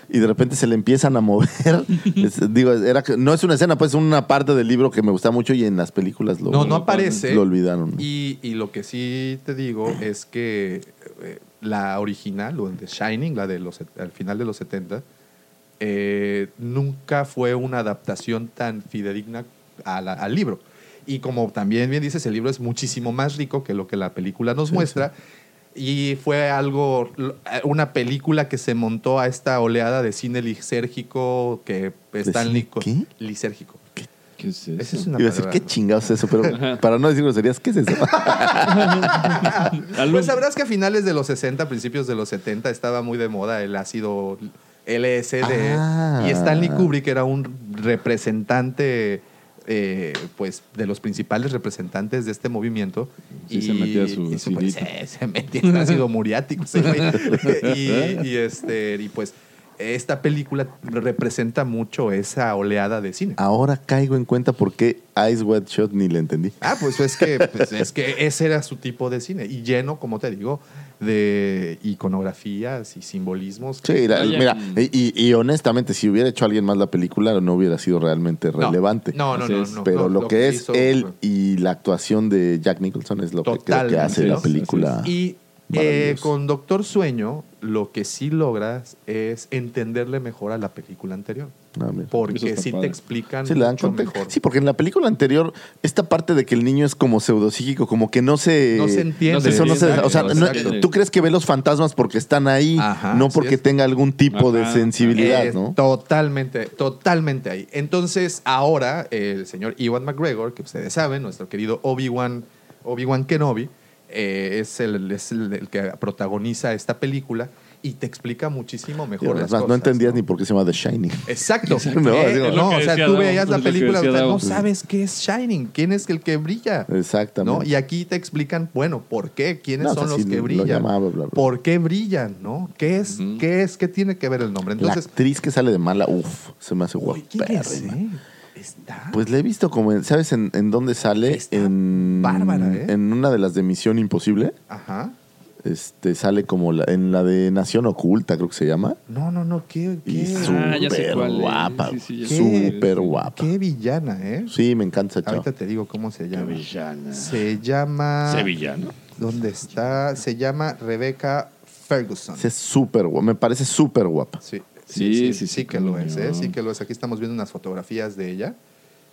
Speaker 2: Y de repente se le empiezan a
Speaker 1: (laughs)
Speaker 2: mover. Es- digo, era, que- no es una escena, pues es una parte del libro que me gusta mucho y en las películas lo,
Speaker 1: No, no aparece.
Speaker 2: lo olvidaron. Ah.
Speaker 1: Y, y lo que sí te digo es que eh, la original, o The Shining, la de los al final de los 70, eh, nunca fue una adaptación tan fidedigna a la- al libro. Y como también bien dices, el libro es muchísimo más rico que lo que la película nos muestra. Y fue algo, lo- eh, una película que se montó a esta oleada de cine lisérgico que Stanley...
Speaker 2: cine
Speaker 1: Co-
Speaker 2: qué?
Speaker 1: Lisérgico.
Speaker 3: ¿Qué es eso?
Speaker 1: Esa es una
Speaker 2: Iba a decir,
Speaker 1: palabra-
Speaker 2: qué chingados es eso, pero para no decir groserías, ¿qué es eso? (laughs)
Speaker 3: Algo-
Speaker 1: (laughs) Pues sabrás que a finales de los 60, principios de los 70, estaba muy de moda el ácido LSD.
Speaker 2: Ah.
Speaker 1: Y Stanley Kubrick era un representante, eh, pues, de los principales representantes de este movimiento.
Speaker 3: Sí, se metía su
Speaker 1: y pues,
Speaker 3: acidito.
Speaker 1: eh, se metía
Speaker 3: (laughs)
Speaker 1: en ácido muriático. ese güey. y, y, este, y pues, esta película representa mucho esa oleada de cine.
Speaker 2: Ahora caigo en cuenta por qué Ice Wet Shot ni le entendí.
Speaker 1: Ah, pues es
Speaker 2: (laughs)
Speaker 1: que, pues, es que ese era su tipo de cine. Y lleno, como te digo, de iconografías y simbolismos.
Speaker 2: Sí, la-
Speaker 3: Oye,
Speaker 2: mira,
Speaker 3: mm.
Speaker 2: y, y- y honestamente, si hubiera hecho alguien más la película, no hubiera sido realmente
Speaker 1: No,
Speaker 2: relevante.
Speaker 1: No, no,
Speaker 3: Así
Speaker 1: no,
Speaker 3: es.
Speaker 1: no,
Speaker 2: Pero
Speaker 1: no,
Speaker 2: lo, que es
Speaker 1: hizo-
Speaker 2: él y la actuación de Jack Nicholson es lo que creo que
Speaker 1: Totalmente,
Speaker 2: hace la
Speaker 1: ¿no?
Speaker 2: película.
Speaker 1: Y eh,
Speaker 2: Maravilloso.
Speaker 1: con Doctor Sueño, lo que sí logras es entenderle mejor a la película anterior.
Speaker 2: Ah, mira.
Speaker 3: Eso
Speaker 1: Porque
Speaker 3: está
Speaker 1: sí te
Speaker 3: padre.
Speaker 1: explican
Speaker 2: Sí, le dan
Speaker 1: mucho
Speaker 2: contexto.
Speaker 1: mejor.
Speaker 2: Sí, porque en la película anterior, esta parte de que el niño es como pseudopsíquico, como que no se.
Speaker 1: No se entiende.
Speaker 3: no se
Speaker 2: Eso no se-
Speaker 3: entiende,
Speaker 2: o sea,
Speaker 3: no
Speaker 2: no-
Speaker 3: entiende.
Speaker 2: tú crees que ve los fantasmas porque están ahí,
Speaker 1: Ajá,
Speaker 2: no
Speaker 1: así
Speaker 2: porque
Speaker 1: es.
Speaker 2: tenga algún tipo de
Speaker 3: Ajá.
Speaker 2: sensibilidad,
Speaker 1: Es
Speaker 2: ¿no?
Speaker 1: Totalmente, totalmente ahí. Entonces, ahora el señor Iwan McGregor, que ustedes saben, nuestro querido Obi-Wan Obi-Wan Kenobi, eh, es, el, es el, el que protagoniza esta película y te explica muchísimo
Speaker 2: Y
Speaker 1: mejor
Speaker 2: además,
Speaker 1: las
Speaker 2: no
Speaker 1: cosas,
Speaker 2: entendías
Speaker 1: ¿no?
Speaker 2: ni por qué se llama The Shining.
Speaker 1: Exacto.
Speaker 2: Exacto. (laughs)
Speaker 1: Eh,
Speaker 2: No, así
Speaker 1: No,
Speaker 2: como-
Speaker 3: Es lo
Speaker 1: o
Speaker 3: que
Speaker 1: sea,
Speaker 3: decía
Speaker 1: tú
Speaker 3: Davo,
Speaker 1: veías la
Speaker 3: es lo que
Speaker 1: película,
Speaker 3: decía
Speaker 1: o sea,
Speaker 3: Davo.
Speaker 1: no sabes qué es Shining, quién es el que brilla.
Speaker 2: Exactamente.
Speaker 1: ¿no? Y aquí te explican, bueno, ¿por qué? ¿Quiénes
Speaker 2: No, o sea,
Speaker 1: son los
Speaker 2: sí,
Speaker 1: que
Speaker 2: lo
Speaker 1: brillan?
Speaker 2: llamaba, bla, bla, bla.
Speaker 1: ¿Por qué brillan? ¿No? ¿Qué es?
Speaker 3: Ujú.
Speaker 1: ¿Qué es? ¿Qué tiene que ver el nombre? Entonces,
Speaker 2: la actriz que sale de mala, uff, se me hace
Speaker 1: Uy, ¿quién
Speaker 2: guapérrima.
Speaker 1: es, eh? Está.
Speaker 2: Pues la he visto como, en- ¿sabes en, en dónde sale?
Speaker 1: Está
Speaker 2: en
Speaker 1: bárbara, ¿eh?
Speaker 2: En una de las de Misión Imposible.
Speaker 1: Ajá.
Speaker 2: Este sale como la- en la de Nación Oculta, creo que se llama.
Speaker 1: No, no, no. Qué,
Speaker 2: Y
Speaker 1: qué,
Speaker 3: Ah, ya sé
Speaker 2: súper
Speaker 3: cuál es.
Speaker 2: guapa.
Speaker 3: Sí, sí, ya
Speaker 1: sé cuál es,
Speaker 2: súper guapa.
Speaker 1: qué villana, ¿eh?
Speaker 2: Sí, me encanta esa chava.
Speaker 1: Ahorita te digo cómo se llama. Se
Speaker 3: Ah.
Speaker 1: llama.
Speaker 3: Sevillano.
Speaker 1: ¿Dónde está? Se llama Rebeca Ferguson.
Speaker 2: Esa Es súper guapa. Me parece súper guapa.
Speaker 1: Sí,
Speaker 3: Sí, sí, sí,
Speaker 1: que lo
Speaker 3: coño.
Speaker 1: es, ¿eh? Sí que lo es. Aquí estamos viendo unas fotografías de ella.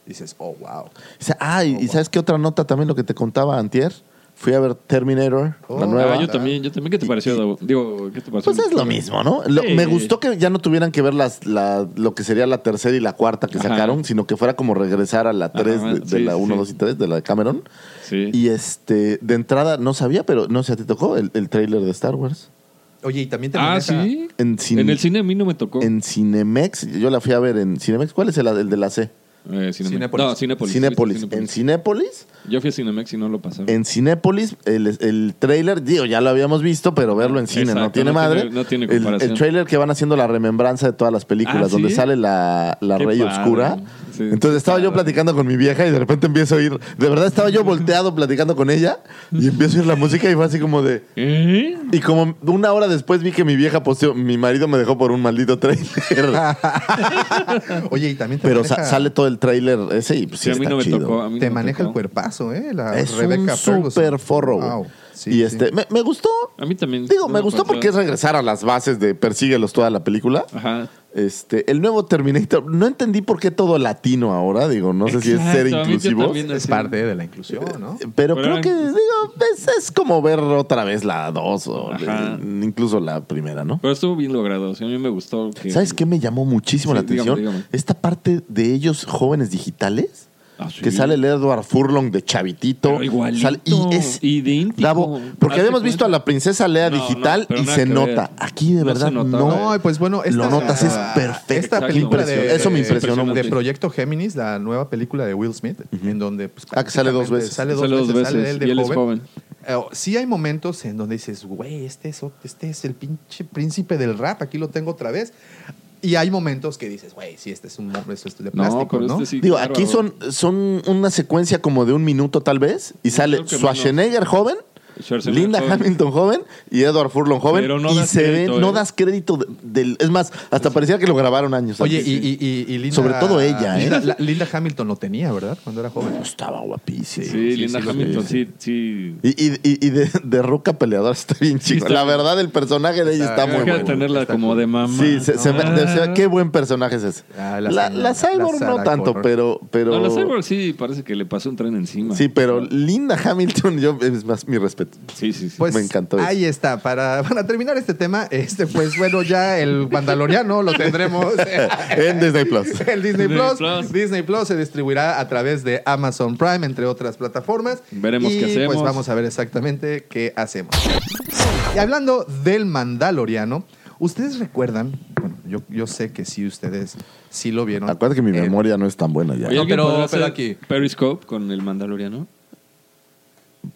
Speaker 1: Dices, oh, wow.
Speaker 2: O sea, ah,
Speaker 1: Oh,
Speaker 2: y, y ¿sabes qué otra nota también? Lo que te contaba antier. Fui a ver Terminator,
Speaker 1: Oh.
Speaker 2: la
Speaker 3: Ah,
Speaker 2: nueva.
Speaker 3: yo también, yo también. ¿Qué te pareció, Davo? Digo, ¿qué te pareció?
Speaker 2: Pues es lo mismo, ¿no? Lo-
Speaker 3: Sí.
Speaker 2: Me gustó que ya no tuvieran que ver las, la- lo que sería la tercera y la cuarta que
Speaker 3: Ajá.
Speaker 2: sacaron, sino que fuera como regresar a la
Speaker 3: Ajá,
Speaker 2: 3, de, de
Speaker 3: sí,
Speaker 2: la
Speaker 3: sí,
Speaker 2: 1,
Speaker 3: sí.
Speaker 2: 2 y 3, de la de Cameron.
Speaker 3: Sí.
Speaker 2: Y este, de entrada, no sabía, pero no sé, ¿te tocó el, el tráiler de Star Wars?
Speaker 1: Oye, y también te
Speaker 3: ah,
Speaker 1: maneja-
Speaker 3: sí.
Speaker 2: En cine-
Speaker 3: En el cine a mí no me tocó.
Speaker 2: En Cinemex, yo la fui a ver en Cinemex. ¿Cuál es el, el de la C?
Speaker 3: Eh, Cinemex.
Speaker 1: Cinépolis.
Speaker 3: No, Cinépolis.
Speaker 2: Cinépolis.
Speaker 3: Sí, está
Speaker 2: En
Speaker 3: Cinépolis.
Speaker 2: Cinépolis,
Speaker 3: Yo fui a Cinemex y no lo pasaron.
Speaker 2: en Cinépolis, el, el trailer, digo, ya lo habíamos visto, pero verlo en cine no
Speaker 3: Exacto,
Speaker 2: tiene
Speaker 3: no
Speaker 2: madre.
Speaker 3: tiene- no tiene
Speaker 2: El- el,
Speaker 3: comparación.
Speaker 2: trailer que van haciendo la remembranza de todas las películas,
Speaker 3: Ah, ¿sí?
Speaker 2: donde sale la, la
Speaker 3: Qué
Speaker 2: Rey
Speaker 3: padre.
Speaker 2: Oscura.
Speaker 3: Sí,
Speaker 2: Entonces
Speaker 3: qué
Speaker 2: estaba yo
Speaker 3: padre.
Speaker 2: platicando con mi vieja y de repente empiezo a oír. De verdad estaba yo volteado platicando con ella y empiezo a oír la música y fue así como de.
Speaker 3: ¿Eh?
Speaker 2: Y como una hora después vi que mi vieja posteó,
Speaker 1: (laughs)
Speaker 2: mi marido me dejó por un maldito trailer.
Speaker 1: (laughs) Oye, y también te
Speaker 2: Pero sa-
Speaker 1: maneja-
Speaker 2: sale todo el el tráiler ese y pues,
Speaker 3: Sí, a
Speaker 2: sí,
Speaker 3: mí
Speaker 2: está
Speaker 3: no me
Speaker 2: chido.
Speaker 3: tocó. a mí
Speaker 1: Te
Speaker 3: no me
Speaker 1: maneja el
Speaker 3: tocó.
Speaker 1: cuerpazo, ¿eh? La
Speaker 2: Es
Speaker 1: Rebecca
Speaker 2: un
Speaker 1: Ferguson.
Speaker 2: super forro, güey.
Speaker 1: Wow. Sí,
Speaker 2: y
Speaker 1: sí.
Speaker 2: este, me, me gustó.
Speaker 3: A mí también.
Speaker 2: Digo,
Speaker 3: No pues,
Speaker 2: me gustó
Speaker 3: pasó.
Speaker 2: porque es regresar a las bases de Persíguelos toda la película.
Speaker 3: Ajá.
Speaker 2: Este, el nuevo Terminator, no entendí por qué todo latino ahora, digo, no sé si es ser
Speaker 3: Exacto, a mí yo
Speaker 2: inclusivo.
Speaker 3: también
Speaker 1: Es
Speaker 3: así.
Speaker 1: parte de la inclusión, ¿no?
Speaker 3: Pero
Speaker 2: Pero creo
Speaker 3: eran-
Speaker 2: que, digo, es, es como ver otra vez la 2 o
Speaker 3: Ajá.
Speaker 2: eh, incluso la primera, ¿no?
Speaker 3: Pero estuvo bien logrado. o sea, a mí me gustó. que-
Speaker 2: ¿Sabes qué me llamó muchísimo
Speaker 3: Sí,
Speaker 2: la
Speaker 3: dígame,
Speaker 2: atención?
Speaker 3: dígame.
Speaker 2: Esta parte de ellos jóvenes digitales.
Speaker 3: Ah, sí.
Speaker 2: Que sale el Edward Furlong de Chavitito.
Speaker 3: Pero igualito,
Speaker 2: Sale- y es
Speaker 3: idéntico.
Speaker 2: Davo, porque
Speaker 3: Hazte
Speaker 2: habíamos visto a
Speaker 3: cuenta.
Speaker 2: la princesa Lea
Speaker 3: No, no,
Speaker 2: digital
Speaker 3: pero
Speaker 2: y
Speaker 3: nada
Speaker 2: se
Speaker 3: que
Speaker 2: nota.
Speaker 3: ver.
Speaker 2: Aquí de
Speaker 3: No
Speaker 2: verdad
Speaker 3: se
Speaker 2: no.
Speaker 3: nota.
Speaker 1: No, pues bueno, esta,
Speaker 2: lo notas, es perfecto.
Speaker 1: Esta
Speaker 3: Exacto.
Speaker 1: película de,
Speaker 3: Impresionante.
Speaker 2: Eso me impresionó
Speaker 1: de
Speaker 3: mucho.
Speaker 1: Proyecto Géminis, la nueva película de Will Smith, en donde pues,
Speaker 2: Ah, que sale dos
Speaker 1: prácticamente
Speaker 2: veces.
Speaker 1: Sale dos,
Speaker 3: Sale dos
Speaker 1: veces, sale
Speaker 3: veces,
Speaker 1: él de
Speaker 3: y él es
Speaker 1: joven.
Speaker 3: joven.
Speaker 1: Eh, sí hay momentos en donde dices, güey, este es, o- este es el pinche príncipe del rap, aquí lo tengo otra vez. Y hay momentos que dices, güey, sí, este es un hombre, esto es de
Speaker 3: No,
Speaker 1: plástico,
Speaker 3: pero
Speaker 1: ¿no?
Speaker 3: este sí.
Speaker 2: Digo,
Speaker 3: claro.
Speaker 2: aquí son, son una secuencia como de un minuto tal vez y sale
Speaker 3: creo que
Speaker 2: Schwarzenegger joven.
Speaker 3: Schwarzenegger
Speaker 2: Linda
Speaker 3: joven.
Speaker 2: Hamilton joven y Edward Furlong joven.
Speaker 3: Pero no
Speaker 2: y
Speaker 3: das
Speaker 2: se
Speaker 3: crédito,
Speaker 2: ve, no
Speaker 3: ¿eh?
Speaker 2: das crédito de- del. Es más, hasta parecía que lo grabaron años.
Speaker 1: Oye,
Speaker 2: antes.
Speaker 1: y, y- y- y Linda...
Speaker 2: Sobre todo ella, ¿eh?
Speaker 1: Linda, la- Linda Hamilton lo tenía, ¿verdad? Cuando era joven.
Speaker 2: Estaba guapísimo.
Speaker 3: Sí, Linda Hamilton, sí, sí.
Speaker 2: Y, y- y- y de, de roca peleadora está bien chido.
Speaker 3: está
Speaker 2: La
Speaker 3: bien.
Speaker 2: verdad, el personaje de ella
Speaker 1: Está-
Speaker 2: está muy
Speaker 3: Deja de
Speaker 2: bueno.
Speaker 3: tenerla
Speaker 1: Está
Speaker 3: como
Speaker 1: cool.
Speaker 3: de mamá. Ah.
Speaker 2: Sí, se- se me- de- se- qué buen personaje es ese.
Speaker 1: Ah,
Speaker 2: la,
Speaker 1: la
Speaker 2: la,
Speaker 1: señora-
Speaker 2: Cyborg
Speaker 1: la
Speaker 2: no
Speaker 1: Sarah
Speaker 2: tanto,
Speaker 1: Connor.
Speaker 2: pero... pero
Speaker 3: No, la Cyborg sí parece que le pasó un tren encima.
Speaker 2: Sí, pero Linda Hamilton, yo, es más mi respeto.
Speaker 3: Sí, sí, sí.
Speaker 1: Pues
Speaker 2: Me encantó eso.
Speaker 1: ahí está. Para, (laughs) para terminar este tema, este, pues bueno, ya el Mandaloriano lo tendremos
Speaker 2: (laughs) en Disney Plus.
Speaker 1: (laughs) El
Speaker 3: Disney
Speaker 1: Disney Plus,
Speaker 3: Plus.
Speaker 1: Disney Plus se distribuirá a través de Amazon Prime, entre otras plataformas.
Speaker 3: Veremos
Speaker 1: Y,
Speaker 3: qué hacemos.
Speaker 1: Pues vamos a ver exactamente qué hacemos. Y hablando del Mandaloriano, ¿ustedes recuerdan? Bueno, yo, yo sé que sí, ustedes sí lo vieron.
Speaker 2: Acuérdate que mi
Speaker 1: Eh,
Speaker 2: memoria no es tan buena ya.
Speaker 3: Oye,
Speaker 1: No,
Speaker 3: ¿alguien
Speaker 1: pero-
Speaker 3: podrá
Speaker 1: pero
Speaker 3: hacer
Speaker 1: aquí.
Speaker 3: Periscope con el Mandaloriano.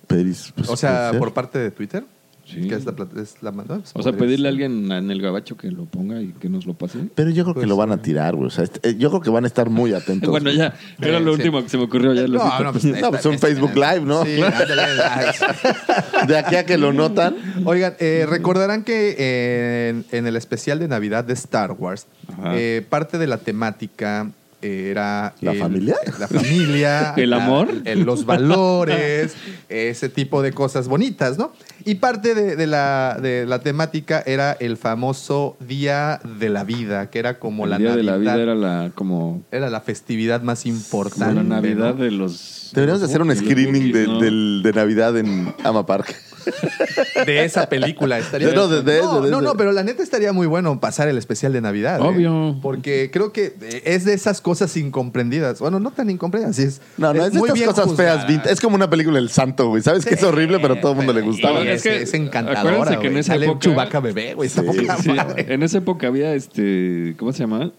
Speaker 2: Peris, pues,
Speaker 1: O sea,
Speaker 2: puede ser.
Speaker 1: por parte de Twitter.
Speaker 3: Sí.
Speaker 1: Que es la, plat- es la manda-
Speaker 3: O sea,
Speaker 1: podría
Speaker 3: pedirle a
Speaker 1: ser.
Speaker 3: alguien en el gabacho que lo ponga y que nos lo pase.
Speaker 2: Pero yo creo que
Speaker 1: Pues,
Speaker 2: lo van a tirar, güey. O sea, este- eh, yo creo que van a estar muy
Speaker 1: (laughs)
Speaker 2: atentos.
Speaker 3: bueno, ya. Era
Speaker 1: Sí,
Speaker 3: lo
Speaker 1: sí.
Speaker 3: último que se me ocurrió. Ya lo
Speaker 1: No,
Speaker 3: siento.
Speaker 1: no, pues,
Speaker 2: No, pues un Facebook Live, ¿no?
Speaker 1: Sí, ándale.
Speaker 2: (laughs) De aquí a que lo notan.
Speaker 1: Oigan, eh, recordarán que eh, en, en el especial de Navidad de Star Wars,
Speaker 3: Ajá.
Speaker 1: eh, parte de la temática eh, era... eh,
Speaker 2: ¿La familia?
Speaker 1: La familia.
Speaker 3: (laughs) ¿El
Speaker 1: la-
Speaker 3: amor?
Speaker 1: el- los valores, ese tipo de cosas bonitas, ¿no? Y parte de, de la, de la temática era el famoso Día de la Vida, que era como
Speaker 3: el
Speaker 1: la
Speaker 3: día de
Speaker 1: Navidad.
Speaker 3: la vida
Speaker 1: era...
Speaker 3: era la como,
Speaker 1: la festividad más
Speaker 3: como
Speaker 1: importante.
Speaker 3: la
Speaker 1: ¿no?
Speaker 3: Navidad de los.
Speaker 2: Deberíamos de hacer un
Speaker 3: de los
Speaker 2: screening
Speaker 3: Wookiees,
Speaker 2: de,
Speaker 3: ¿no?
Speaker 2: del- de Navidad en Ama Park. (laughs)
Speaker 1: de esa película estaría
Speaker 2: De- no, de- de-
Speaker 1: no,
Speaker 2: de- de-
Speaker 1: no, no, pero la neta estaría muy bueno pasar el especial de Navidad ¿eh?
Speaker 3: Obvio.
Speaker 1: porque creo que eh, es de esas cosas incomprendidas bueno no tan incomprendidas sí es
Speaker 2: No, no, es, de
Speaker 1: muy
Speaker 2: estas
Speaker 1: bien
Speaker 2: cosas
Speaker 1: juzgada.
Speaker 2: feas, vintage. Es como una película El Santo, güey. Sabes que es horrible, pero a todo el mundo le gustaba.
Speaker 3: Y
Speaker 1: es,
Speaker 3: es
Speaker 1: que
Speaker 3: que
Speaker 1: es encantadora
Speaker 3: acuérdense que en
Speaker 1: güey.
Speaker 3: esa
Speaker 1: sale un
Speaker 3: época-
Speaker 1: chubaca bebé güey está
Speaker 2: Sí,
Speaker 1: poca
Speaker 3: Sí,
Speaker 1: madre.
Speaker 3: en esa época había este. ¿Cómo se llama?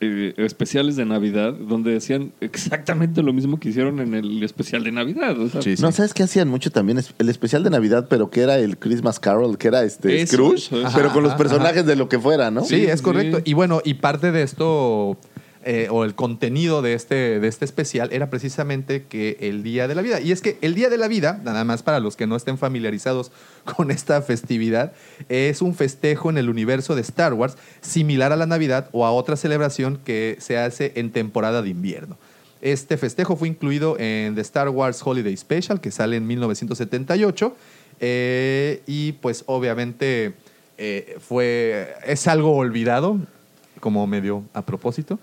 Speaker 3: Eh, especiales de Navidad donde decían exactamente lo mismo que hicieron en el especial de Navidad. o sea,
Speaker 2: No, ¿sabes qué hacían mucho también? Es- El especial de Navidad, pero que era el Christmas Carol, que era este
Speaker 3: Eso,
Speaker 2: Scrooge,
Speaker 3: eso, eso.
Speaker 2: pero con los personajes de lo que fuera, ¿no?
Speaker 1: Sí,
Speaker 3: Sí,
Speaker 1: es
Speaker 3: sí.
Speaker 1: correcto. Y bueno, y parte de esto, eh, o el contenido de este, de este especial, era precisamente que el Día de la Vida. Y es que el Día de la Vida, nada más para los que no estén familiarizados (laughs) con esta festividad, es un festejo en el universo de Star Wars similar a la Navidad o a otra celebración que se hace en temporada de invierno. Este festejo fue incluido en The Star Wars Holiday Special, que sale en 1978. eh, y pues obviamente eh, fue es algo olvidado como medio a propósito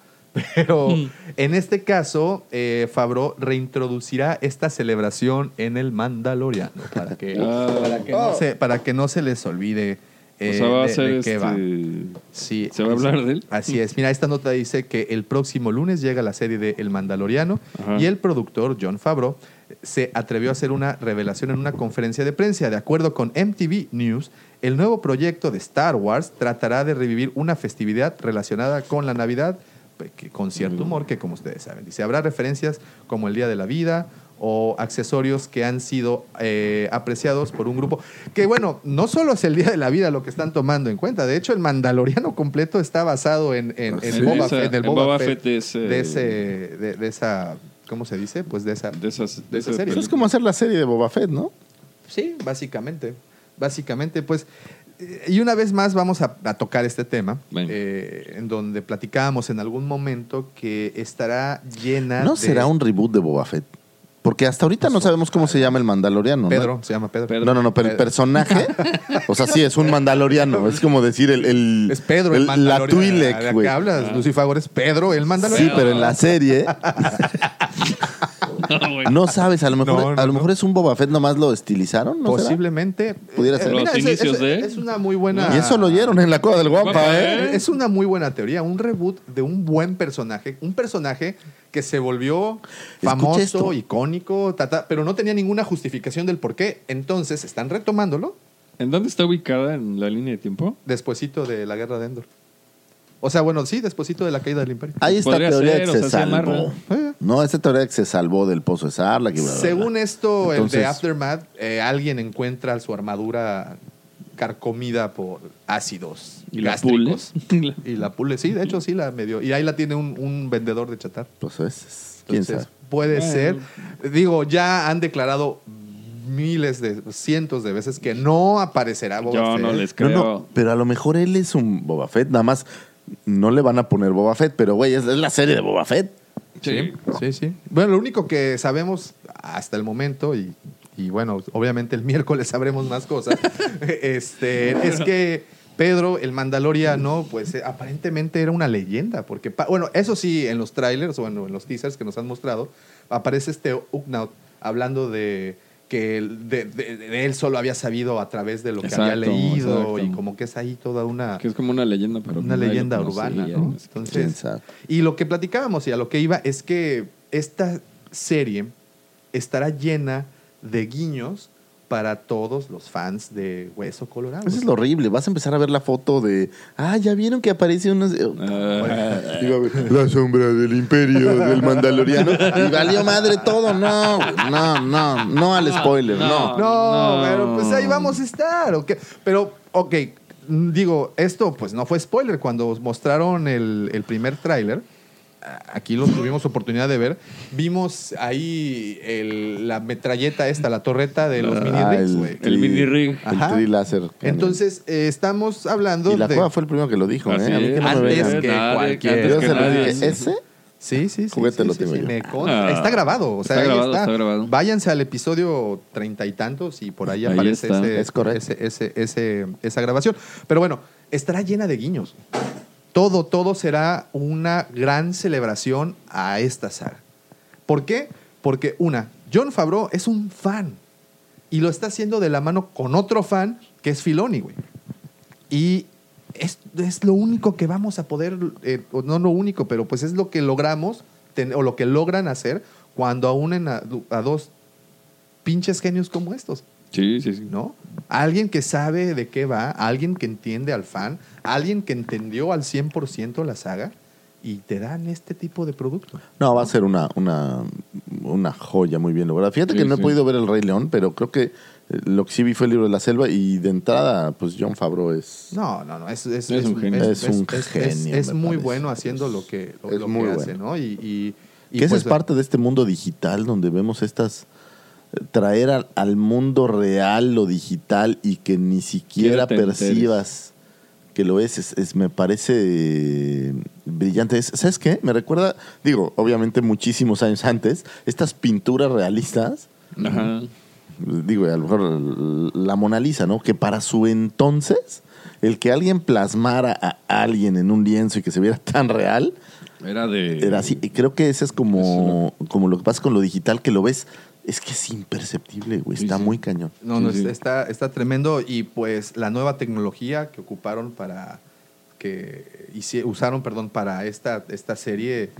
Speaker 1: (laughs) pero en este caso eh, Favreau reintroducirá esta celebración en el Mandaloriano para que,
Speaker 3: (laughs) Ah.
Speaker 1: para, que no se, para que no se les olvide
Speaker 3: o
Speaker 1: eh,
Speaker 3: sea, va a
Speaker 1: de-
Speaker 3: ser
Speaker 1: de qué
Speaker 3: este.
Speaker 1: va. Sí,
Speaker 3: ¿Se va a
Speaker 1: así-
Speaker 3: hablar de él?
Speaker 1: Así es. Mira, esta nota dice que el próximo lunes llega la serie de El Mandaloriano
Speaker 3: Ajá.
Speaker 1: y el productor John Favreau eh, se atrevió a hacer una revelación en una conferencia de prensa. De acuerdo con MTV News, el nuevo proyecto de Star Wars tratará de revivir una festividad relacionada con la Navidad pues, que- con cierto humor que, como ustedes saben, dice, habrá referencias como el Día de la Vida o accesorios que han sido eh, apreciados por un grupo. Que bueno, no solo es el Día de la Vida lo que están tomando en cuenta. De hecho, el Mandaloriano completo está basado en, en, en
Speaker 3: Sí,
Speaker 1: Boba,
Speaker 3: esa-
Speaker 1: Fett- en el
Speaker 3: en
Speaker 1: Boba,
Speaker 3: Boba
Speaker 1: Fett,
Speaker 3: Fett de ese-
Speaker 1: de, ese, de, de esa... ¿Cómo se dice? Pues de esa...
Speaker 3: De esas-
Speaker 1: de esa
Speaker 3: de esas (laughs)
Speaker 1: serie. Pues,
Speaker 2: Pues es como hacer la serie de Boba Fett, ¿no?
Speaker 1: Sí, básicamente. Básicamente, pues eh, y una vez más vamos a, a tocar este tema,
Speaker 3: Venga.
Speaker 1: eh, en donde platicábamos en algún momento que estará llena
Speaker 2: ¿No
Speaker 1: de-
Speaker 2: será un reboot de Boba Fett? Porque hasta ahorita no sabemos cómo se llama el mandaloriano. ¿no?
Speaker 1: Pedro, se llama Pedro.
Speaker 3: Pedro.
Speaker 2: No, no, no, pero el personaje, o sea, sí, es un mandaloriano. Es como decir el. el
Speaker 1: Es Pedro el,
Speaker 2: La
Speaker 1: Mandalorian. ¿De
Speaker 2: Twi'lek,
Speaker 1: qué
Speaker 2: güey.
Speaker 1: hablas,
Speaker 3: Ah.
Speaker 1: Lucifagor? Es Pedro el
Speaker 2: Sí,
Speaker 1: Mandalorian.
Speaker 2: pero en la serie
Speaker 3: No, güey.
Speaker 2: no sabes. A lo mejor,
Speaker 1: No, no,
Speaker 2: a lo
Speaker 1: no.
Speaker 2: mejor es un Boba Fett, nomás lo estilizaron. ¿no será?
Speaker 1: Posiblemente. Eh,
Speaker 2: Pudiera ser.
Speaker 3: Los
Speaker 1: es-
Speaker 3: inicios
Speaker 1: es,
Speaker 3: de-
Speaker 1: es una muy buena.
Speaker 2: Y eso lo oyeron en la cueva del guapa,
Speaker 3: Guapa,
Speaker 2: ¿eh?
Speaker 3: ¿eh?
Speaker 1: Es una muy buena teoría, un reboot de un buen personaje, un personaje que se volvió
Speaker 2: Escucha
Speaker 1: famoso,
Speaker 2: esto.
Speaker 1: icónico, ta, ta, pero no tenía ninguna justificación del por qué. Entonces están retomándolo
Speaker 3: ¿En dónde está ubicada en la línea de tiempo?
Speaker 1: despuesito de la guerra de Endor. O sea, bueno, sí, despuesito de la caída del imperio.
Speaker 2: Ahí está
Speaker 3: Podría
Speaker 2: teoría
Speaker 3: ser,
Speaker 2: que
Speaker 3: o
Speaker 2: se
Speaker 3: sea, se
Speaker 2: salvó.
Speaker 3: amarra.
Speaker 1: Eh.
Speaker 2: No, esta teoría que se salvó del pozo de Sarla.
Speaker 1: Según esto, el
Speaker 2: Entonces-
Speaker 1: de Aftermath, eh, alguien encuentra su armadura carcomida por ácidos
Speaker 3: ¿Y (laughs) la
Speaker 1: gástricos.
Speaker 3: pule?
Speaker 1: y la pule, sí, de hecho sí la medio. Y ahí la tiene un, un vendedor de chatar.
Speaker 2: Pues es. ¿Quién
Speaker 1: Entonces,
Speaker 2: sabe?
Speaker 1: puede
Speaker 3: Bueno.
Speaker 1: ser. Digo, ya han declarado miles de, cientos de veces que no aparecerá Boba
Speaker 3: Yo
Speaker 1: Fett.
Speaker 3: no les
Speaker 2: No,
Speaker 3: creo.
Speaker 2: no, pero a lo mejor él es un Boba Fett, nada más no le van a poner Boba Fett, pero güey, es, es la serie de Boba Fett.
Speaker 3: Sí.
Speaker 1: Sí, sí. Bueno, lo único que sabemos hasta el momento, y, y bueno, obviamente el (laughs) miércoles sabremos más cosas, (laughs) este, es que Pedro, el mandaloriano, pues eh, aparentemente era una leyenda. Porque, pa- bueno, eso sí, en los trailers, bueno, en los teasers que nos han mostrado, aparece este Ugnaut hablando de que el- de, de- de él solo había sabido a través de lo que había
Speaker 3: Exacto,
Speaker 1: leído
Speaker 3: exacto.
Speaker 1: y como que es ahí toda una
Speaker 3: Que es como una leyenda, pero
Speaker 1: una
Speaker 3: nadie lo
Speaker 1: leyenda
Speaker 3: conocía,
Speaker 1: urbana, ¿no?
Speaker 3: sé. este-
Speaker 2: ¿Quién
Speaker 1: Entonces,
Speaker 2: sabe?
Speaker 1: y lo que platicábamos y a lo que iba es que esta serie estará llena de guiños para todos los fans de Hueso Colorado.
Speaker 2: Eso es lo horrible. Vas a empezar a ver la foto de. Ah, ya vieron que aparece unos.
Speaker 3: Ah,
Speaker 2: Digo, la sombra del imperio del Mandaloriano. Y valió madre todo. No, güey, no, no, no al spoiler, Ah, no.
Speaker 3: no.
Speaker 1: No,
Speaker 3: No.
Speaker 1: pero pues ahí vamos a estar. ¿ok? Pero, ok, mm, digo, esto pues no fue spoiler. Cuando os mostraron el, el primer tráiler, a- aquí lo tuvimos oportunidad de ver, vimos ahí el- la metralleta esta, la torreta de los mini
Speaker 2: Ah,
Speaker 1: rigs, güey.
Speaker 3: El mini rig.
Speaker 1: Ajá.
Speaker 2: El tri láser.
Speaker 1: Entonces, eh, estamos hablando
Speaker 2: Y la
Speaker 1: de...
Speaker 2: cueva fue el primero que lo dijo,
Speaker 3: Así
Speaker 2: ¿eh? A mí que no me
Speaker 1: Antes
Speaker 2: vengan.
Speaker 1: que
Speaker 3: Nadie,
Speaker 1: cualquier-
Speaker 3: Ah, antes
Speaker 2: Yo
Speaker 3: que
Speaker 2: se lo
Speaker 3: nadie.
Speaker 2: dije, ese
Speaker 1: Sí, sí, sí.
Speaker 2: Juguete
Speaker 1: sí,
Speaker 2: lo
Speaker 1: sí,
Speaker 2: tengo
Speaker 1: sí,
Speaker 2: yo.
Speaker 1: me consta.
Speaker 3: Ah.
Speaker 1: está grabado. O sea,
Speaker 3: Está
Speaker 1: ahí
Speaker 3: grabado, está grabado.
Speaker 1: Váyanse al episodio treinta y tantos y por ahí,
Speaker 3: Ahí
Speaker 1: aparece
Speaker 3: está.
Speaker 1: ese-
Speaker 2: Es correcto.
Speaker 1: ese- ese- ese- esa grabación. Pero bueno, estará llena de guiños. Todo, todo será una gran celebración a esta saga. ¿Por qué? Porque, una, John Favreau es un fan y lo está haciendo de la mano con otro fan que es Filoni, güey. Y es, es lo único que vamos a poder, eh, o no lo único, pero pues es lo que logramos ten- o lo que logran hacer cuando unen a, a dos pinches genios como estos,
Speaker 3: Sí, sí, sí.
Speaker 1: ¿no? Alguien que sabe de qué va, alguien que entiende al fan, alguien que entendió al 100% la saga y te dan este tipo de producto.
Speaker 2: No, va a ser una, una, una joya muy bien lograda. Fíjate que
Speaker 3: Sí,
Speaker 2: no he
Speaker 3: sí.
Speaker 2: podido ver El Rey León, pero creo que eh, lo que sí vi fue el libro de la selva y de entrada, pues John Favreau es...
Speaker 1: No, no, no, es, es,
Speaker 3: Es un genio.
Speaker 2: Es un genio,
Speaker 1: es
Speaker 2: me
Speaker 1: muy
Speaker 2: parece.
Speaker 1: bueno haciendo lo que, lo,
Speaker 2: Es
Speaker 1: lo
Speaker 2: muy
Speaker 1: que hace,
Speaker 2: bueno.
Speaker 1: ¿no? Y, y, y
Speaker 2: que esa
Speaker 1: pues,
Speaker 2: es parte de este mundo digital donde vemos estas... eh, Traer al, al mundo real lo digital y que ni siquiera
Speaker 3: Quiero te enteres.
Speaker 2: percibas que lo es, es, es- me parece eh, brillante. Es- ¿Sabes qué? Me recuerda, digo, obviamente muchísimos años antes, estas pinturas realistas
Speaker 3: Ajá.
Speaker 2: digo, a lo mejor la Mona Lisa, ¿no? Que para su entonces, el que alguien plasmara a alguien en un lienzo y que se viera (laughs) tan real,
Speaker 3: Era de.
Speaker 2: era así. Y creo que ese es como, como lo que pasa con lo digital, que lo ves, es que es imperceptible, güey, está
Speaker 3: Sí, sí.
Speaker 2: muy cañón.
Speaker 1: No,
Speaker 3: Sí,
Speaker 1: no,
Speaker 3: sí.
Speaker 1: es- Está, está tremendo. Y pues la nueva tecnología que ocuparon para. que hici- usaron, perdón, para esta, esta serie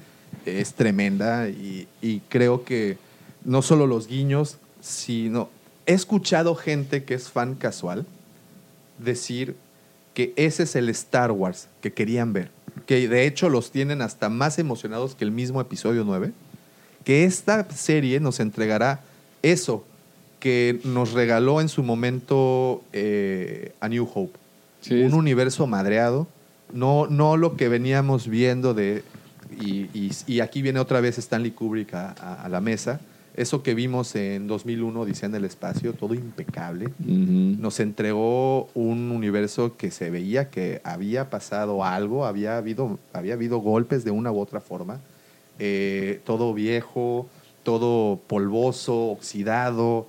Speaker 1: es tremenda. Y, y creo que no solo los guiños, sino. He escuchado gente que es fan casual decir que ese es el Star Wars que querían ver. Que de hecho los tienen hasta más emocionados que el mismo episodio 9 que esta serie nos entregará eso que nos regaló en su momento eh, A New Hope.
Speaker 3: Sí,
Speaker 1: un
Speaker 3: es-
Speaker 1: universo madreado, no, no lo que veníamos viendo de... Y, y- y aquí viene otra vez Stanley Kubrick a, a- a la mesa. Eso que vimos en 2001, Odisea en el Espacio, todo impecable.
Speaker 2: Ujú.
Speaker 1: Nos entregó un universo que se veía que había pasado algo, había habido, había habido golpes de una u otra forma. Eh, todo viejo, todo polvoso, oxidado.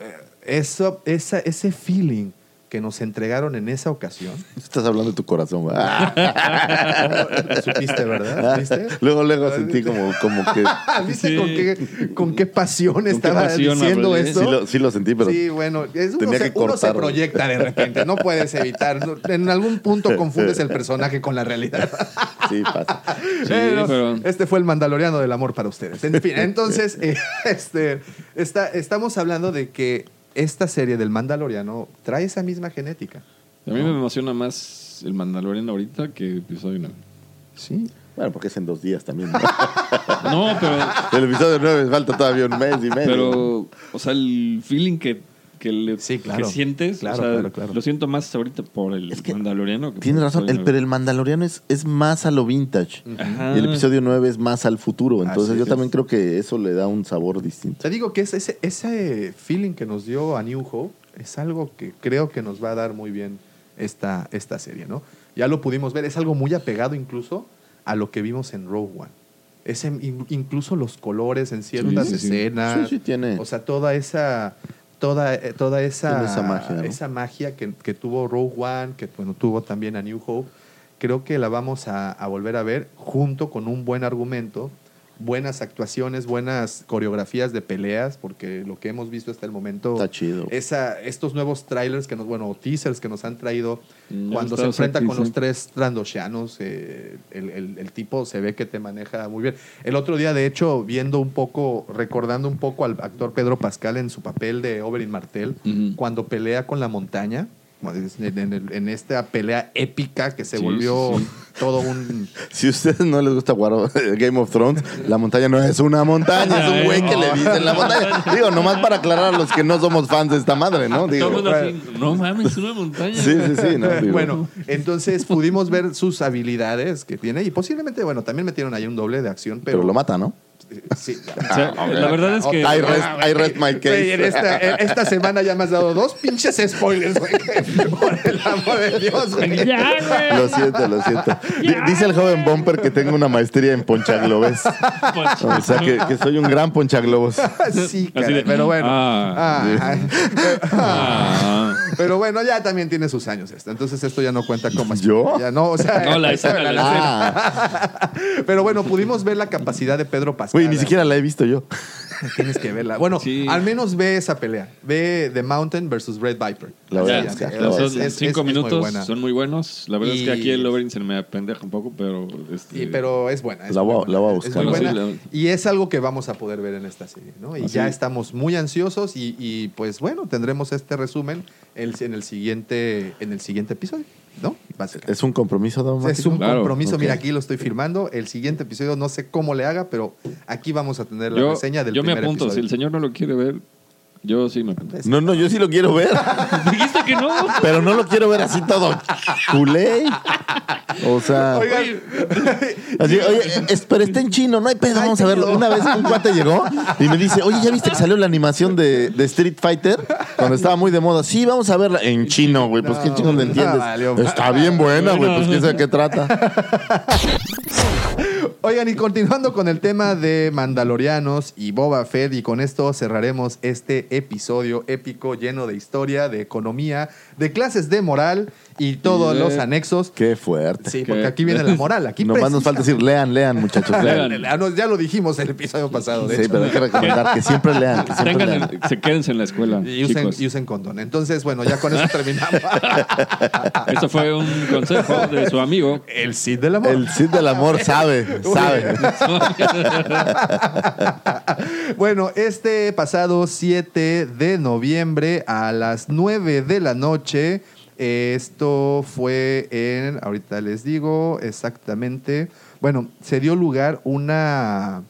Speaker 1: Eh, eso- esa- ese feeling que nos entregaron en esa ocasión.
Speaker 2: Estás hablando de tu corazón, (laughs) güey.
Speaker 1: Supiste, ¿verdad? ¿Viste?
Speaker 2: (laughs) Luego, luego sentí como, como (laughs) que.
Speaker 1: Ah, ¿Viste
Speaker 3: Sí.
Speaker 1: con, qué, con qué pasión estaba
Speaker 3: pasión,
Speaker 1: diciendo
Speaker 3: hablé.
Speaker 1: esto?
Speaker 2: Sí lo, sí lo sentí, pero.
Speaker 1: sí, bueno, es- uno,
Speaker 2: tenía
Speaker 1: se,
Speaker 2: que
Speaker 1: uno se
Speaker 2: cortarlo.
Speaker 1: proyecta de repente, no puedes evitar. no- En algún punto confundes el personaje con la realidad.
Speaker 2: Sí, pasa.
Speaker 1: (laughs) Pero
Speaker 3: pero-
Speaker 1: Este fue el mandaloriano del amor para ustedes. En fin, entonces, (laughs) eh, este, está, estamos hablando de que esta serie del mandaloriano trae esa misma genética.
Speaker 3: A mí me emociona más el Mandalorian ahorita que pues, episodio 9.
Speaker 1: Sí.
Speaker 2: Bueno, porque es en dos días también. ¿no? (laughs)
Speaker 3: No, pero,
Speaker 2: El episodio 9 falta todavía un mes y medio.
Speaker 3: pero o sea, el feeling que, que, le-
Speaker 1: Sí, claro.
Speaker 3: que sientes,
Speaker 1: Claro,
Speaker 3: o sea,
Speaker 1: claro, claro.
Speaker 3: lo siento más ahorita por el
Speaker 2: Es que
Speaker 3: Mandaloriano. que
Speaker 2: Tienes
Speaker 3: por
Speaker 2: razón, el,
Speaker 3: episodio
Speaker 2: pero el Mandaloriano es, es más a lo vintage.
Speaker 3: Ajá.
Speaker 2: Y el episodio 9 es más al futuro. Entonces
Speaker 1: Así
Speaker 2: yo
Speaker 1: es.
Speaker 2: también creo que eso le da un sabor distinto. (laughs)
Speaker 1: Te digo que es ese, ese feeling que nos dio a New Hope es algo que creo que nos va a dar muy bien esta, esta serie, ¿no? Ya lo pudimos ver, es algo muy apegado incluso a lo que vimos en Rogue One. Es en- in- incluso los colores en ciertas
Speaker 2: Sí, sí, sí.
Speaker 1: escenas.
Speaker 2: Sí, sí, tiene.
Speaker 1: O sea, toda esa. Toda, eh, toda esa,
Speaker 2: Tiene esa magia, ¿no?
Speaker 1: esa magia que, que tuvo Rogue One, que bueno, tuvo también a New Hope, creo que la vamos a, a volver a ver junto con un buen argumento, buenas actuaciones, buenas coreografías de peleas, porque lo que hemos visto hasta el momento
Speaker 2: Está chido.
Speaker 1: esa, estos nuevos trailers que nos, bueno, teasers que nos han traído
Speaker 3: Mm,
Speaker 1: cuando
Speaker 3: está
Speaker 1: se enfrenta
Speaker 3: sexy,
Speaker 1: con los
Speaker 3: sí.
Speaker 1: tres trandoshanos, eh, el, el- el tipo se ve que te maneja muy bien. El otro día, de hecho, viendo un poco, recordando un poco al actor Pedro Pascal en su papel de Oberyn Martel,
Speaker 3: Ujú.
Speaker 1: cuando pelea con la montaña. En, en el- en esta pelea épica que se
Speaker 3: Sí,
Speaker 1: volvió
Speaker 3: sí, sí.
Speaker 1: todo
Speaker 2: (laughs)
Speaker 1: un
Speaker 2: Si a ustedes no les gusta jugar (laughs) Game of Thrones, la montaña no es una montaña, es un güey que le dicen la montaña. Digo, nomás para aclarar a los que no somos fans de esta madre,
Speaker 3: Todo
Speaker 2: ¿no? Digo,
Speaker 3: el mundo así, no mames, una montaña.
Speaker 2: sí, sí, sí. ¿no? Digo,
Speaker 1: bueno, entonces pudimos ver sus habilidades que tiene y posiblemente, bueno, también metieron ahí un doble de acción, eh,
Speaker 2: pero lo mata, ¿no? (laughs)
Speaker 1: Sí.
Speaker 3: O sea, la verdad es que
Speaker 2: I rest, I rest my case.
Speaker 1: Güey, en esta, en esta semana ya me has dado dos pinches
Speaker 2: (laughs)
Speaker 1: spoilers, güey. Por el amor de Dios, güey.
Speaker 2: Lo siento, lo siento. Di- Dice el joven Bumper que tengo una maestría en ponchaglobes. O sea, que, que soy un gran ponchaglobos.
Speaker 1: (laughs) Sí,
Speaker 3: Así
Speaker 1: caray,
Speaker 3: de- "Mm,
Speaker 1: pero bueno.
Speaker 3: Ah.
Speaker 1: Ah,
Speaker 3: Ah.
Speaker 1: Pero bueno, ya también tiene sus años esta. Entonces esto ya no cuenta como
Speaker 2: ¿Yo?
Speaker 1: Ya no, o sea,
Speaker 3: (laughs) No, la escena, la escena.
Speaker 2: Ah,
Speaker 1: (laughs) pero bueno, pudimos ver la capacidad de Pedro Pascal.
Speaker 2: güey, ni siquiera la he visto yo.
Speaker 1: (laughs) Tienes que verla. Bueno,
Speaker 3: Sí.
Speaker 1: al menos ve esa pelea. Ve The Mountain versus Red Viper.
Speaker 2: La voy a
Speaker 3: Ya,
Speaker 2: buscar,
Speaker 1: es-
Speaker 2: la voy a
Speaker 3: son
Speaker 1: es- es-
Speaker 3: cinco
Speaker 1: es muy
Speaker 3: minutos
Speaker 1: buena.
Speaker 3: son muy buenos. La verdad es que
Speaker 1: Y-
Speaker 3: aquí el Overin se me apendeja un poco, pero. este,
Speaker 1: Y- pero es buena. es
Speaker 2: La voy a-
Speaker 1: buena.
Speaker 2: la voy a
Speaker 1: Es
Speaker 2: buscar.
Speaker 1: muy
Speaker 3: Bueno,
Speaker 1: buena.
Speaker 3: sí,
Speaker 1: Y es algo que vamos a poder ver en esta serie, ¿no? Y
Speaker 2: Ah,
Speaker 3: Así
Speaker 1: ya
Speaker 3: es.
Speaker 1: estamos muy ansiosos y, y, pues bueno, tendremos este resumen el- en el siguiente, en el siguiente episodio, ¿no? Básicamente.
Speaker 2: Es un compromiso, don
Speaker 1: Es un
Speaker 2: Máximo?
Speaker 3: Claro,
Speaker 1: compromiso,
Speaker 2: ok.
Speaker 1: mira, aquí lo estoy firmando. El siguiente episodio no sé cómo le haga, pero aquí vamos a tener la
Speaker 3: yo
Speaker 1: reseña del
Speaker 3: yo me
Speaker 1: primer
Speaker 3: apunto. Si
Speaker 1: episodio.
Speaker 3: el señor no lo quiere ver, yo sí me apunto.
Speaker 2: No, no, yo sí lo quiero ver,
Speaker 3: (laughs) Dijiste que no.
Speaker 2: pero no lo quiero ver así todo culé. O sea,
Speaker 1: Oigan,
Speaker 2: así, oye, es- pero está en chino, no hay pedo, vamos a verlo. Una vez un cuate llegó y me dice, oye, ¿ya viste que salió la animación de, de Street Fighter? Cuando estaba muy de moda. Sí, vamos a verla en chino, güey, pues qué chino le entiendes.
Speaker 1: Ah, valió.
Speaker 2: Está bien buena, güey, pues quién sabe qué trata.
Speaker 1: Oigan, y continuando con el tema de Mandalorianos y Boba Fett, y con esto cerraremos este episodio épico lleno de historia, de economía, de clases de moral y todos
Speaker 3: Y de-
Speaker 1: los anexos.
Speaker 2: Qué fuerte.
Speaker 1: Sí,
Speaker 3: que-
Speaker 1: porque aquí viene la moral.
Speaker 2: (laughs)
Speaker 1: Aquí
Speaker 2: Nomás nos falta decir, lean, lean, muchachos, lean.
Speaker 1: precisa- Ah, no, Ya lo dijimos el episodio pasado, de
Speaker 2: Sí,
Speaker 1: hecho.
Speaker 2: pero hay que recomendar que siempre lean, que siempre
Speaker 3: Tengan
Speaker 2: lean.
Speaker 3: el- se quédense en la escuela.
Speaker 1: Ah, Y usen,
Speaker 3: chicos.
Speaker 1: y usen condón. Entonces, bueno, ya con eso
Speaker 2: (laughs)
Speaker 1: terminamos.
Speaker 3: Eso fue un consejo de su amigo.
Speaker 1: el Cid del amor.
Speaker 2: El Cid del Amor sabe, sabe.
Speaker 1: (laughs) Bueno, este pasado 7 de noviembre a las 9 de la noche, eh, esto fue en, ahorita les digo exactamente, bueno, se dio lugar una,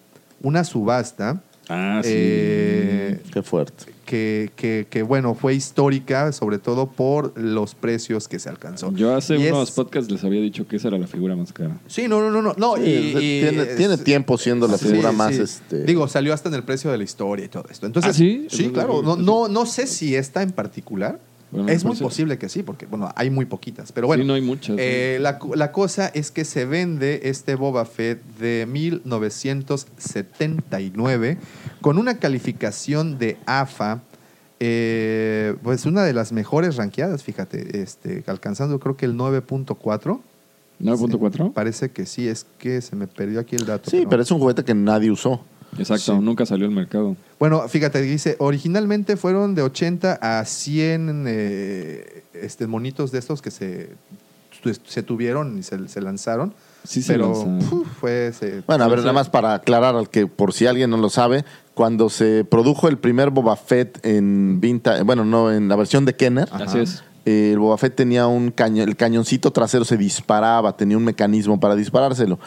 Speaker 1: una subasta.
Speaker 3: Ah, sí.
Speaker 1: eh,
Speaker 2: Que Qué fuerte.
Speaker 1: que, que- que, bueno, fue histórica, sobre todo por los precios que se alcanzó.
Speaker 3: Yo hace
Speaker 1: Y es-
Speaker 3: unos podcasts les había dicho que esa era la figura más cara.
Speaker 1: Sí, no, no, no, no. no,
Speaker 2: Sí,
Speaker 1: y-
Speaker 2: o sea,
Speaker 1: y-
Speaker 2: tiene,
Speaker 1: es-
Speaker 2: tiene tiempo siendo la
Speaker 1: Sí,
Speaker 2: figura
Speaker 1: sí.
Speaker 2: más este.
Speaker 1: Digo, salió hasta en el precio de la historia y todo esto. Entonces,
Speaker 3: ¿Ah, sí? Entonces,
Speaker 1: claro. No,
Speaker 3: sí.
Speaker 1: no, no sé si esta en particular.
Speaker 3: Bueno, me
Speaker 1: es muy
Speaker 3: parece-
Speaker 1: posible que sí, porque bueno, hay muy poquitas. Pero bueno,
Speaker 3: Sí, no hay muchas,
Speaker 1: eh, la, cu- la cosa es que se vende este Boba Fett de 1979 con una calificación de AFA. eh, pues una de las mejores ranqueadas, fíjate, este, alcanzando creo que el 9.4.
Speaker 3: 9.4.
Speaker 1: Parece que sí, es que se me perdió aquí el dato.
Speaker 2: Sí, pero es un juguete que nadie usó.
Speaker 3: Exacto,
Speaker 1: Sí.
Speaker 3: nunca salió al mercado.
Speaker 1: Bueno, fíjate, dice, originalmente fueron de 80 a 100 eh, este, monitos de estos que se, tu- se tuvieron y se, se lanzaron.
Speaker 3: Sí se
Speaker 1: pero
Speaker 3: lanzaron.
Speaker 1: puf, fue... se-
Speaker 2: Bueno, a ver,
Speaker 1: se-
Speaker 2: nada más para aclarar al que por si alguien no lo sabe, cuando se produjo el primer Boba Fett en vinta, bueno, no, en la versión de Kenner,
Speaker 1: Ajá.
Speaker 3: Así es.
Speaker 2: eh, el Boba Fett tenía un caño, el cañoncito trasero se disparaba, tenía un mecanismo para disparárselo.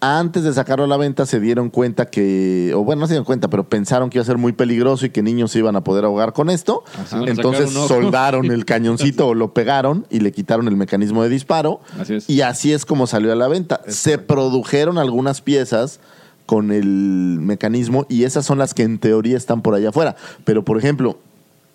Speaker 2: Antes de sacarlo a la venta se dieron cuenta que, o bueno, no se dieron cuenta, pero pensaron que iba a ser muy peligroso y que niños se iban a poder ahogar con esto.
Speaker 3: Van a
Speaker 2: Entonces
Speaker 3: sacar un ojo. (laughs)
Speaker 2: soldaron el cañoncito o lo pegaron y le quitaron el mecanismo de disparo.
Speaker 3: Así es.
Speaker 2: Y así es como salió a la venta. Se produjeron algunas piezas con el mecanismo y esas son las que en teoría están por allá afuera. Pero, por ejemplo,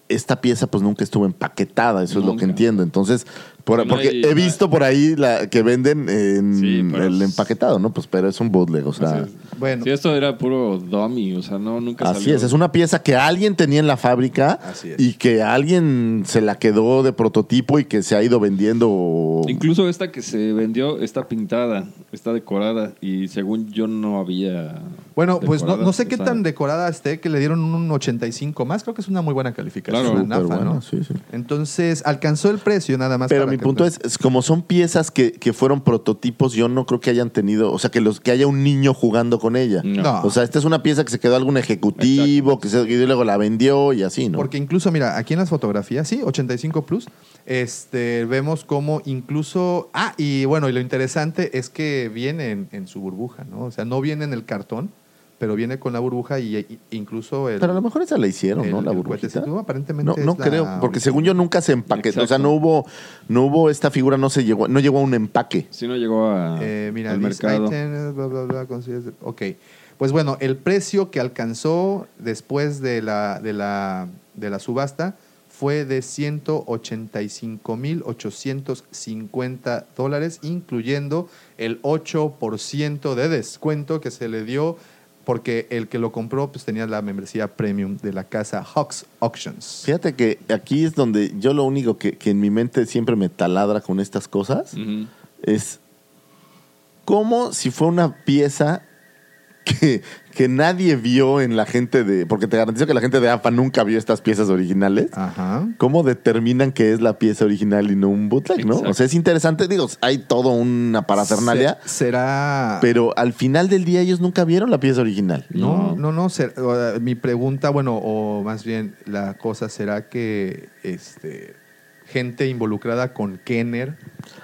Speaker 2: esta pieza pues nunca estuvo empaquetada, eso es lo que
Speaker 3: Nunca.
Speaker 2: entiendo. Entonces, por-
Speaker 3: No
Speaker 2: porque
Speaker 3: hay-
Speaker 2: he visto por ahí la que venden en
Speaker 3: Sí, pero es-
Speaker 2: el empaquetado, ¿no? Pues pero es un bootleg, o sea,
Speaker 3: Así
Speaker 2: así
Speaker 3: es.
Speaker 1: Bueno,
Speaker 3: Sí, esto era puro dummy, o sea, no, nunca
Speaker 2: es.
Speaker 3: salió.
Speaker 2: es una pieza que alguien tenía en la fábrica
Speaker 1: Así es.
Speaker 2: y que alguien se la quedó de prototipo y que se ha ido vendiendo
Speaker 3: Incluso esta que se vendió está pintada, está decorada y según yo no había.
Speaker 1: bueno pues no,
Speaker 3: decoradas,
Speaker 1: no sé qué
Speaker 3: o sea,
Speaker 1: tan decorada esté, que le dieron un 85 más, creo que es una muy buena calificación.
Speaker 3: Claro.
Speaker 1: en AFA,
Speaker 2: Superbuena,
Speaker 1: ¿no?
Speaker 2: sí, sí.
Speaker 1: Entonces, alcanzó el precio nada más.
Speaker 2: Pero
Speaker 1: para
Speaker 2: mi
Speaker 1: que-
Speaker 2: punto es, es como son piezas que, que fueron prototipos, yo no creo que hayan tenido, o sea, que los que haya un niño jugando con ella.
Speaker 3: No.
Speaker 1: No.
Speaker 2: O sea, esta es una pieza que se quedó algún ejecutivo, que, se, que luego la vendió y así, ¿no?
Speaker 1: Porque incluso, mira, aquí en las fotografías, sí, 85 plus, este, vemos cómo incluso. Ah, y bueno, y lo interesante es que viene en, en su burbuja, ¿no? O sea, no viene en el cartón, pero viene con la burbuja y, y- incluso el.
Speaker 2: Pero a lo mejor esa la hicieron,
Speaker 1: el-
Speaker 2: ¿no? La
Speaker 1: el
Speaker 2: burbujita.
Speaker 1: cohete, sí, tú, aparentemente
Speaker 2: no,
Speaker 1: es
Speaker 2: no
Speaker 1: la
Speaker 2: creo, porque
Speaker 1: original.
Speaker 2: según yo nunca se empaquetó, o sea,
Speaker 3: Exacto.
Speaker 2: no hubo no hubo esta figura no se llegó, no llegó a un empaque.
Speaker 3: Sí, no llegó a,
Speaker 1: Eh, mira,
Speaker 3: Ah, al
Speaker 1: this
Speaker 3: mercado.
Speaker 1: item, bla, bla, bla, consigues- Ok. Pues bueno, el precio que alcanzó después de la, de la, de la subasta fue de 185.850 dólares, incluyendo el 8% de descuento que se le dio porque el que lo compró pues, tenía la membresía premium de la casa Hawks Auctions.
Speaker 2: Fíjate que aquí es donde yo lo único que, que en mi mente siempre me taladra con estas
Speaker 1: Mm.
Speaker 2: cosas
Speaker 3: Ujú.
Speaker 2: es como si fue una pieza que, que nadie vio en la gente de. Porque te garantizo que la gente de AFA nunca vio estas piezas originales.
Speaker 1: Ajá.
Speaker 2: ¿Cómo determinan que es la pieza original y no un bootleg, no?
Speaker 3: Exacto.
Speaker 2: O sea, es interesante, digo, hay todo una parafernalia,
Speaker 1: Se- será...
Speaker 2: pero al final del día ellos nunca vieron la pieza original.
Speaker 3: No.
Speaker 1: No, no, no. ser- o, eh, mi pregunta, bueno, o más bien la cosa será que este, gente involucrada con Kenner.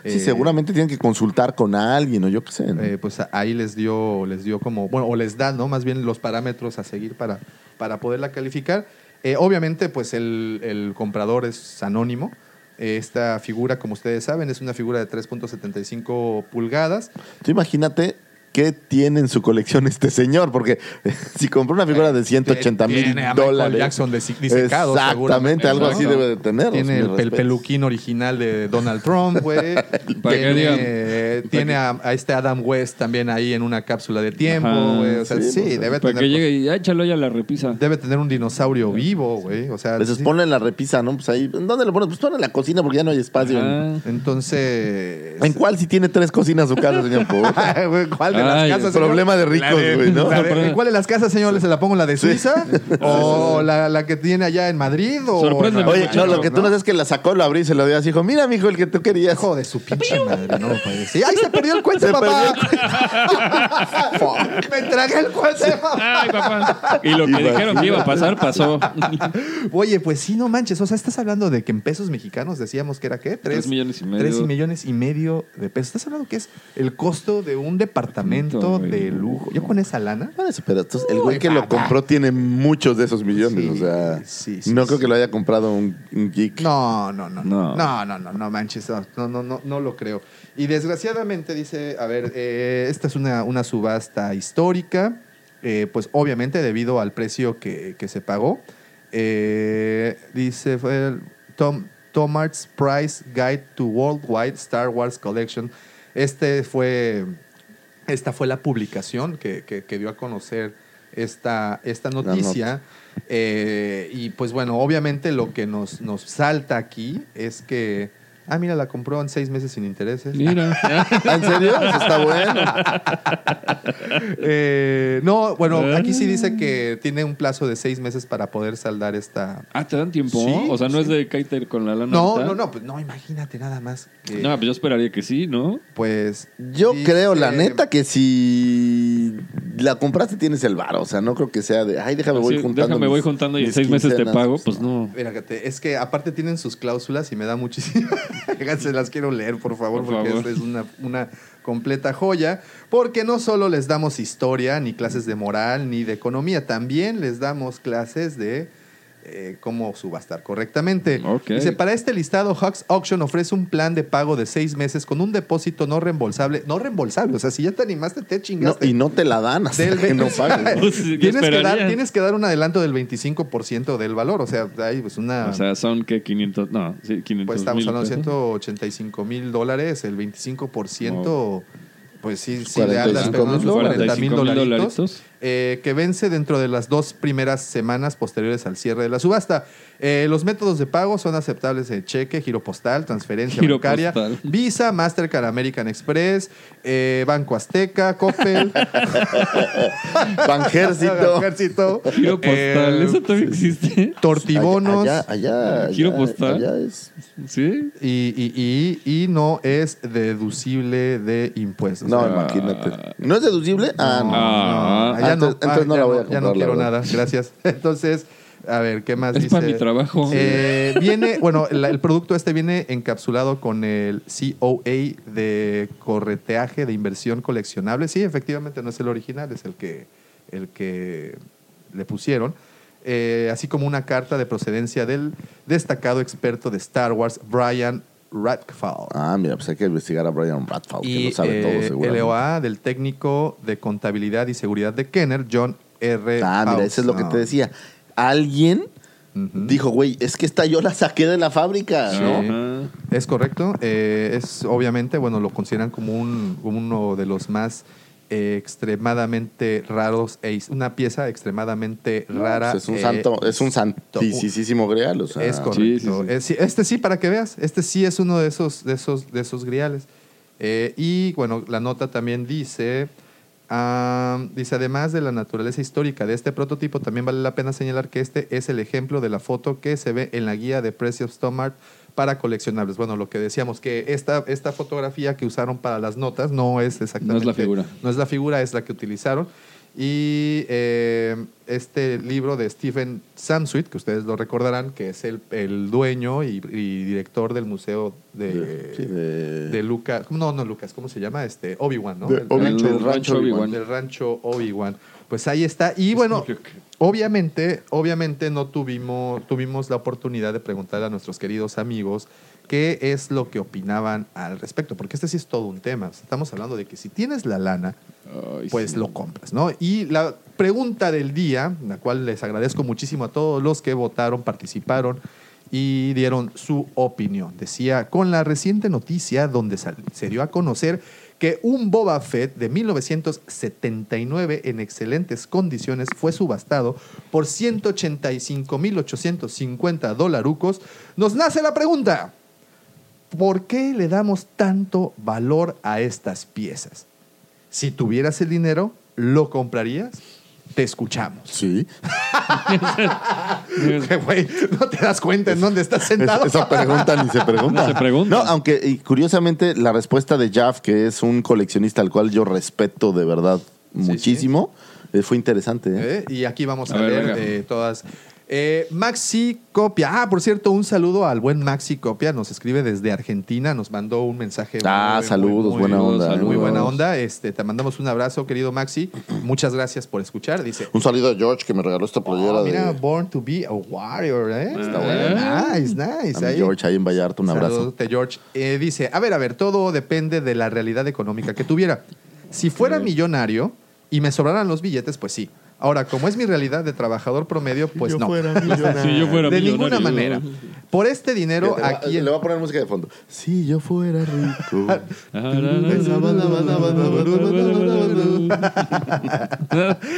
Speaker 2: Sí,
Speaker 1: eh,
Speaker 2: seguramente tienen que consultar con alguien o yo qué sé. ¿no?
Speaker 1: eh, pues a- ahí les dio, les dio como, bueno, o les da, ¿no? Más bien los parámetros a seguir para, para poderla calificar. Eh, obviamente, pues el, el comprador es anónimo. Eh, Esta figura, como ustedes saben, es una figura de 3.75 pulgadas.
Speaker 2: Tú imagínate qué tiene en su colección este señor, porque (laughs) si compró una figura de 180 mil
Speaker 1: Eh, Tiene a Michael
Speaker 2: dólares.
Speaker 1: Jackson disi- disecado,
Speaker 2: Exactamente,
Speaker 1: seguramente.
Speaker 2: algo así
Speaker 3: Exacto.
Speaker 2: debe de tener.
Speaker 1: Tiene
Speaker 2: mis
Speaker 1: el pel-
Speaker 2: respetos.
Speaker 1: peluquín original de Donald Trump, güey.
Speaker 3: Para que digan-
Speaker 1: tiene tiene a, a este Adam West también ahí en una cápsula de tiempo,
Speaker 3: Ajá,
Speaker 1: güey. O sea, sí,
Speaker 2: sí, pues,
Speaker 1: debe,
Speaker 3: Para
Speaker 1: tener,
Speaker 3: que llegue y ah, échalo ya a la repisa.
Speaker 1: debe tener un dinosaurio vivo, güey. O sea,
Speaker 2: Entonces
Speaker 1: sí.
Speaker 2: ponle en la repisa, ¿no? Pues ahí, ¿dónde lo pones? Pues ponle en la cocina porque ya no hay espacio.
Speaker 3: Ah,
Speaker 1: Entonces.
Speaker 2: ¿En cuál si tiene tres cocinas su casa, señor?
Speaker 1: (laughs)
Speaker 2: Puta.
Speaker 1: Güey, ¿Cuál de las
Speaker 3: Ay,
Speaker 1: casas? señor?
Speaker 2: Problema de ricos, güey, ¿no?
Speaker 1: La de- ¿En cuál de las casas, señores? ¿Se la pongo la de Suiza? ¿O la, la que tiene allá en Madrid? O
Speaker 3: Sorpréndeme,
Speaker 1: No,
Speaker 2: Oye, no, lo que tú no
Speaker 1: ¿no?
Speaker 2: sabes es que la sacó, lo abrí y se lo dio así. Dijo, mira, mijo, el que tú querías. (laughs)
Speaker 1: Hijo de su pinche madre, no lo puede decir. ¡Ay, se perdió el cuento,
Speaker 2: Se
Speaker 1: papá!
Speaker 2: perdió
Speaker 1: (laughs) ¡Me tragué el cuento, papá!
Speaker 3: Ay, papá. Y lo que
Speaker 2: Imagínate.
Speaker 3: dijeron que iba a pasar, pasó.
Speaker 1: (laughs) Oye, pues sí, no manches. O sea, estás hablando de que en pesos mexicanos decíamos que era qué? Tres,
Speaker 3: Tres millones y medio.
Speaker 1: Tres millones y medio de pesos. Estás hablando que es el costo de un departamento. departamento
Speaker 3: güey.
Speaker 1: de lujo. Yo con esa lana.
Speaker 2: Por eso, pero entonces, el güey
Speaker 1: Uy,
Speaker 2: que lo
Speaker 1: papá.
Speaker 2: compró tiene muchos de esos millones.
Speaker 1: Sí,
Speaker 2: o sea,
Speaker 1: sí, sí,
Speaker 2: no
Speaker 1: sí.
Speaker 2: creo que lo haya comprado un, un geek.
Speaker 1: No, no, no,
Speaker 3: No.
Speaker 1: no, no, no, no, no manches, no, no, no, no, no lo creo. Y desgraciadamente dice, a ver, eh, esta es una, una subasta histórica, eh, pues obviamente debido al precio que, que se pagó. Eh, dice, fue el Tom Tomart's Price Guide to Worldwide Star Wars Collection. Este fue, esta fue la publicación que, que- que dio a conocer esta, esta
Speaker 2: nota.
Speaker 1: noticia. Eh, y pues bueno, obviamente lo que nos, nos salta aquí es que. Ah, mira, la compró en seis meses sin intereses. pues
Speaker 3: Mira.
Speaker 2: Ah, ¿En serio? Eso está bueno.
Speaker 1: Eh, no,
Speaker 3: Ah.
Speaker 1: bueno, aquí sí dice que tiene un plazo de seis meses para poder saldar esta.
Speaker 3: ah, ¿te dan tiempo?
Speaker 1: Sí,
Speaker 3: o sea, no
Speaker 1: sí.
Speaker 3: es de Kaiter con la lana.
Speaker 1: No,
Speaker 3: ahorita?
Speaker 1: no, no, pues no, imagínate nada más. que,
Speaker 3: No, pues yo esperaría que sí, ¿no?
Speaker 1: Pues.
Speaker 2: Yo
Speaker 1: dice-
Speaker 2: creo, la neta, que si la compraste tienes el bar. O sea, no creo que sea de, ay, déjame voy
Speaker 3: Así,
Speaker 2: juntando.
Speaker 3: déjame,
Speaker 2: mis-
Speaker 3: voy juntando y en
Speaker 2: mis
Speaker 3: seis meses te
Speaker 2: quincenas.
Speaker 3: pago. Pues no.
Speaker 1: Fíjate, es que aparte tienen sus cláusulas y me da muchísimo. (laughs) Se las quiero leer, por favor,
Speaker 3: Por
Speaker 1: porque
Speaker 3: favor.
Speaker 1: es es una, una completa joya. Porque no solo les damos historia, ni clases de moral, ni de economía, también les damos clases de eh, cómo subastar correctamente.
Speaker 3: Ok.
Speaker 1: Dice, para este listado, Hawks Auction ofrece un plan de pago de seis meses con un depósito no reembolsable. No reembolsable, o sea, si ya te animaste, te
Speaker 2: No,
Speaker 1: chingaste.
Speaker 2: y no te la dan hasta
Speaker 1: Del
Speaker 2: que no (laughs)
Speaker 1: 20.
Speaker 2: pagues.
Speaker 3: Pues, (laughs) yo
Speaker 1: tienes, que dar,
Speaker 3: esperaría.
Speaker 1: tienes que dar un adelanto del 25% del valor, o sea, hay pues una...
Speaker 3: O sea, son que 500. No, sí, 500.
Speaker 1: Pues estamos
Speaker 3: mil
Speaker 1: hablando de
Speaker 3: pesos.
Speaker 1: 185 mil dólares, el 25%, pues sí, sí, le
Speaker 2: 45
Speaker 1: hablas, pero
Speaker 2: mil
Speaker 1: unos 40 mil
Speaker 3: 45 mil
Speaker 1: dolaritos,
Speaker 3: dolaritos.
Speaker 1: eh, que vence dentro de las dos primeras semanas posteriores al cierre de la subasta. Eh, los métodos de pago son aceptables de cheque, giro postal, transferencia
Speaker 3: Giro
Speaker 1: bancaria,
Speaker 3: postal.
Speaker 1: Visa, Mastercard, American Express, eh, Banco Azteca, Coppel, (laughs)
Speaker 2: Banjército.
Speaker 1: Ejército,
Speaker 3: Giro postal,
Speaker 1: eh,
Speaker 3: ¿eso todavía existe?
Speaker 1: Tortibonos.
Speaker 2: Allá, allá. allá,
Speaker 3: Giro postal.
Speaker 2: allá es-
Speaker 3: Sí.
Speaker 1: Y, y, y, y no es deducible de impuestos.
Speaker 2: No,
Speaker 1: O sea,
Speaker 2: imagínate. ¿No es deducible? Ah, no.
Speaker 3: Ah,
Speaker 1: Ah, ya
Speaker 2: entonces-
Speaker 1: no,
Speaker 2: entonces no
Speaker 1: ya
Speaker 2: la voy a
Speaker 1: Ya
Speaker 2: comprar,
Speaker 1: no
Speaker 2: la
Speaker 1: quiero
Speaker 2: verdad.
Speaker 1: nada, gracias. (laughs) Entonces, a ver, ¿qué más
Speaker 3: Es
Speaker 1: dice?
Speaker 3: para mi trabajo.
Speaker 1: Eh, viene, bueno, la- el producto este viene encapsulado con el COA de correteaje de inversión coleccionable. Sí, efectivamente no es el original, es el que, el que le pusieron. Eh, así como una carta de procedencia del destacado experto de Star Wars, Brian Radcliffe.
Speaker 2: Ah, mira, pues hay que investigar a Brian Radfall, que
Speaker 1: Y
Speaker 2: lo sabe todo,
Speaker 1: eh,
Speaker 2: seguro.
Speaker 1: LOA del técnico de contabilidad y seguridad de Kenner, John R.
Speaker 2: Ah, mira,
Speaker 1: House.
Speaker 2: eso es lo que
Speaker 1: No.
Speaker 2: te decía. Alguien
Speaker 1: Ujú.
Speaker 2: dijo, güey, es que esta yo la saqué de la fábrica,
Speaker 1: Sí.
Speaker 2: ¿no?
Speaker 3: Ajá.
Speaker 1: Es correcto. eh, es obviamente, bueno, lo consideran como, un, como uno de los más eh, extremadamente raros, e his- una pieza extremadamente rara.
Speaker 2: Pues es un
Speaker 1: eh,
Speaker 2: santo, es un
Speaker 1: santo.
Speaker 2: santísimo grial, o sea.
Speaker 1: es correcto.
Speaker 3: sí, sí.
Speaker 1: Es- sí, este sí, para que veas, este sí es uno de esos, de esos, de esos griales. Eh, y bueno, la nota también dice, am, dice, además de la naturaleza histórica de este prototipo, también vale la pena señalar que este es el ejemplo de la foto que se ve en la guía de Precious Tomart para coleccionables. Bueno, lo que decíamos, que esta, esta fotografía que usaron para las notas no es exactamente...
Speaker 3: figura.
Speaker 1: No es la figura, es la que utilizaron. Y eh, este libro de Stephen Samsweet, que ustedes lo recordarán, que es el, el dueño y, y director del museo de,
Speaker 2: De- sí, de-
Speaker 1: de Lucas. No, no Lucas, ¿cómo se llama? Este, Obi-Wan, ¿no?
Speaker 2: De
Speaker 1: El-
Speaker 2: Obi- rancho
Speaker 1: el-
Speaker 3: El
Speaker 2: Rancho
Speaker 3: rancho
Speaker 2: Obi-Wan.
Speaker 3: Obi-Wan.
Speaker 1: del rancho Obi-Wan. Pues ahí está. Y bueno, obviamente, obviamente no tuvimos, tuvimos la oportunidad de preguntar a nuestros queridos amigos qué es lo que opinaban al respecto, porque este sí es todo un tema. Estamos hablando de que si tienes la lana,
Speaker 3: Ay,
Speaker 1: pues
Speaker 3: sí.
Speaker 1: lo compras, ¿no? Y la pregunta del día, la cual les agradezco muchísimo a todos los que votaron, participaron y dieron su opinión. Decía, con la reciente noticia donde sal- se dio a conocer que un Boba Fett de 1979 en excelentes condiciones fue subastado por 185.850 dolarucos, nos nace la pregunta, ¿por qué le damos tanto valor a estas piezas? Si tuvieras el dinero, ¿lo comprarías? Te escuchamos.
Speaker 2: Sí.
Speaker 1: (laughs) Güey, no te das cuenta en dónde estás sentado.
Speaker 2: Es- esa pregunta ni se pregunta.
Speaker 3: No se pregunta.
Speaker 2: No, aunque y curiosamente la respuesta de Jaff, que es un coleccionista al cual yo respeto de verdad muchísimo, eh, fue interesante. ¿eh?
Speaker 1: (laughs) ¿Eh? Y aquí vamos a,
Speaker 3: A ver,
Speaker 1: ver,
Speaker 3: venga.
Speaker 1: eh, todas Eh, Maxi Copia. Ah, por cierto, un saludo al buen Maxi Copia. Nos escribe desde Argentina. Nos mandó un mensaje.
Speaker 2: Ah, saludos, buena onda,
Speaker 1: Muy
Speaker 2: saludos.
Speaker 1: buena onda. Este, te mandamos un abrazo, querido Maxi. Muchas gracias por escuchar. Dice.
Speaker 2: Un saludo a George que me regaló esta playera
Speaker 1: "Oh, mira,
Speaker 2: de
Speaker 1: Born to be a Warrior, ¿eh?
Speaker 3: Ah.
Speaker 1: Está
Speaker 3: buena.
Speaker 1: Nice, nice.
Speaker 2: a mi
Speaker 1: ahí.
Speaker 2: George ahí en Vallarta. Un abrazo.
Speaker 1: Saludote, George. Eh, dice, a ver, a ver, todo depende de la realidad económica que tuviera. Si fuera millonario y me sobraran los billetes, pues sí. Ahora, como es mi realidad de trabajador promedio, pues no. (laughs)
Speaker 3: Si yo fuera
Speaker 1: de
Speaker 3: millonario.
Speaker 1: ninguna manera. Por este dinero,
Speaker 2: Fíjate,
Speaker 1: aquí...
Speaker 2: le voy a poner música de fondo. Si yo fuera rico.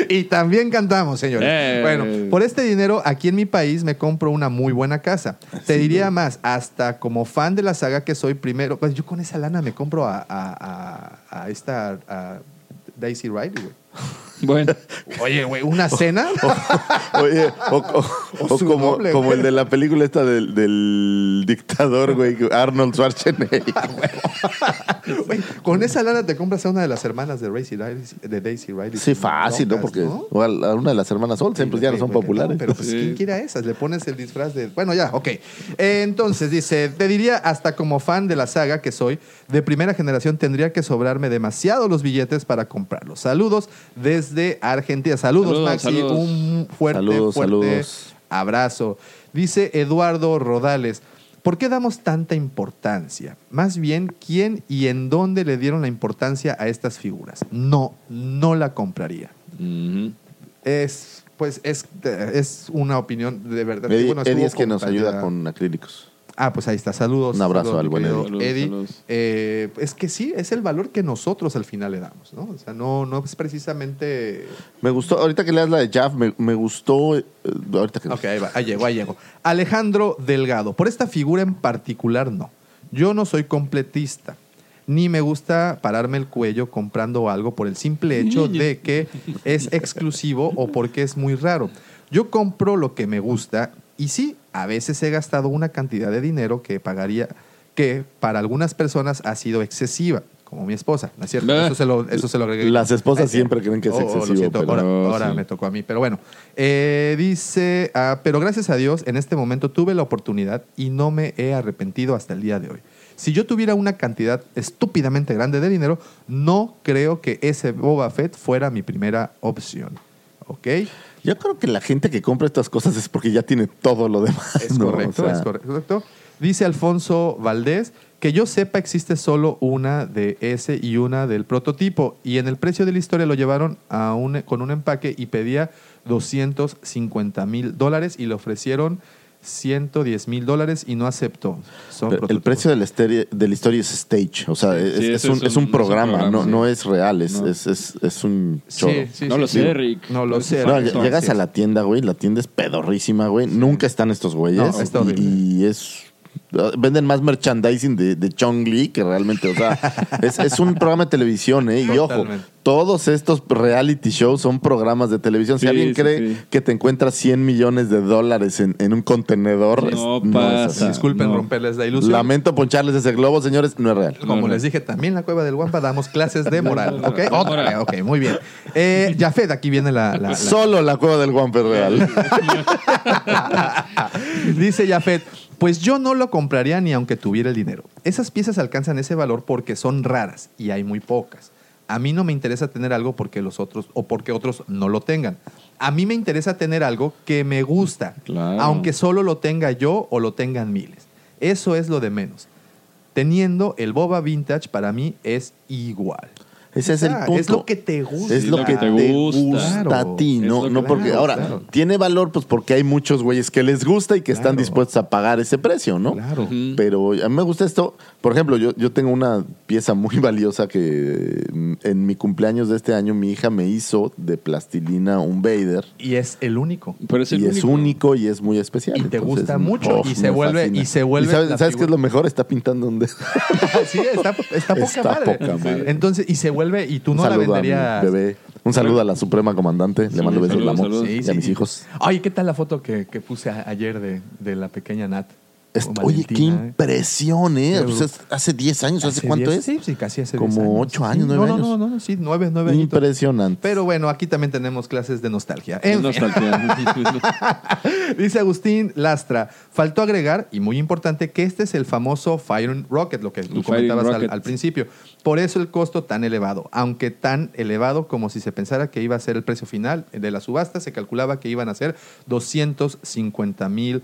Speaker 1: y también cantamos, señores.
Speaker 3: Eh.
Speaker 1: Bueno, por este dinero, aquí en mi país me compro una muy buena casa. Te diría más, hasta como fan de la saga que soy primero, pues yo con esa lana me compro a, a- a- a esta a Daisy Riley, güey.
Speaker 3: Bueno,
Speaker 1: Oye, güey,
Speaker 2: (laughs)
Speaker 1: ¿una cena?
Speaker 2: (laughs) Oye, o, o-
Speaker 1: O
Speaker 2: o
Speaker 1: su
Speaker 2: como,
Speaker 1: doble,
Speaker 2: como
Speaker 1: güey.
Speaker 2: el de la película esta del, del dictador, güey, que Arnold
Speaker 1: (laughs)
Speaker 2: Schwarzenegger.
Speaker 1: Ah, Güey, con esa lana te compras a una de las hermanas de, Daisy Riley. de Daisy Riley.
Speaker 2: Sí, fácil, ¿no?
Speaker 1: Locas,
Speaker 2: Porque o a la- a una de las hermanas Sol siempre ya no son
Speaker 1: Güey, que
Speaker 2: populares.
Speaker 1: no, pero pues,
Speaker 3: Sí.
Speaker 1: ¿quién quiere a esas? Le pones el disfraz de. Bueno, ya, ok. Eh, Entonces, dice: Te diría, hasta como fan de la saga que soy, de primera generación tendría que sobrarme demasiado los billetes para comprarlos. Saludos desde Argentina. Saludos,
Speaker 3: Saludos,
Speaker 1: Maxi.
Speaker 3: saludos.
Speaker 1: Un fuerte,
Speaker 2: Saludos,
Speaker 1: fuerte
Speaker 2: saludos.
Speaker 1: abrazo. Dice Eduardo Rodales. ¿Por qué damos tanta importancia? Más bien, ¿quién y en dónde le dieron la importancia a estas figuras? No, no la compraría.
Speaker 3: ujú.
Speaker 1: Es, pues, es, es una opinión de verdad.
Speaker 2: Eddie,
Speaker 1: Bueno, estuvo
Speaker 2: Eddie es que nos
Speaker 1: compañera-
Speaker 2: ayuda con acrílicos.
Speaker 1: Ah, pues ahí está. Saludos.
Speaker 2: Un abrazo
Speaker 1: saludos,
Speaker 2: al
Speaker 1: mi
Speaker 2: buen
Speaker 1: querido
Speaker 3: Eddie. Saludos, saludos.
Speaker 1: Eh, es que sí, es el valor que nosotros al final le damos, ¿no? O sea, no, no es precisamente...
Speaker 2: Me gustó, ahorita que leas la de Jaff, me, me gustó. eh, ahorita que.
Speaker 1: Ok, ahí va, ahí llego, ahí llego. Alejandro Delgado. Por esta figura en particular, no. Yo no soy completista. Ni me gusta pararme el cuello comprando algo por el simple hecho de que es exclusivo o porque es muy raro. Yo compro lo que me gusta y sí, a veces he gastado una cantidad de dinero que pagaría, que para algunas personas ha sido excesiva, como mi esposa, ¿no es cierto?
Speaker 3: Ah.
Speaker 1: Eso se lo, eso se lo agregué.
Speaker 2: Las esposas
Speaker 1: Ay, sí.
Speaker 2: siempre creen que es
Speaker 1: Oh, oh, lo
Speaker 2: excesivo,
Speaker 1: siento,
Speaker 2: pero-
Speaker 1: ahora-
Speaker 3: No,
Speaker 1: ahora
Speaker 3: sí.
Speaker 1: me tocó a mí, pero bueno. Eh, dice, ah, pero gracias a Dios, en este momento tuve la oportunidad y no me he arrepentido hasta el día de hoy. Si yo tuviera una cantidad estúpidamente grande de dinero, no creo que ese Boba Fett fuera mi primera opción. ¿Ok?
Speaker 2: Yo creo que la gente que compra estas cosas es porque ya tiene todo lo (laughs) demás.
Speaker 1: Es
Speaker 2: ¿no?
Speaker 1: correcto,
Speaker 2: O sea,
Speaker 1: es correcto. Dice Alfonso Valdés que yo sepa existe solo una de ese y una del prototipo y en el precio de la historia lo llevaron a un, con un empaque y pedía 250 mil dólares y le ofrecieron 110 mil dólares y no aceptó. Son
Speaker 2: pero El
Speaker 1: prototipos.
Speaker 2: precio de la, histeria- de la historia es stage, o sea, es,
Speaker 3: sí,
Speaker 2: es
Speaker 3: eso
Speaker 2: un,
Speaker 3: es
Speaker 2: es un
Speaker 3: un-
Speaker 2: programa,
Speaker 3: es un
Speaker 2: no,
Speaker 3: programa,
Speaker 2: no
Speaker 3: sí.
Speaker 2: es real, es,
Speaker 3: No.
Speaker 2: es, es, es un
Speaker 1: Sí,
Speaker 2: choro.
Speaker 1: sí,
Speaker 3: No
Speaker 1: sí,
Speaker 3: lo
Speaker 1: sí.
Speaker 3: sé, Rick.
Speaker 1: No lo sé.
Speaker 2: No,
Speaker 1: Rick.
Speaker 2: ll- llegas a la tienda, güey, la tienda es pedorrísima, güey. Nunca están estos güeyes.
Speaker 1: No, está
Speaker 2: y-
Speaker 1: horrible.
Speaker 2: y, es. Venden más merchandising de, de Chong Lee que realmente, o
Speaker 1: (laughs)
Speaker 2: sea, es, es un programa de televisión, ¿eh? Y ojo,
Speaker 1: Totalmente.
Speaker 2: todos estos reality shows son programas de televisión. Si
Speaker 3: Sí,
Speaker 2: alguien
Speaker 3: sí,
Speaker 2: cree
Speaker 3: sí.
Speaker 2: que te encuentras 100 millones de dólares en, en un contenedor, es-
Speaker 3: No
Speaker 2: es
Speaker 3: pasa.
Speaker 2: así.
Speaker 1: Disculpen
Speaker 3: No.
Speaker 1: romperles la ilusión.
Speaker 2: Lamento poncharles ese globo, señores, no es real.
Speaker 1: Como
Speaker 3: No, no.
Speaker 1: les dije, también en la Cueva del Guampa damos clases
Speaker 3: (laughs)
Speaker 1: de moral.
Speaker 3: No, no,
Speaker 1: ¿Ok?
Speaker 3: no.
Speaker 1: Otra, ok, muy bien. Eh, Jafet, aquí viene la- la- la,
Speaker 2: Solo la cueva del Juan es
Speaker 1: (laughs)
Speaker 2: real.
Speaker 1: Dice Jafet, pues yo no lo compraría ni aunque tuviera el dinero. Esas piezas alcanzan ese valor porque son raras y hay muy pocas. A mí no me interesa tener algo porque los otros o porque otros no lo tengan. A mí me interesa tener algo que me gusta,
Speaker 3: Claro.
Speaker 1: aunque solo lo tenga yo o lo tengan miles. Eso es lo de menos. Teniendo el Boba Vintage para mí es igual.
Speaker 2: Ese es el
Speaker 1: Ah, es
Speaker 2: punto.
Speaker 1: lo que te gusta.
Speaker 2: Es lo que te
Speaker 3: gusta.
Speaker 2: gusta a ti,
Speaker 3: Es
Speaker 2: ¿no?
Speaker 3: lo
Speaker 2: no
Speaker 3: que-
Speaker 2: porque,
Speaker 1: claro,
Speaker 2: ahora,
Speaker 1: claro.
Speaker 2: tiene valor pues porque hay muchos güeyes que les gusta y que están
Speaker 1: Claro.
Speaker 2: dispuestos a pagar ese precio, ¿no?
Speaker 1: Claro.
Speaker 3: Ujú.
Speaker 2: Pero a mí me gusta esto. Por ejemplo, yo, yo tengo una pieza muy (laughs) valiosa que mm, en mi cumpleaños de este año mi hija me hizo de plastilina un Vader.
Speaker 1: Y es el único.
Speaker 3: Pero es el
Speaker 2: y es único y es muy especial. oh,
Speaker 1: Y te gusta mucho, y
Speaker 2: me
Speaker 1: se vuelve- y se vuelve
Speaker 2: sabes,
Speaker 1: la
Speaker 2: ¿sabes qué es lo
Speaker 1: figura.
Speaker 2: mejor? Está pintando un dedo.
Speaker 1: Ah, sí, está, está poca
Speaker 2: Está
Speaker 1: madre.
Speaker 2: poca madre.
Speaker 1: Entonces, y se vuelve, y tú
Speaker 2: un
Speaker 1: no
Speaker 2: (laughs)
Speaker 1: la
Speaker 2: saludo a mi
Speaker 1: venderías.
Speaker 2: bebé. Un saludo a la Suprema Comandante. Le mando besos,
Speaker 3: saludos,
Speaker 2: la amor.
Speaker 3: saludos.
Speaker 2: Y a mis hijos.
Speaker 1: Ay, ¿qué tal la foto que, que puse a- ayer de, de la pequeña Nat?
Speaker 2: Es-
Speaker 1: O
Speaker 2: oye, qué
Speaker 1: Valentina, ¿eh?
Speaker 2: impresión, ¿eh?
Speaker 1: Pero-
Speaker 2: O sea, es- hace 10 años, ¿hace,
Speaker 1: Hace
Speaker 2: cuánto
Speaker 1: 10,
Speaker 2: es?
Speaker 1: Sí, sí, casi hace
Speaker 2: Como
Speaker 1: 10 años.
Speaker 2: ocho años,
Speaker 1: Sí,
Speaker 2: nueve
Speaker 1: no, No,
Speaker 2: años.
Speaker 1: no, no, sí, 9, 9 años.
Speaker 2: Impresionante.
Speaker 1: Pero bueno, aquí también tenemos clases de nostalgia. En
Speaker 3: (laughs)
Speaker 1: fin.
Speaker 3: Nostalgia.
Speaker 1: (laughs) Dice Agustín Lastra, faltó agregar, y muy importante, que este es el famoso Fire Rocket, lo que tú
Speaker 3: El Fire
Speaker 1: comentabas al,
Speaker 3: Rocket.
Speaker 1: al principio. Por eso el costo tan elevado, aunque tan elevado como si se pensara que iba a ser el precio final de la subasta, se calculaba que iban a ser 250 mil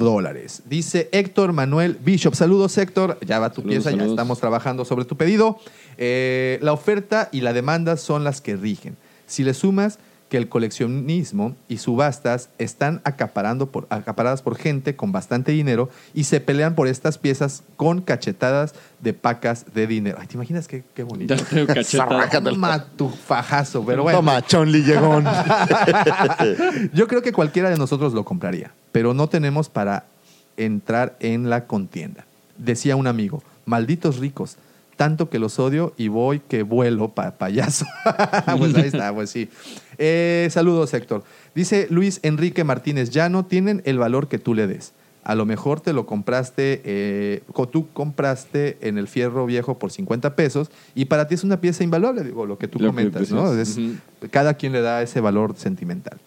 Speaker 1: dólares. Dice Héctor Manuel Bishop, saludos Héctor, ya va tu
Speaker 3: Saludos,
Speaker 1: pieza, ya
Speaker 3: saludos.
Speaker 1: estamos trabajando sobre tu pedido. Eh, la oferta y la demanda son las que rigen. Si le sumas que el coleccionismo y subastas están acaparando por, acaparadas por gente con bastante dinero y se pelean por estas piezas con cachetadas de pacas de dinero. Ay, ¿te imaginas qué, qué bonito?
Speaker 3: Ya te
Speaker 1: (laughs)
Speaker 3: cachetada.
Speaker 2: Sácatela.
Speaker 1: Matufajazo, pero bueno.
Speaker 2: Toma, Chonli
Speaker 1: (laughs)
Speaker 2: llegón.
Speaker 1: Yo creo que cualquiera de nosotros lo compraría, pero no tenemos para entrar en la contienda. Decía un amigo, malditos ricos, tanto que los odio y voy que vuelo, pa- payaso. (laughs) pues ahí está, pues sí. Eh, saludos, Héctor. Dice Luis Enrique Martínez, ya no tienen el valor que tú le des. A lo mejor te lo compraste, eh, co- tú compraste en el fierro viejo por 50 pesos y para ti es una pieza invaluable, digo, lo que tú
Speaker 3: Lo que
Speaker 1: comentas, ¿no?
Speaker 3: decías.
Speaker 1: Es-
Speaker 3: Ujú.
Speaker 1: cada quien le da ese valor sentimental.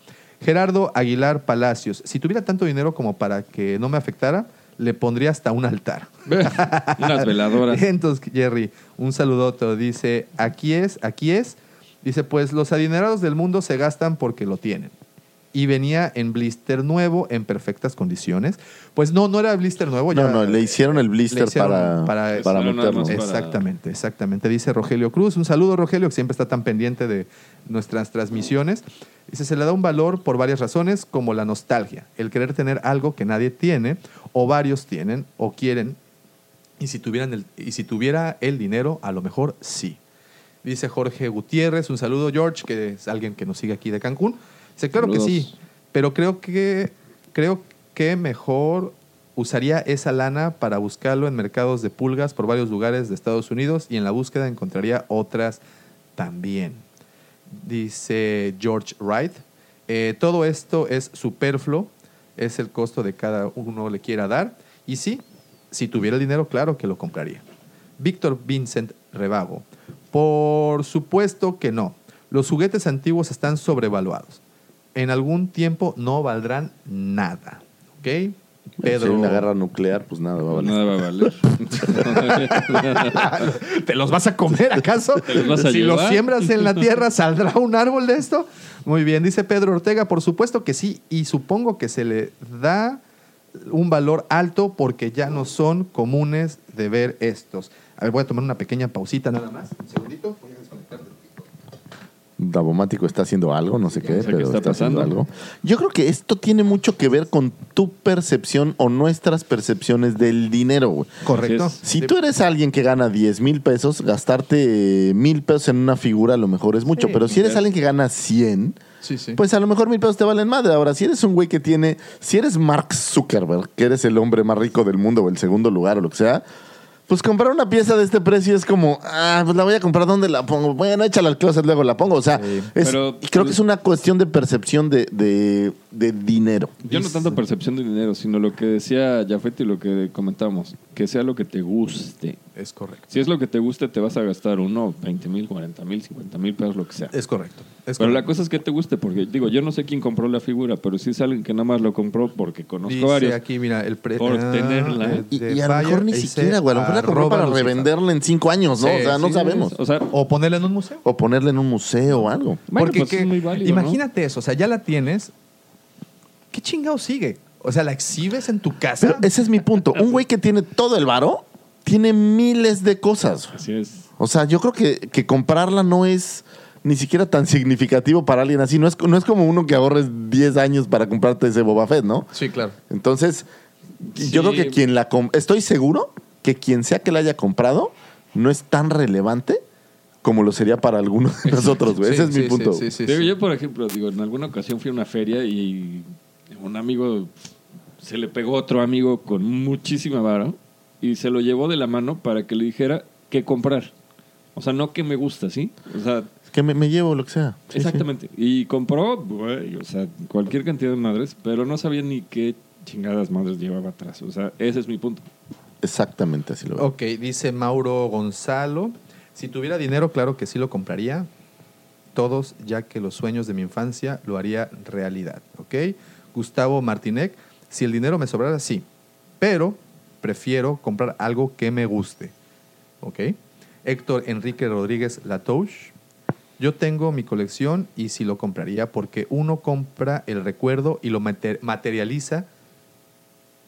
Speaker 1: Gerardo Aguilar Palacios, si tuviera tanto dinero como para que no me afectara, le pondría hasta un altar.
Speaker 3: Unas veladoras.
Speaker 1: (laughs) Entonces, Jerry, un saludoto. Dice, aquí es, aquí es. Dice, pues los adinerados del mundo se gastan porque lo tienen. Y venía en blister nuevo, en perfectas condiciones. Pues no, no era blister nuevo.
Speaker 2: No,
Speaker 1: ya-
Speaker 2: no, le hicieron el blister
Speaker 1: le hicieron
Speaker 2: para,
Speaker 1: para-
Speaker 2: para,
Speaker 3: Hicieron nada
Speaker 2: meterlo.
Speaker 3: más para-
Speaker 1: Exactamente, exactamente. Dice Rogelio Cruz. Un saludo, Rogelio, que siempre está tan pendiente de nuestras transmisiones. Dice, se le da un valor por varias razones, como la nostalgia, el querer tener algo que nadie tiene, o varios tienen, o quieren. Y si, tuvieran el, y si tuviera el dinero, a lo mejor sí. Dice Jorge Gutiérrez, un saludo George, que es alguien que nos sigue aquí de Cancún. Dice, claro
Speaker 3: Saludos.
Speaker 1: que sí, pero creo que, creo que mejor usaría esa lana para buscarlo en mercados de pulgas por varios lugares de Estados Unidos y en la búsqueda encontraría otras también. Dice George Wright, eh, todo esto es superfluo, es el costo de cada uno le quiera dar. Y sí, si tuviera el dinero, claro que lo compraría. Víctor Vincent Rebago. Por supuesto que no. Los juguetes antiguos están sobrevaluados. En algún tiempo no valdrán nada. ¿Ok?
Speaker 2: Si hay
Speaker 1: Pedro.
Speaker 2: una guerra nuclear, pues nada, va a valer.
Speaker 3: Nada va a valer.
Speaker 1: (laughs) ¿Te los vas a comer acaso?
Speaker 3: los vas a
Speaker 1: si
Speaker 3: llevar?
Speaker 1: los siembras en la tierra, ¿saldrá un árbol de esto? Muy bien, dice Pedro Ortega, por supuesto que sí, y supongo que se le da un valor alto porque ya no son comunes de ver estos. A ver, voy a tomar una pequeña pausita nada más. Un segundito. voy a desconectar.
Speaker 2: Dabomático está haciendo algo, no sé qué,
Speaker 3: No sé
Speaker 2: pero
Speaker 3: qué
Speaker 2: está,
Speaker 3: está
Speaker 2: haciendo
Speaker 3: pasando.
Speaker 2: algo. Yo creo que esto tiene mucho que ver con tu percepción o nuestras percepciones del dinero, güey.
Speaker 1: Correcto.
Speaker 3: Así
Speaker 2: Si tú eres alguien que gana 10 mil pesos, gastarte mil pesos en una figura a lo mejor es mucho, pero si eres
Speaker 3: claro.
Speaker 2: alguien que gana 100,
Speaker 1: Sí, sí.
Speaker 2: pues a lo mejor mil pesos te valen madre. Ahora, si eres un güey que tiene, si eres Mark Zuckerberg, que eres el hombre más rico del mundo o el segundo lugar o lo que sea, pues comprar una pieza de este precio es como, ah, pues la voy a comprar, ¿dónde la pongo? Bueno, échala al closet, luego la pongo. O sea, es-
Speaker 3: Pero-
Speaker 2: creo que es una cuestión de percepción de, de- de dinero.
Speaker 3: (laughs) Yo no tanto percepción de dinero, sino lo que decía Jafet y lo que comentamos. Que sea lo que te guste.
Speaker 1: Es correcto.
Speaker 3: Si es lo que te guste, te vas a gastar uno, 20 mil, 40 mil, 50 mil pesos, lo que sea.
Speaker 1: Es correcto. Es
Speaker 3: Pero la
Speaker 1: correcto.
Speaker 3: cosa es que te guste, porque digo, yo no sé quién compró la figura, pero sí es alguien que nada más lo compró porque conozco
Speaker 1: Dice
Speaker 3: varios.
Speaker 1: aquí, mira, el ah, precio.
Speaker 3: Por tenerla.
Speaker 2: Y, y a lo mejor ni siquiera, güey. A lo mejor la compró para revenderla en cinco años, ¿no?
Speaker 1: Sí,
Speaker 2: o sea, no
Speaker 1: sí,
Speaker 2: sabemos.
Speaker 3: Pues, O sea,
Speaker 1: O ponerla en un museo.
Speaker 2: O ponerla en un museo o algo.
Speaker 3: bueno,
Speaker 1: Porque
Speaker 3: pues
Speaker 1: ¿qué?
Speaker 3: es muy válido, ¿no?
Speaker 1: imagínate eso, o sea, ya la tienes. ¿Qué chingado sigue? O sea, la exhibes en tu casa.
Speaker 2: Pero ese es mi punto. Un güey que tiene todo el varo tiene miles de cosas.
Speaker 3: Así es.
Speaker 2: O sea, yo creo que, que comprarla no es ni siquiera tan significativo para alguien así. No es, no es como uno que ahorres 10 años para comprarte ese Boba Fett, ¿no?
Speaker 1: Sí, claro.
Speaker 2: Entonces, yo
Speaker 3: Sí.
Speaker 2: creo que quien la... com- Estoy seguro que quien sea que la haya comprado no es tan relevante como lo sería para algunos de nosotros, güey. ese es mi punto.
Speaker 1: Sí, sí,
Speaker 3: digo,
Speaker 1: sí.
Speaker 3: yo, por ejemplo, digo, en alguna ocasión fui a una feria y un amigo se le pegó a otro amigo con muchísima vara y se lo llevó de la mano para que le dijera qué comprar. O sea, no que me gusta, ¿sí? O sea,
Speaker 2: Que me, me llevo lo que sea. Sí, sí.
Speaker 3: Exactamente. Y compró, güey, o sea, cualquier cantidad de madres, pero no sabía ni qué chingadas madres llevaba atrás. O sea, ese es mi punto.
Speaker 2: Exactamente así lo veo.
Speaker 1: Ok, dice Mauro Gonzalo. Si tuviera dinero, claro que sí lo compraría. Todos, ya que los sueños de mi infancia lo haría realidad. Ok. Gustavo Martinec. Si el dinero me sobrara, sí. Pero prefiero comprar algo que me guste. Ok. Héctor Enrique Rodríguez Latouche. Yo tengo mi colección y si lo compraría porque uno compra el recuerdo y lo mater- materializa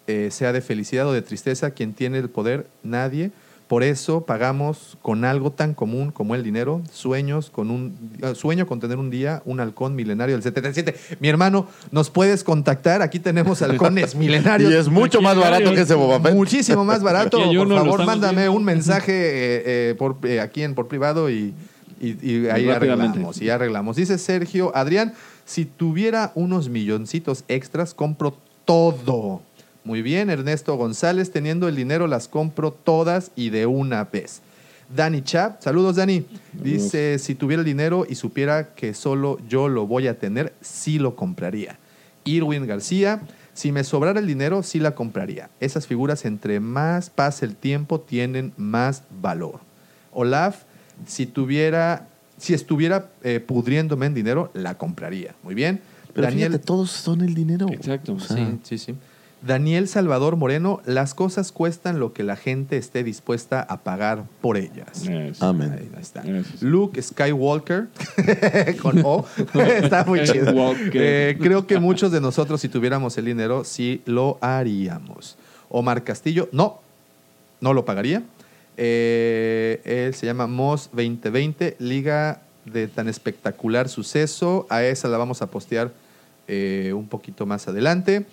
Speaker 1: eh, sea de felicidad o de tristeza, quien tiene el poder, nadie. Por eso pagamos con algo tan común como el dinero, sueños con un eh, sueño con tener un día un halcón milenario del 77. Mi hermano, nos puedes contactar,
Speaker 2: (laughs)
Speaker 1: aquí tenemos halcones milenarios.
Speaker 2: Y es mucho más barato que ese Boba Fett.
Speaker 1: Muchísimo
Speaker 2: (laughs)
Speaker 1: más
Speaker 3: (laughs)
Speaker 1: barato.
Speaker 3: Aquí hay
Speaker 1: Por
Speaker 3: uno, lo
Speaker 1: favor,
Speaker 3: estamos
Speaker 1: mándame
Speaker 3: viendo.
Speaker 1: un mensaje eh, eh, por, eh, aquí en por privado y, y- y ahí
Speaker 3: Rápidamente.
Speaker 1: arreglamos. Y arreglamos. Dice Sergio, Adrián, si tuviera unos milloncitos extras, compro todo. Muy bien, Ernesto González, teniendo el dinero las compro todas y de una vez. Dani Chap, saludos Dani. Dice, si tuviera el dinero y supiera que solo yo lo voy a tener, sí lo compraría. Irwin García, si me sobrara el dinero, sí la compraría. Esas figuras, entre más pasa el tiempo, tienen más valor. Olaf, si tuviera, si estuviera eh, pudriéndome en dinero, la compraría. Muy bien.
Speaker 2: Pero
Speaker 1: Daniel,
Speaker 2: fíjate, Ah. todos son el dinero.
Speaker 3: Exacto.
Speaker 1: Sí, sí, sí. Daniel Salvador Moreno, las cosas cuestan lo que la gente esté dispuesta a pagar por ellas.
Speaker 3: Eso.
Speaker 2: Amén.
Speaker 1: Ahí está.
Speaker 3: Eso sí.
Speaker 1: Luke Skywalker (laughs) con O. (laughs)
Speaker 3: (laughs)
Speaker 1: está muy chido.
Speaker 3: Skywalker.
Speaker 1: Eh, creo que muchos de nosotros, si tuviéramos el dinero, sí lo haríamos. Omar Castillo, no, no lo pagaría. Eh, él se llama Moss 2020, Liga de tan espectacular suceso. A esa la vamos a postear eh, un poquito más adelante.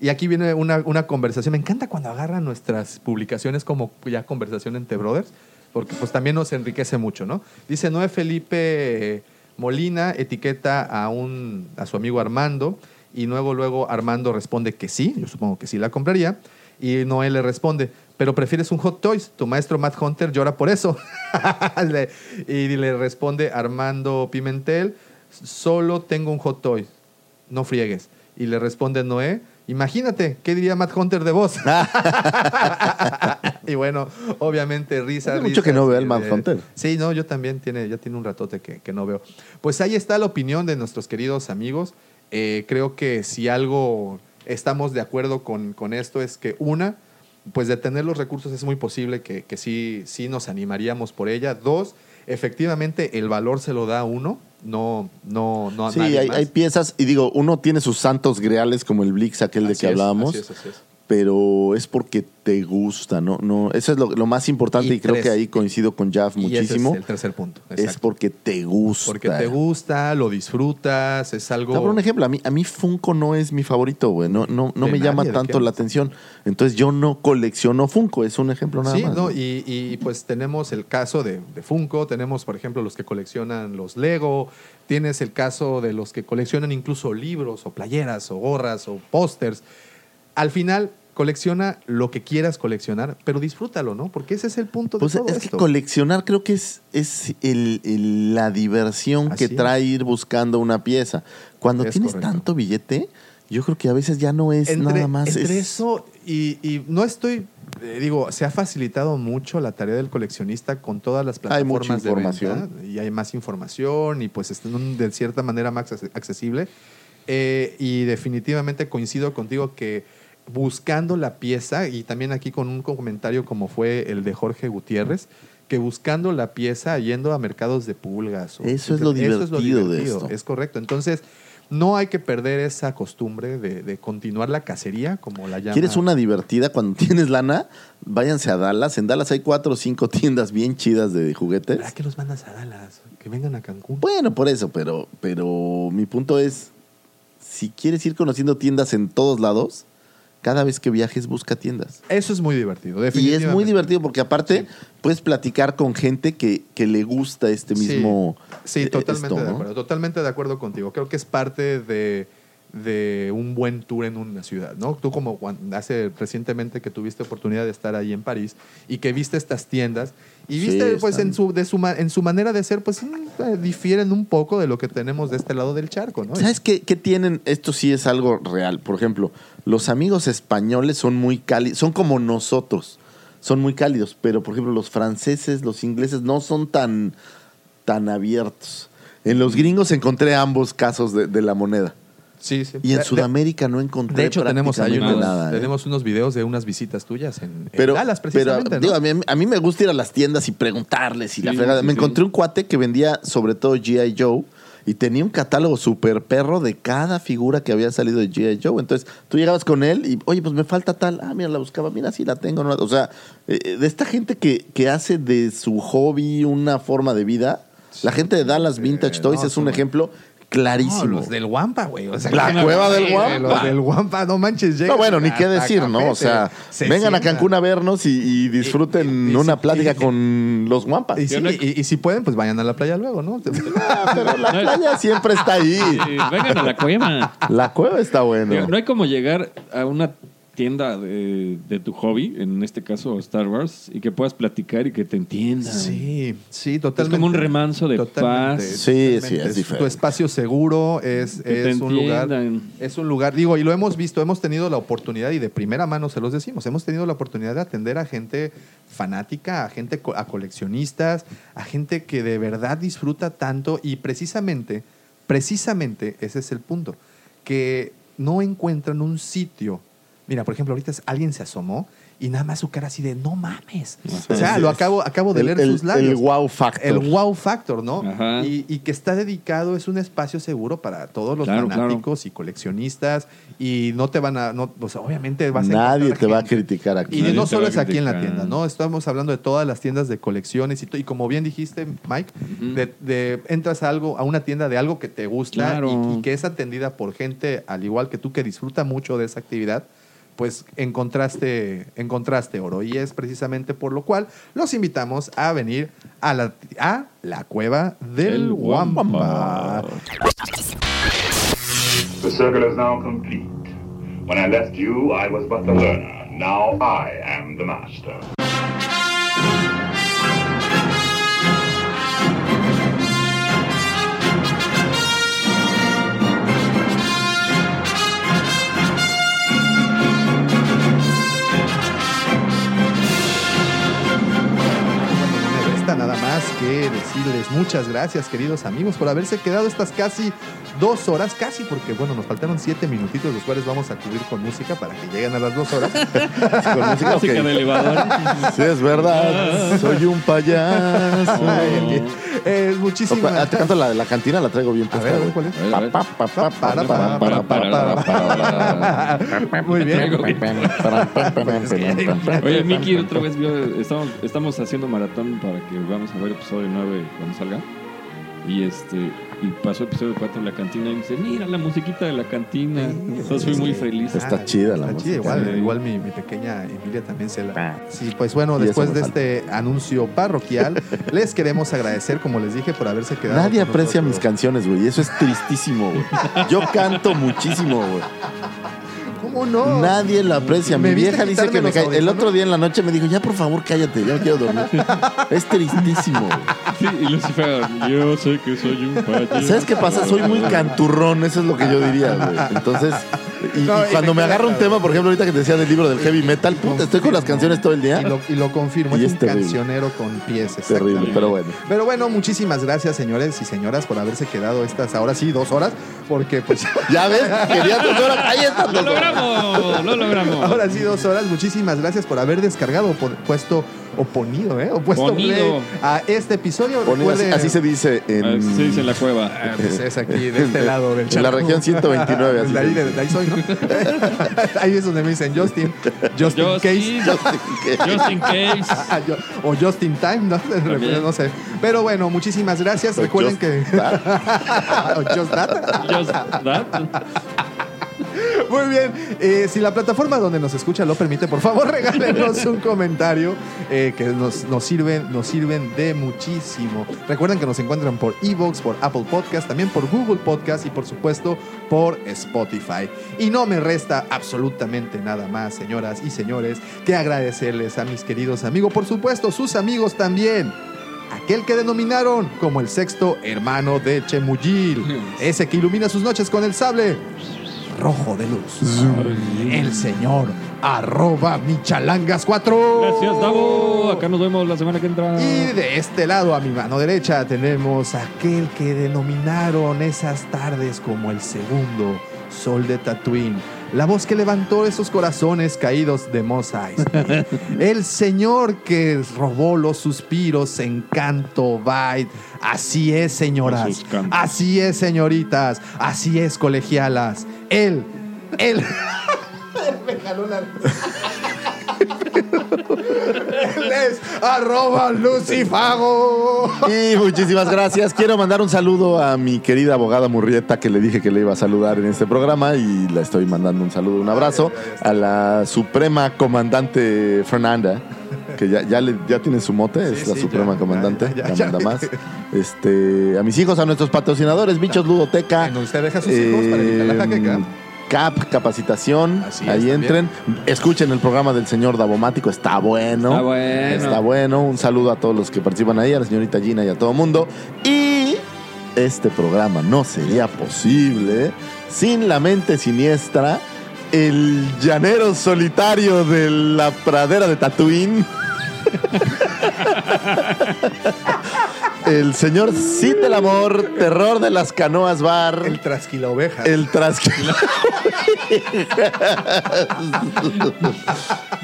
Speaker 1: Y aquí viene una, una conversación. Me encanta cuando agarran nuestras publicaciones como ya conversación entre brothers, porque pues también nos enriquece mucho, ¿no? Dice Noé Felipe Molina, etiqueta a, un, a su amigo Armando, y luego, luego Armando responde que sí, yo supongo que sí la compraría. Y Noé le responde, pero prefieres un Hot Toys, tu maestro Matt Hunter llora por eso. (laughs) Le- y le responde Armando Pimentel, solo tengo un Hot Toys, no friegues. Y le responde Noé, imagínate, ¿qué diría Matt Hunter de vos? (laughs) y bueno, obviamente risa.
Speaker 2: Hace mucho
Speaker 1: risas
Speaker 2: que no veo
Speaker 1: y
Speaker 2: el Matt
Speaker 1: de-
Speaker 2: Hunter.
Speaker 1: Sí, no, yo también tiene, ya tiene un ratote que, que no veo. Pues ahí está la opinión de nuestros queridos amigos. Eh, creo que si algo estamos de acuerdo con, con esto es que una, pues de tener los recursos es muy posible que, que sí, sí nos animaríamos por ella. Dos, efectivamente el valor se lo da a uno, no, no, no a
Speaker 2: Sí,
Speaker 1: nadie
Speaker 2: hay,
Speaker 1: más.
Speaker 2: hay piezas, y digo, uno tiene sus santos greales como el Blix, aquel de
Speaker 1: Así
Speaker 2: que
Speaker 1: es,
Speaker 2: hablábamos,
Speaker 1: así es, así es.
Speaker 2: pero es porque te gusta, ¿no? no Eso es lo, lo más importante
Speaker 1: Y
Speaker 2: y, creo
Speaker 1: tres.
Speaker 2: que ahí coincido con Jaff
Speaker 1: Y ese
Speaker 2: Pues muchísimo.
Speaker 1: es el tercer punto.
Speaker 2: es,
Speaker 1: exacto.
Speaker 2: porque te gusta.
Speaker 1: Porque te gusta, lo disfrutas, es algo...
Speaker 2: Te voy a poner un ejemplo, a mí, a mí Funko no es mi favorito, güey. No, no, no
Speaker 1: De
Speaker 2: me llama
Speaker 1: nadie, ¿de
Speaker 2: tanto
Speaker 1: quién?
Speaker 2: la atención. Entonces yo no colecciono Funko, es un ejemplo nada
Speaker 1: sí,
Speaker 2: más.
Speaker 1: ¿no?
Speaker 2: ¿no?
Speaker 1: Y, y, pues tenemos el caso de, de Funko, tenemos por ejemplo los que coleccionan los Lego, tienes el caso de los que coleccionan incluso libros o playeras o gorras o pósters. Al final, colecciona lo que quieras coleccionar, pero disfrútalo, ¿no? Porque ese es el punto de
Speaker 2: Pues
Speaker 1: todo
Speaker 2: es que
Speaker 1: esto.
Speaker 2: coleccionar creo que es, es el- el- la diversión
Speaker 1: Así
Speaker 2: que
Speaker 1: es.
Speaker 2: trae ir buscando una pieza. Cuando
Speaker 1: Es
Speaker 2: tienes
Speaker 1: correcto.
Speaker 2: tanto billete, yo creo que a veces ya no es
Speaker 1: entre,
Speaker 2: nada más.
Speaker 1: entre
Speaker 2: es-
Speaker 1: eso y, y no estoy eh, digo se ha facilitado mucho la tarea del coleccionista con todas las
Speaker 2: Hay mucha
Speaker 1: plataformas de
Speaker 2: información.
Speaker 1: venta, y hay más información y pues están un- de cierta manera más acces- accesible Eh, y definitivamente coincido contigo que buscando la pieza y también aquí con un comentario como fue el de Jorge Gutiérrez que buscando la pieza yendo a mercados de pulgas o
Speaker 2: Eso es lo
Speaker 1: simple-
Speaker 2: divertido de esto.
Speaker 1: es correcto entonces no hay que perder esa costumbre de, de continuar la cacería, como la llama.
Speaker 2: ¿Quieres una divertida? Cuando (laughs) tienes lana, váyanse a Dallas. En Dallas hay cuatro o cinco tiendas bien chidas de juguetes.
Speaker 1: ¿Para qué los mandas a Dallas? Que vengan a Cancún. Pues,
Speaker 2: Bueno, por eso, pero, pero mi punto es, si quieres ir conociendo tiendas en todos lados, cada vez que viajes busca tiendas.
Speaker 1: Eso es muy divertido,
Speaker 2: Y
Speaker 1: definitivamente.
Speaker 2: es muy divertido porque aparte puedes platicar con gente que, que le gusta este
Speaker 1: Sí.
Speaker 2: mismo...
Speaker 1: Sí,
Speaker 2: eh,
Speaker 1: totalmente
Speaker 2: esto,
Speaker 1: de
Speaker 2: ¿no?
Speaker 1: acuerdo. Totalmente de acuerdo contigo. Creo que es parte de, de un buen tour en una ciudad, ¿no? Tú como cuan- hace recientemente que tuviste oportunidad de estar ahí en París y que viste estas tiendas y
Speaker 2: Sí,
Speaker 1: viste pues en
Speaker 2: están-
Speaker 1: su, de su, ma- en su manera de ser pues mm, eh, difieren un poco de lo que tenemos de este lado del charco, ¿no?
Speaker 2: Pues, ¿Sabes qué, qué tienen? Esto sí es algo real. Por ejemplo, los amigos españoles son muy cálidos, son como nosotros, son muy cálidos, pero por ejemplo los franceses, los ingleses no son tan, tan abiertos. En los gringos encontré ambos casos de, de la moneda.
Speaker 1: Sí, sí.
Speaker 2: Y en
Speaker 1: De-
Speaker 2: Sudamérica no encontré
Speaker 1: De hecho, tenemos ahí
Speaker 2: prácticamente
Speaker 1: unos,
Speaker 2: nada. ¿eh?
Speaker 1: tenemos unos videos de unas visitas tuyas en, en
Speaker 2: pero,
Speaker 1: Dallas,
Speaker 2: pero,
Speaker 1: precisamente. ¿no?
Speaker 2: digo, a, mí, a mí me gusta ir a las tiendas y preguntarles y la
Speaker 3: Sí,
Speaker 2: fregada.
Speaker 3: sí,
Speaker 2: me
Speaker 3: sí.
Speaker 2: encontré un cuate que vendía sobre todo G.I. Joe y tenía un catálogo super perro de cada figura que había salido de G.I. Joe. Entonces tú llegabas con él y, oye, pues me falta tal. Ah, mira, la buscaba. Mira, sí la tengo. no la- O sea, eh, de esta gente que, que hace de su hobby una forma de vida, la gente de Dallas Vintage
Speaker 1: Eh,
Speaker 2: Toys
Speaker 1: no,
Speaker 2: es un
Speaker 1: son-
Speaker 2: ejemplo
Speaker 1: No,
Speaker 2: clarísimo.
Speaker 1: los del Wampa, güey. O sea,
Speaker 2: La
Speaker 1: que-
Speaker 2: cueva del
Speaker 1: Sí,
Speaker 2: Wampa.
Speaker 1: Los del Wampa, no manches. llegas
Speaker 2: No, bueno, ni
Speaker 1: hasta
Speaker 2: qué decir, ¿no?
Speaker 1: Cafete,
Speaker 2: O sea,
Speaker 1: se
Speaker 2: vengan a
Speaker 1: sientan.
Speaker 2: Cancún a vernos y, y disfruten
Speaker 1: Y- y- y-
Speaker 2: una
Speaker 1: sí.
Speaker 2: plática con los guampas.
Speaker 1: Y, sí,
Speaker 3: no-
Speaker 1: y- y si pueden, pues vayan a la playa luego,
Speaker 2: (laughs)
Speaker 1: ¿no?
Speaker 2: Ah, pero la
Speaker 3: No,
Speaker 2: playa siempre
Speaker 3: (laughs)
Speaker 2: está ahí.
Speaker 3: Eh, vengan a la cueva.
Speaker 2: La cueva está
Speaker 3: Digo,
Speaker 2: buena.
Speaker 3: No hay como llegar a una tienda de, de tu hobby, en este caso Star Wars, y que puedas platicar y que te entiendan.
Speaker 1: Sí, sí, totalmente.
Speaker 3: Es como un remanso de paz.
Speaker 2: Sí, sí, es
Speaker 1: Tu
Speaker 2: diferente.
Speaker 1: espacio seguro es,
Speaker 3: Que te
Speaker 1: es un lugar.
Speaker 3: entiendan.
Speaker 1: Es un lugar, digo, y lo hemos visto, hemos tenido la oportunidad, y de primera mano se los decimos, hemos tenido la oportunidad de atender a gente fanática, a gente, co- a coleccionistas, a gente que de verdad disfruta tanto, y precisamente, precisamente ese es el punto, que no encuentran un sitio. Mira, por ejemplo, ahorita alguien se asomó y nada más su cara así de no mames. O sea,
Speaker 2: Sí,
Speaker 1: lo
Speaker 2: sí.
Speaker 1: acabo, acabo de
Speaker 2: El-
Speaker 1: leer
Speaker 2: el-
Speaker 1: sus labios.
Speaker 2: el wow factor.
Speaker 1: El wow factor, ¿no?
Speaker 3: Ajá.
Speaker 1: Y, y que está dedicado, es un espacio seguro para todos los
Speaker 3: Claro, claro.
Speaker 1: fanáticos y coleccionistas. Y no te van a. No, o sea, obviamente vas a.
Speaker 2: Nadie
Speaker 1: encontrar
Speaker 2: te va a
Speaker 1: gente.
Speaker 2: criticar
Speaker 1: Y
Speaker 2: aquí.
Speaker 3: Nadie
Speaker 1: no
Speaker 3: te
Speaker 1: solo
Speaker 3: va a
Speaker 1: es aquí en la
Speaker 3: criticar.
Speaker 1: tienda, ¿no? Estamos hablando de todas las tiendas de colecciones y, to- y como bien dijiste, Mike, de, de- entras a algo, a una tienda de algo que te gusta
Speaker 3: Claro.
Speaker 1: y, y que es atendida por gente al igual que tú que disfruta mucho de esa actividad, pues encontraste, encontraste oro. Y es precisamente por lo cual los invitamos a venir a la, a la cueva del
Speaker 3: El
Speaker 1: Wampa.
Speaker 3: Wampa.
Speaker 7: The circle is now complete. When I left you, I was but the learner. Now I am the master.
Speaker 1: No me resta nada más que decirles muchas gracias, queridos amigos, por haberse quedado estas casi dos horas, casi porque, bueno, nos faltaron siete minutitos, los cuales vamos a cubrir con música para que lleguen a las
Speaker 3: (laughs)
Speaker 1: dos horas.
Speaker 2: Con música, Ah, ok.
Speaker 3: Música de elevador.
Speaker 2: (laughs) Sí, es verdad. Soy un payaso.
Speaker 1: Eh,
Speaker 2: O cua- ah,
Speaker 1: muchísimas
Speaker 2: te canto la de la cantina, la traigo bien
Speaker 1: A
Speaker 2: puesta.
Speaker 1: ver, a ver,
Speaker 2: güey.
Speaker 1: ¿cuál
Speaker 2: (laughs)
Speaker 1: es?
Speaker 3: A ver, a
Speaker 2: Pa, pa, pa, para, para, para, para, para, para.
Speaker 1: Muy bien.
Speaker 3: ver. Oye, Miki, otra vez vio- estamos, estamos haciendo maratón para que vamos a ver episodio 9 cuando salga. Y este y pasó episodio 4 en la cantina y me dice, mira la musiquita de la cantina. Entonces fui muy feliz.
Speaker 2: Está chida la
Speaker 1: Ah, Está
Speaker 2: música.
Speaker 1: igual,
Speaker 3: Sí.
Speaker 1: igual mi, mi pequeña Emilia también se la.
Speaker 2: Ah.
Speaker 1: Sí, pues bueno,
Speaker 2: Y eso
Speaker 1: después
Speaker 2: me
Speaker 1: de
Speaker 2: falta.
Speaker 1: este anuncio
Speaker 2: (laughs)
Speaker 1: parroquial, les queremos agradecer, como les dije, por haberse quedado.
Speaker 2: Nadie
Speaker 1: con
Speaker 2: aprecia mis
Speaker 1: nosotros.
Speaker 2: canciones, güey. Eso es tristísimo, güey. Yo canto muchísimo, güey.
Speaker 1: ¿Cómo no?
Speaker 2: Nadie lo aprecia.
Speaker 1: ¿Me
Speaker 2: Mi
Speaker 1: viste
Speaker 2: vieja dice
Speaker 1: quitarme
Speaker 2: que me
Speaker 1: los
Speaker 2: cae. El
Speaker 1: audífonos?
Speaker 2: otro día en la noche me dijo, ya por favor cállate, ya me quiero
Speaker 1: (laughs)
Speaker 2: dormir. es tristísimo. güey.
Speaker 3: Sí, (laughs) y Lucifer, yo sé que soy un payaso.
Speaker 2: ¿Sabes qué pasa? Soy muy canturrón, eso es lo que yo diría, güey. Entonces, y, y
Speaker 1: No, y
Speaker 2: cuando
Speaker 1: me
Speaker 2: me
Speaker 1: queda
Speaker 2: agarra un
Speaker 1: claro.
Speaker 2: tema, por ejemplo, ahorita que te decía del libro del heavy metal, puta, estoy con las canciones todo el
Speaker 1: Y
Speaker 2: día.
Speaker 1: lo, y lo confirmo,
Speaker 2: Y
Speaker 1: es,
Speaker 2: es
Speaker 1: un
Speaker 2: terrible.
Speaker 1: cancionero con pies.
Speaker 2: Terrible,
Speaker 1: exactamente.
Speaker 2: pero bueno.
Speaker 1: Pero bueno, muchísimas gracias, señores y señoras, por haberse quedado estas, ahora sí, dos horas, porque pues.
Speaker 2: (laughs) Ya ves, quería tus horas. Ahí están
Speaker 3: ¡Lo
Speaker 2: tus horas.
Speaker 3: logramos! ¡Lo logramos!
Speaker 1: Ahora sí, dos horas. Muchísimas gracias por haber descargado, por, puesto o ponido, ¿eh? O puesto
Speaker 3: Ponido.
Speaker 1: play a este episodio.
Speaker 2: Poner así,
Speaker 1: Recuerde-
Speaker 2: así se dice
Speaker 3: Ah,
Speaker 2: en.
Speaker 3: sí, dice la cueva.
Speaker 1: Ah, pues es aquí, de este lado
Speaker 2: (laughs)
Speaker 1: del
Speaker 2: En
Speaker 1: charco.
Speaker 2: la región
Speaker 1: (laughs)
Speaker 2: 129, así
Speaker 1: de, ahí,
Speaker 2: se
Speaker 1: de- de ahí soy, ¿no? (laughs) ahí es donde me dicen Justin. Justin, Case.
Speaker 3: Justin, Justin Case.
Speaker 1: (laughs) Ah, yo- o Justin Time, ¿no? (laughs)
Speaker 3: También.
Speaker 1: no sé. Pero bueno, muchísimas gracias. Recuerden
Speaker 2: Just
Speaker 1: (laughs) que. O Just That.
Speaker 3: Just that.
Speaker 1: (laughs) Muy bien. Eh, si la plataforma donde nos escucha lo permite, por favor, (laughs) regálenos un comentario eh, que nos, nos, sirven, nos sirven de muchísimo. Recuerden que nos encuentran por Evox, por Apple Podcast, también por Google Podcast y, por supuesto, por Spotify. Y no me resta absolutamente nada más, señoras y señores, que agradecerles a mis queridos amigos, por supuesto, sus amigos también aquel que denominaron como el sexto hermano de Chemuyil, ese que ilumina sus noches con el sable rojo de luz, el señor arroba michalangas 4.
Speaker 3: Gracias, Davo. Acá nos vemos la semana que entra.
Speaker 1: Y de este lado, a mi mano derecha, tenemos aquel que denominaron esas tardes como el segundo sol de Tatooine. La voz que levantó esos corazones caídos de Mos Eisley. El señor que robó los suspiros en Canto Bight. Así es, señoras.
Speaker 3: Sus cantos.
Speaker 1: Así es, señoritas. Así es, colegialas. Él, él. Me jaló la- Él es arroba lucifago.
Speaker 2: Y muchísimas gracias. Quiero mandar un saludo a mi querida abogada Murrieta que le dije que le iba a saludar en este programa y la estoy mandando un saludo, un abrazo a la Suprema Comandante Fernanda. Que ya, ya, le- ya tiene su mote, es
Speaker 1: Sí,
Speaker 2: la
Speaker 1: sí,
Speaker 2: Suprema
Speaker 1: ya,
Speaker 2: Comandante,
Speaker 1: ya, ya,
Speaker 2: la
Speaker 1: ya.
Speaker 2: manda más. Este, a mis hijos, a nuestros patrocinadores, Bichos Ludoteca.
Speaker 1: En donde usted deja sus hijos para evitar la jaqueca.
Speaker 2: Em, CAP, capacitación,
Speaker 1: Así es,
Speaker 2: ahí
Speaker 1: también.
Speaker 2: entren. Escuchen el programa del señor Davomático, está bueno.
Speaker 3: Está bueno.
Speaker 2: Está bueno. Un saludo a todos los que participan ahí, a la señorita Gina y a todo mundo. Y este programa no sería posible sin la mente siniestra, el llanero solitario de la pradera de Tatooine. (laughs) El señor Cid del Amor, terror de las canoas bar.
Speaker 1: El trasquila oveja.
Speaker 2: El trasquilado.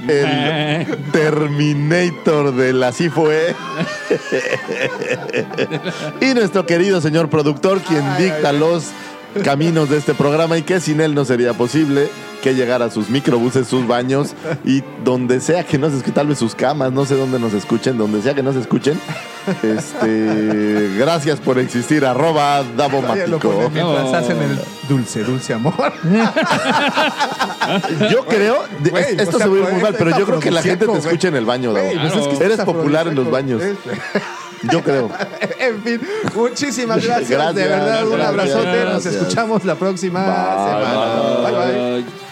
Speaker 2: el Terminator de la sí fue. y nuestro querido señor productor, quien dicta los caminos de este programa y que sin él no sería posible que llegara a sus microbuses, sus baños y donde sea que nos escuchen, tal vez sus camas, no sé dónde nos escuchen, donde sea que nos escuchen. Este, gracias por existir, arroba
Speaker 1: Todavía lo
Speaker 2: Davomático.
Speaker 1: ponen mientras
Speaker 3: No.
Speaker 1: hacen el dulce, dulce amor.
Speaker 2: (laughs) Yo creo, de-
Speaker 1: Güey,
Speaker 2: es- esto
Speaker 1: o sea,
Speaker 2: se va a ir
Speaker 1: pues,
Speaker 2: muy mal,
Speaker 1: es
Speaker 2: pero yo creo que la gente te
Speaker 1: afrodisíaco,
Speaker 2: escucha en el baño, Davo.
Speaker 1: Güey, pues
Speaker 3: Claro.
Speaker 1: es que
Speaker 2: Eres
Speaker 1: es
Speaker 2: popular en los baños.
Speaker 1: afrodisíaco. Es-
Speaker 2: Yo creo.
Speaker 1: (laughs) En fin, muchísimas gracias.
Speaker 2: (laughs) Gracias,
Speaker 1: de verdad, un
Speaker 2: gracias,
Speaker 1: abrazote. Nos
Speaker 2: gracias.
Speaker 1: escuchamos la próxima
Speaker 2: Bye,
Speaker 1: semana. bye. bye.
Speaker 3: Bye.